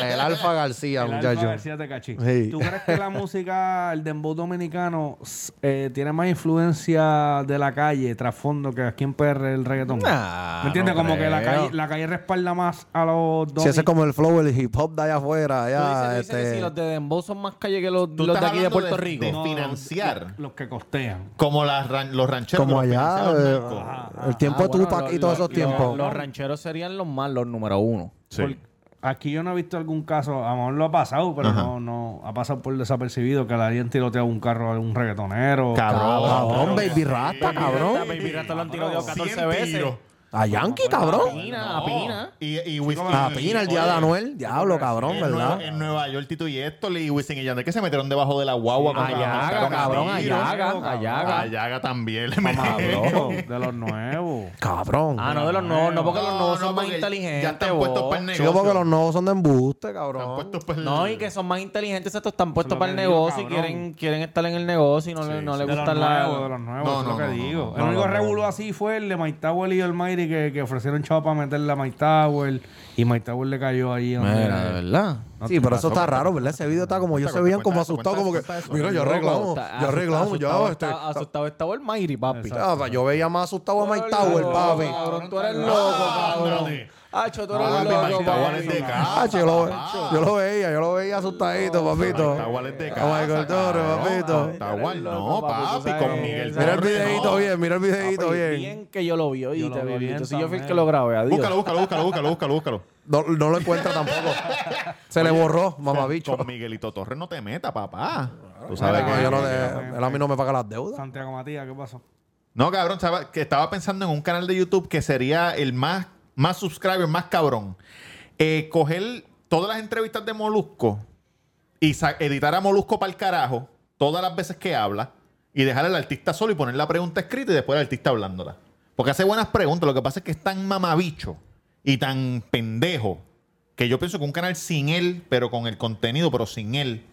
Speaker 3: el Alfa García,
Speaker 6: El Alfa
Speaker 3: muchacho.
Speaker 6: García Tecachi.
Speaker 3: Sí.
Speaker 6: (laughs) ¿Tú crees que la música, el dembow dominicano, s- eh, tiene más influencia de la calle, trasfondo, que aquí en PR el reggaetón?
Speaker 2: Nah,
Speaker 6: ¿Me entiendes?
Speaker 2: no
Speaker 6: como que la
Speaker 2: creo.
Speaker 6: calle, la calle respalda más a los dos.
Speaker 3: Si ese es como el flow, el hip hop de allá afuera,
Speaker 2: Tú dices,
Speaker 3: allá,
Speaker 2: tú dices
Speaker 3: este-
Speaker 2: que si los de Dembow son más calle que los, los
Speaker 5: Tú
Speaker 2: de
Speaker 5: estás
Speaker 2: aquí de
Speaker 5: hablando
Speaker 2: Puerto Rico.
Speaker 5: de financiar.
Speaker 6: Los que costean.
Speaker 5: Como las ran- los rancheros.
Speaker 3: como
Speaker 5: que los
Speaker 3: allá,
Speaker 5: financiaban
Speaker 3: eh,
Speaker 5: narcos.
Speaker 3: el tiempo
Speaker 2: Ah,
Speaker 3: de
Speaker 2: bueno,
Speaker 3: Tupac
Speaker 2: los-
Speaker 3: y todos
Speaker 2: los-
Speaker 3: esos tiempos.
Speaker 2: Los, los rancheros serían los más, los número uno.
Speaker 5: Sí.
Speaker 6: Por- aquí yo no he visto algún caso, a lo mejor lo ha pasado, pero no, no ha pasado por desapercibido que le hayan tiroteado un carro a un reggaetonero.
Speaker 5: Cabrón,
Speaker 3: Ah, cabrón, Baby Rasta, cabrón.
Speaker 2: Pirata lo han tirado
Speaker 5: 14 veces.
Speaker 3: A Yankee, cabrón.
Speaker 2: Apina, apina.
Speaker 5: Y, y Wisin
Speaker 3: A
Speaker 5: y-
Speaker 3: Ah, Pina, el día
Speaker 5: oye,
Speaker 3: de Anuel. Diablo, cabrón,
Speaker 5: en
Speaker 3: ¿verdad?
Speaker 5: Nueva- en Nueva York, Tito y esto, y Wisin y Yandel, que se metieron debajo de la guagua. cuando la
Speaker 2: Ayaga,
Speaker 5: mataron a
Speaker 2: cabrón,
Speaker 5: tiros.
Speaker 2: Ayaga,
Speaker 5: A
Speaker 2: Ayaga.
Speaker 5: Yaga también. le
Speaker 6: Mamá,
Speaker 5: metieron.
Speaker 6: bro, de los nuevos.
Speaker 3: Cabrón.
Speaker 2: Ah, no de los nuevos, no porque los nuevos son
Speaker 5: No, no,
Speaker 2: más
Speaker 5: porque
Speaker 2: inteligentes.
Speaker 5: Ya están puestos
Speaker 2: vos.
Speaker 5: para el negocio.
Speaker 3: Chico, porque los nuevos son de embuste,
Speaker 5: Están
Speaker 3: cabrón.
Speaker 5: puestos para el-
Speaker 2: No, y que son más inteligentes, estos están
Speaker 6: Eso
Speaker 2: puestos
Speaker 6: es lo
Speaker 2: para el
Speaker 6: que digo,
Speaker 2: negocio y
Speaker 6: cabrón.
Speaker 2: quieren, quieren estar en el negocio y no, le-
Speaker 5: Sí,
Speaker 2: no
Speaker 5: sí.
Speaker 2: le
Speaker 6: De los
Speaker 2: gustan la...
Speaker 6: nuevos, de los nuevos,
Speaker 5: No,
Speaker 6: eso
Speaker 5: no,
Speaker 6: es lo
Speaker 5: no,
Speaker 6: que
Speaker 5: no,
Speaker 6: digo.
Speaker 5: no.
Speaker 6: el único revuelo así fue el de Mike Tower y Almighty que, que ofrecieron chavo para meterle a Mike Tower y Mike Tower le cayó ahí. donde
Speaker 2: Mira,
Speaker 6: era.
Speaker 2: de verdad.
Speaker 3: Sí, pero eso está raro, ¿verdad? Ese video está como yo se
Speaker 5: Cuenta,
Speaker 3: veían
Speaker 5: cuenta,
Speaker 3: como
Speaker 5: cuenta,
Speaker 3: asustados, como que,
Speaker 5: cuenta eso.
Speaker 3: mira, ya
Speaker 2: Loco,
Speaker 3: arreglamos,
Speaker 2: está-
Speaker 3: ya arreglamos,
Speaker 2: asustado
Speaker 3: ya este.
Speaker 2: está- Asustado estaba el Mayri, papi.
Speaker 3: Ah, pa, Yo veía más asustado a Mike Tower, papi.
Speaker 2: Cabrón, tú eres loco, cabrón. Hacho, tú eres
Speaker 5: Ah,
Speaker 2: loco,
Speaker 5: Mike Tower es de
Speaker 2: papi.
Speaker 5: casa,
Speaker 3: Ah, yo lo,
Speaker 5: papá.
Speaker 3: yo lo veía, yo lo veía asustadito, papito. Oh
Speaker 5: Está igual es de
Speaker 3: A Michael
Speaker 5: casa,
Speaker 3: Torres,
Speaker 5: cabrón.
Speaker 3: papito.
Speaker 5: Está igual, no,
Speaker 2: Loco, papi, tú
Speaker 5: papi.
Speaker 2: sabes
Speaker 5: Con
Speaker 2: que-
Speaker 5: Miguel
Speaker 3: Mira el
Speaker 5: Torres,
Speaker 3: videito
Speaker 5: no.
Speaker 3: bien, mira el videito
Speaker 2: Papi,
Speaker 3: bien.
Speaker 2: Bien que yo lo vi
Speaker 6: Yo
Speaker 2: ahorita,
Speaker 6: lo vi bien
Speaker 2: bebito. Si yo fui el
Speaker 6: también.
Speaker 2: que lo grabé, adiós.
Speaker 5: Búscalo, búscalo, búscalo, búscalo, búscalo, búscalo.
Speaker 3: No, no lo
Speaker 5: (laughs)
Speaker 3: encuentra tampoco. Se le borró, mamabicho.
Speaker 5: Con Miguelito Torres no te metas, papá. Tú
Speaker 3: (laughs) Sabe
Speaker 5: sabes
Speaker 3: que
Speaker 5: que
Speaker 3: yo no le- él a mí no me paga las deudas.
Speaker 6: Santiago Matías, ¿qué
Speaker 5: (laughs)
Speaker 6: pasó?
Speaker 5: No, cabrón, estaba, que estaba pensando en un canal de YouTube que sería el más, más subscriber, más cabrón. Eh, coger todas las entrevistas de Molusco y sa- editar a Molusco para el carajo todas las veces que habla y dejar al artista solo y poner la pregunta escrita y después el artista hablándola. Porque hace buenas preguntas. Lo que pasa es que es tan mamabicho y tan pendejo que yo pienso que un canal sin él, pero con el contenido, pero sin él,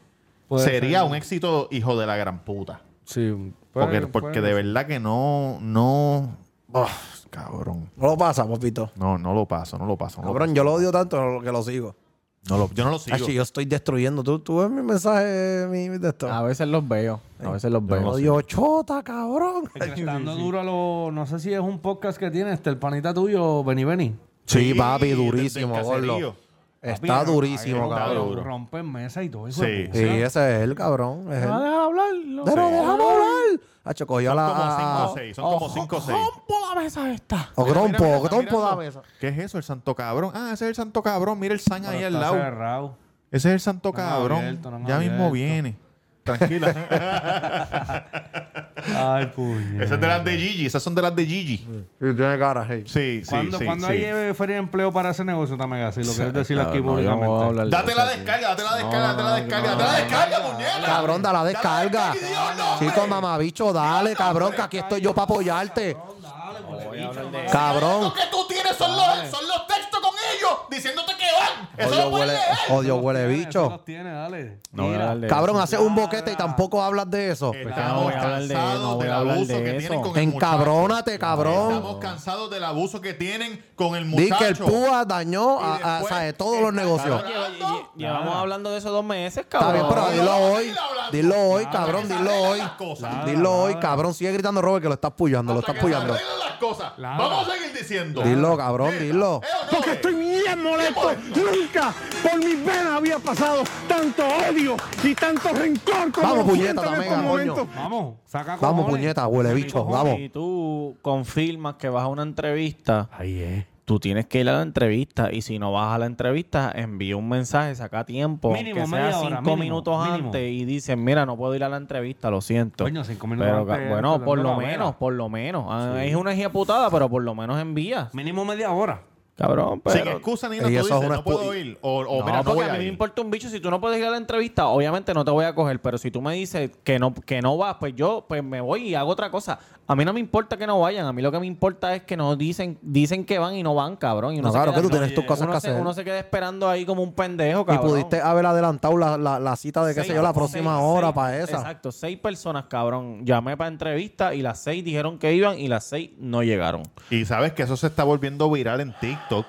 Speaker 6: Puede
Speaker 5: sería
Speaker 6: ser.
Speaker 5: un éxito hijo de la gran puta.
Speaker 6: Sí.
Speaker 5: Porque, porque de verdad que no, no. Ah, cabrón.
Speaker 3: No lo pasa, papito.
Speaker 5: No, no lo paso, no lo paso. No lo
Speaker 3: Cabrón, yo lo odio tanto que lo sigo.
Speaker 5: paso. No lo- yo no lo sigo.
Speaker 3: Hacho, yo estoy destruyendo. Tú, tú ves mi mensaje, mi mi de esto.
Speaker 2: A veces los veo. A veces los veo.
Speaker 3: Odio chota,
Speaker 5: (laughs)
Speaker 3: cabrón.
Speaker 6: Estando duro a los... No sé si es un podcast que tiene este, el panita tuyo, Benny Benny.
Speaker 3: Sí, papi,
Speaker 5: del- del
Speaker 3: durísimo,
Speaker 5: caserío.
Speaker 3: gordo. Está
Speaker 6: Papi,
Speaker 3: durísimo,
Speaker 5: está
Speaker 3: cabrón.
Speaker 5: duro.
Speaker 6: Rompen mesa y todo eso.
Speaker 5: Sí,
Speaker 3: Sí, ese es él, cabrón. Es él.
Speaker 2: deja hablar.
Speaker 3: Pero déjame hablar. Hacho, cogió
Speaker 5: Son
Speaker 3: la.
Speaker 5: como 5 o 6. Son
Speaker 3: Oh,
Speaker 5: como 5 o 6.
Speaker 2: la mesa esta.
Speaker 3: O grompo,
Speaker 5: Mira, mira, está
Speaker 3: grompo,
Speaker 5: mirando.
Speaker 3: dame eso.
Speaker 5: ¿Qué es eso? El santo cabrón. Ah, ese es el santo cabrón. Mira el san ahí al
Speaker 6: Está
Speaker 5: lado.
Speaker 6: cerrado.
Speaker 5: Ese es el santo
Speaker 6: No han
Speaker 5: cabrón.
Speaker 6: abierto, no han
Speaker 5: ya mismo
Speaker 6: abierto.
Speaker 5: viene. Tranquila.
Speaker 6: (laughs) Ay, puñet.
Speaker 5: Esas de las de Gigi. Esas son de las de Gigi.
Speaker 3: Sí, tiene cara, hey.
Speaker 5: Sí, sí,
Speaker 6: ¿Cuándo,
Speaker 5: sí.
Speaker 6: cuando
Speaker 5: sí.
Speaker 6: hay eh, feria de empleo para ese negocio también así? Lo quieres decir aquí
Speaker 2: No, yo no voy a
Speaker 6: públicamente.
Speaker 2: hablar de
Speaker 5: Date
Speaker 2: eso
Speaker 5: la
Speaker 2: aquí.
Speaker 5: descarga, date la descarga, date la
Speaker 2: no,
Speaker 5: descarga,
Speaker 2: no,
Speaker 5: date la
Speaker 2: no,
Speaker 5: descarga, puñeta.
Speaker 3: Cabrón, da la descarga. Chico, mamabicho, dale, cabrón, que aquí estoy yo para apoyarte.
Speaker 5: pues,
Speaker 3: Cabrón.
Speaker 5: que tú tienes son los, son los textos con ellos diciéndote que van.
Speaker 3: Odio huele, odio huele
Speaker 6: Tiene, eso
Speaker 3: bicho.
Speaker 6: los tiene, dale.
Speaker 2: No voy a
Speaker 6: Mira.
Speaker 2: hablar de eso.
Speaker 3: Cabrón, haces un boquete y tampoco hablas de eso.
Speaker 5: Eh,
Speaker 2: pues, no
Speaker 5: Estamos
Speaker 2: voy a hablar de- no
Speaker 5: cansados
Speaker 2: voy
Speaker 5: del
Speaker 2: a hablar
Speaker 5: abuso
Speaker 2: de
Speaker 5: que
Speaker 2: eso.
Speaker 5: tienen con el muchacho.
Speaker 3: Encabrónate, cabrón.
Speaker 5: Estamos cansados del abuso que tienen con el
Speaker 3: Di
Speaker 5: muchacho.
Speaker 3: que el púa dañó a, a-
Speaker 5: Y después-
Speaker 3: o sea, de todos los negocios.
Speaker 2: Llevamos
Speaker 6: Ah.
Speaker 2: hablando de eso dos meses,
Speaker 3: Está
Speaker 2: cabrón.
Speaker 3: bien, pero dilo hoy.
Speaker 5: hablando.
Speaker 3: Dilo hoy, Ah, cabrón,
Speaker 5: que se
Speaker 3: dilo
Speaker 5: arreglen
Speaker 3: hoy.
Speaker 5: las cosas.
Speaker 3: Dilo hoy, cabrón. Sigue gritando, Robert, que lo estás puyando, lo estás puyando.
Speaker 5: Arreglen las cosas.
Speaker 6: Claro.
Speaker 5: Vamos a seguir diciendo.
Speaker 3: Dilo, cabrón,
Speaker 5: Nena,
Speaker 3: dilo.
Speaker 5: ¿eh o no
Speaker 11: Porque
Speaker 5: es?
Speaker 11: estoy bien molesto. Nunca por mis venas había pasado tanto odio y tanto rencor como
Speaker 3: Vamos,
Speaker 11: lo
Speaker 3: puñeta,
Speaker 11: siento en
Speaker 3: también,
Speaker 11: estos
Speaker 3: coño.
Speaker 11: momentos.
Speaker 6: Vamos, saca
Speaker 3: Vamos,
Speaker 6: cojones.
Speaker 3: puñeta, huele bicho, vamos.
Speaker 2: Si tú confirmas que vas a una entrevista,
Speaker 6: Ahí es.
Speaker 2: tú tienes que ir a la entrevista. Y si no vas a la entrevista, envía un mensaje, saca tiempo.
Speaker 6: Mínimo,
Speaker 2: que sea
Speaker 6: media hora,
Speaker 2: cinco
Speaker 6: mínimo,
Speaker 2: minutos
Speaker 6: mínimo.
Speaker 2: antes y dicen, mira, no puedo ir a la entrevista, lo siento.
Speaker 6: Coño, cinco minutos
Speaker 2: Pero,
Speaker 6: antes,
Speaker 2: ca- Bueno,
Speaker 6: te
Speaker 2: por
Speaker 6: dando
Speaker 2: lo
Speaker 6: la vela.
Speaker 2: menos, por lo menos. Ah, Es una putada, pero por lo menos envías.
Speaker 6: Mínimo media hora.
Speaker 2: Cabrón, pero...
Speaker 5: Sin excusa ni nada,
Speaker 3: Y
Speaker 5: tú
Speaker 3: eso es
Speaker 5: dices,
Speaker 3: una
Speaker 5: no puedo
Speaker 3: excu-
Speaker 5: ir. O, o
Speaker 2: no,
Speaker 5: mira, no
Speaker 2: porque
Speaker 5: voy
Speaker 2: a mí
Speaker 5: a
Speaker 2: me
Speaker 5: ir.
Speaker 2: importa un bicho. Si tú no puedes ir a la entrevista, obviamente no te voy a coger. Pero si tú me dices que no, que no vas, pues yo pues me voy y hago otra cosa. A mí no me importa que no vayan. A mí lo que me importa es que no dicen dicen que van y no van, cabrón. Y uno
Speaker 3: No,
Speaker 2: se
Speaker 3: claro,
Speaker 2: queda-
Speaker 3: que tú tienes tus
Speaker 2: Oye,
Speaker 3: cosas
Speaker 2: uno
Speaker 3: que
Speaker 2: se-
Speaker 3: hacer.
Speaker 2: Uno se queda esperando ahí como un pendejo,
Speaker 3: Y
Speaker 2: cabrón.
Speaker 3: pudiste haber adelantado la, la- la cita de, qué sé
Speaker 2: Seis-
Speaker 3: yo, la próxima
Speaker 2: seis-
Speaker 3: hora
Speaker 2: seis-
Speaker 3: para esa.
Speaker 2: Exacto, seis personas, cabrón. Llamé para entrevista y las seis dijeron que iban y las seis no llegaron.
Speaker 5: Y sabes que eso se está volviendo viral en TikTok.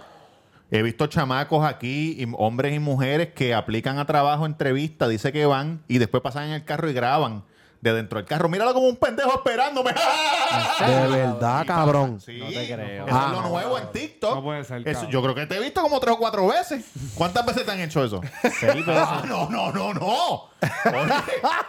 Speaker 5: He visto chamacos aquí, y hombres y mujeres, que aplican a trabajo entrevistas, dice que van y después pasan en el carro y graban de dentro del carro. Míralo como un pendejo esperándome. (laughs)
Speaker 3: De verdad, cabrón.
Speaker 5: Sí,
Speaker 2: No te creo.
Speaker 5: Eso
Speaker 3: Ah,
Speaker 5: es lo
Speaker 3: no,
Speaker 5: nuevo en TikTok.
Speaker 6: No puede ser,
Speaker 5: Eso-
Speaker 6: cabrón.
Speaker 5: yo creo que te he visto como tres o cuatro veces. ¿Cuántas veces te han hecho eso? (laughs) Ah, no, no, no, no. Oye,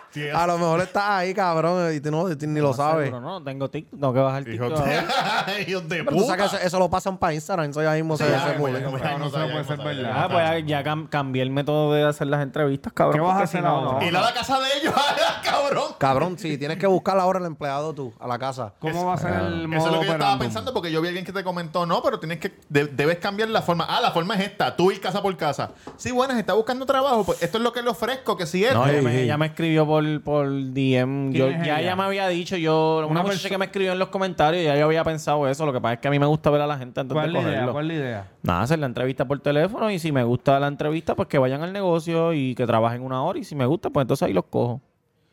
Speaker 5: si es-
Speaker 3: (laughs) A lo mejor estás ahí, cabrón, y tú no, tú ni lo sabes.
Speaker 2: Seguro, no, tengo TikTok, tengo que bajar
Speaker 5: Hijo
Speaker 2: TikTok. ahora.
Speaker 5: de, (laughs) hijos de
Speaker 3: Pero tú
Speaker 5: puta.
Speaker 3: sabes que eso, eso lo pasan para Instagram, eso ya mismo se
Speaker 5: Sí,
Speaker 3: ve
Speaker 5: ya,
Speaker 3: ese
Speaker 5: ya, ya,
Speaker 3: culo.
Speaker 5: ya, ya,
Speaker 6: No se
Speaker 5: ya,
Speaker 6: puede
Speaker 5: ya,
Speaker 6: ser
Speaker 5: ya,
Speaker 6: verdad.
Speaker 5: ya, ya.
Speaker 2: Ah, pues ya, ya cam- cambié el método de hacer las entrevistas, cabrón.
Speaker 6: ¿Qué vas a
Speaker 2: porque
Speaker 6: hacer
Speaker 2: si no,
Speaker 6: ahora?
Speaker 2: no.
Speaker 5: Y la de casa de ellos, (laughs) ah, cabrón.
Speaker 3: Cabrón, sí, tienes que buscar ahora el empleado tú, a la casa.
Speaker 6: ¿Cómo va a ser el modo
Speaker 5: Eso es lo que yo estaba
Speaker 6: operandum?
Speaker 5: pensando porque yo vi a alguien que te comentó, no, pero tienes que de- debes cambiar la forma. Ah, la forma es esta, tú ir casa por casa. Sí, bueno, si está buscando trabajo, pues esto es lo que le ofrezco, que si es.
Speaker 3: No, eh,
Speaker 2: Ella
Speaker 3: Ey,
Speaker 2: me-
Speaker 3: ey.
Speaker 2: ella me escribió por, por DM. Yo,
Speaker 6: es
Speaker 2: ya
Speaker 6: ella?
Speaker 2: ella me había dicho, yo, una,
Speaker 6: Una
Speaker 2: muchacha
Speaker 6: perso-
Speaker 2: que me escribió en los comentarios, ya yo había pensado eso. Lo que pasa es que a mí me gusta ver a la gente antes
Speaker 6: ¿Cuál es
Speaker 2: de
Speaker 6: la idea?
Speaker 2: cogerlo.
Speaker 6: ¿Cuál es la idea?
Speaker 2: Nada, hacer la entrevista por teléfono y si me gusta la entrevista, pues que vayan al negocio y que trabajen una hora y si me gusta, pues entonces ahí los cojo.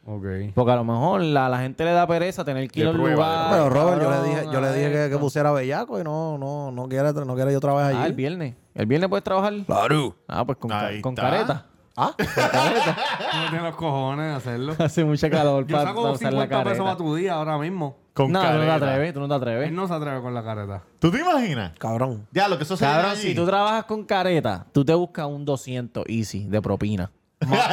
Speaker 6: Ok.
Speaker 2: Porque a lo mejor la, la gente le da pereza tener que ir
Speaker 5: De
Speaker 2: al
Speaker 5: prueba, de
Speaker 2: lugar.
Speaker 3: Pero Robert, yo le
Speaker 2: cabrón,
Speaker 3: dije, yo le
Speaker 2: a
Speaker 3: dije que, que
Speaker 2: esto.
Speaker 3: pusiera bellaco y no, no, no quiere, no quiere yo trabajar
Speaker 2: Ah, el
Speaker 3: allí.
Speaker 2: viernes. ¿El viernes puedes trabajar?
Speaker 5: Claro.
Speaker 2: Ah, pues con, ca-
Speaker 5: Ahí
Speaker 2: con
Speaker 5: está.
Speaker 2: careta.
Speaker 3: Ah,
Speaker 6: No tienes los cojones de
Speaker 2: (laughs)
Speaker 6: hacerlo.
Speaker 2: Hace mucha calor
Speaker 6: Yo
Speaker 2: para
Speaker 6: saco
Speaker 2: usar la
Speaker 6: 50 pesos
Speaker 2: careta. ¿Eh?
Speaker 6: para tu día ahora mismo.
Speaker 5: Con
Speaker 2: no, tú no te
Speaker 5: careta.
Speaker 2: atreves, tú no te atreves.
Speaker 6: Él no se atreve con la careta.
Speaker 5: ¿Tú te imaginas?
Speaker 3: cabrón.
Speaker 5: Ya, lo que eso se
Speaker 2: Cabrón, si tú trabajas con careta, tú te buscas un 200 easy de propina.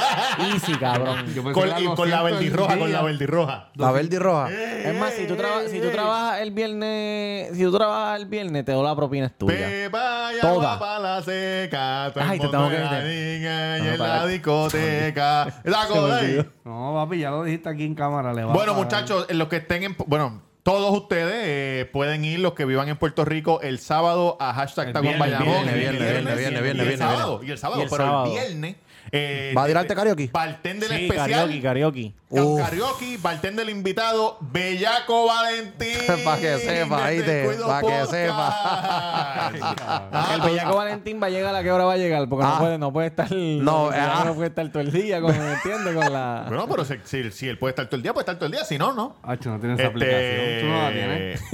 Speaker 6: (laughs)
Speaker 2: easy, cabrón.
Speaker 6: Yo pensé
Speaker 5: con,
Speaker 6: que eran
Speaker 5: y con la
Speaker 6: 200 el
Speaker 5: verdirroja,
Speaker 6: día.
Speaker 5: con la verdirroja.
Speaker 3: La verde y roja.
Speaker 2: Es más, si tú, traba- si tú trabajas el viernes, si tú trabajas el viernes, te doy la propina es tuya.
Speaker 5: Te vaya
Speaker 2: Toda.
Speaker 5: Toda. para la seca. todo el
Speaker 2: Ay, te
Speaker 5: mundo
Speaker 2: tengo que
Speaker 5: en la
Speaker 2: meter.
Speaker 5: niña y
Speaker 2: No,
Speaker 5: en
Speaker 2: para. (laughs)
Speaker 5: la discoteca. Esa cosa ahí.
Speaker 6: No, papi, ya lo dijiste aquí en cámara. Le va
Speaker 5: Bueno,
Speaker 6: a dar.
Speaker 5: muchachos, los que estén en. Bueno, todos ustedes eh, pueden ir, los que vivan en Puerto Rico, el sábado a hashtag Taco en
Speaker 6: viernes,
Speaker 5: Bayamón.
Speaker 3: viernes,
Speaker 5: El
Speaker 3: viernes, viernes, viernes,
Speaker 5: y el
Speaker 3: viernes,
Speaker 5: sábado,
Speaker 3: viernes.
Speaker 5: Y el sábado,
Speaker 2: Y el
Speaker 5: pero
Speaker 2: sábado.
Speaker 5: el viernes. eh,
Speaker 3: ¿Va a tirarte karaoke?
Speaker 5: Bartender
Speaker 2: Sí,
Speaker 5: especial.
Speaker 2: karaoke, karaoke.
Speaker 5: Con
Speaker 3: Uf.
Speaker 5: karaoke, bartender invitado, Bellaco Valentín.
Speaker 3: (laughs) Pa' que sepa,
Speaker 5: desde
Speaker 3: ¿oíste?
Speaker 5: el Cuido
Speaker 3: Pa' que
Speaker 6: (laughs)
Speaker 5: Podcast. Ah,
Speaker 3: sepa.
Speaker 2: Ah, el
Speaker 6: Ah,
Speaker 2: bellaco Valentín va a llegar a qué hora va a llegar, porque
Speaker 3: Ah.
Speaker 2: no puede, no puede estar,
Speaker 3: No,
Speaker 2: (laughs) el bellaco
Speaker 3: ah.
Speaker 2: no puede estar todo el día, con, ¿me entiendes? Con la...
Speaker 5: Bueno, pero si, si- si él puede estar todo el día, puede estar todo el día. Si no, no.
Speaker 6: Hacho, no tienes
Speaker 5: Este-
Speaker 6: esa aplicación. Tú no la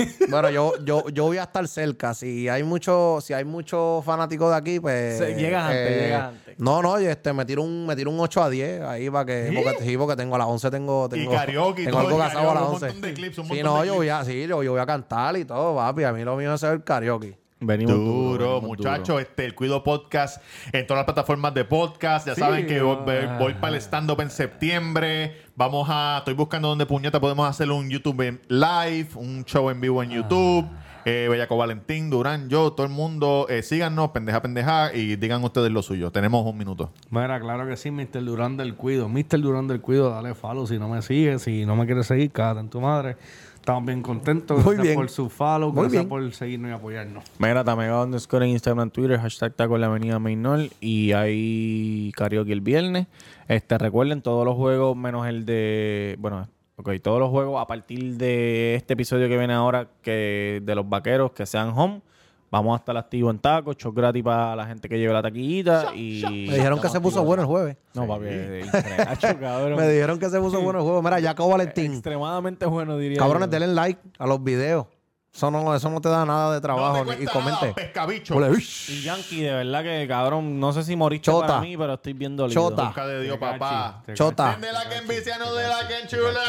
Speaker 6: tienes.
Speaker 3: Bueno, yo, yo, yo voy a estar cerca. Si hay mucho, si hay muchos fanáticos de aquí, pues.
Speaker 2: Se- llegas antes, llegas antes.
Speaker 3: No, no, yo este, me tiro un, me tiro un 8 a 10 ahí para que. Porque, sí, porque tengo a las 11 tengo. tengo
Speaker 5: karaoke y
Speaker 3: tengo
Speaker 5: todo,
Speaker 3: algo
Speaker 5: y
Speaker 3: casado a las
Speaker 5: karaoke, un
Speaker 3: 11.
Speaker 5: montón de clips, un
Speaker 3: sí,
Speaker 5: montón
Speaker 3: no,
Speaker 5: de
Speaker 3: yo voy a, sí, yo, yo voy a cantar y todo, papi. A mí lo mío es el karaoke.
Speaker 2: Venimos
Speaker 5: Duro, muchachos. Este, el Cuido Podcast en todas las plataformas de podcast. Ya saben que voy, voy- voy para el stand-up en septiembre. Vamos a. Estoy buscando dónde puñeta podemos hacer un YouTube en- live, un show en vivo en YouTube. Eh, Bellaco Valentín, Durán, yo, todo el mundo, eh, síganos, pendeja, pendeja, y digan ustedes lo suyo. Tenemos un minuto.
Speaker 6: Mira, claro que sí, Mr. Durán del Cuido. Mr. Durán del Cuido, dale follow si no me sigues, si no me quieres seguir, cágate en tu madre. Estamos bien contentos.
Speaker 3: Muy
Speaker 6: gracias
Speaker 3: bien.
Speaker 6: por su follow,
Speaker 3: Muy
Speaker 6: gracias
Speaker 3: bien.
Speaker 6: por seguirnos y apoyarnos.
Speaker 2: Mira, Tamega underscore en Instagram, Twitter, hashtag taco en la avenida Mainol y hay karaoke el viernes. Este, recuerden todos los juegos menos el de, bueno, ok, todos los juegos a partir de este episodio que viene ahora que de los vaqueros que sean home. Vamos a estar activos en tacos, show gratis para la gente que lleve la taquillita y...
Speaker 3: Me dijeron que se puso bueno el jueves.
Speaker 2: No, papi, es
Speaker 3: (laughs)
Speaker 2: increíble, cabrón.
Speaker 3: Me dijeron que se puso bueno el juego. Mira, Jacob Valentín.
Speaker 2: Extremadamente bueno, diría
Speaker 3: Cabrones,
Speaker 2: yo.
Speaker 3: denle like a los videos. Eso no, eso no te da nada de
Speaker 5: No
Speaker 3: trabajo.
Speaker 5: te
Speaker 3: y
Speaker 5: cuesta nada,
Speaker 3: comente.
Speaker 5: pescabicho.
Speaker 3: Ole,
Speaker 2: Y
Speaker 3: uish.
Speaker 2: Yankee, de verdad que, cabrón, no sé si moriste
Speaker 3: Chota.
Speaker 2: para mí, pero estoy bien dolido.
Speaker 3: Chota.
Speaker 5: Busca de Dios,
Speaker 6: Te cachi,
Speaker 5: papá.
Speaker 6: te
Speaker 3: Chota.
Speaker 5: Es de la que envicia, no de la que enchula.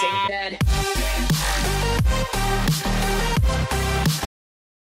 Speaker 4: Say that.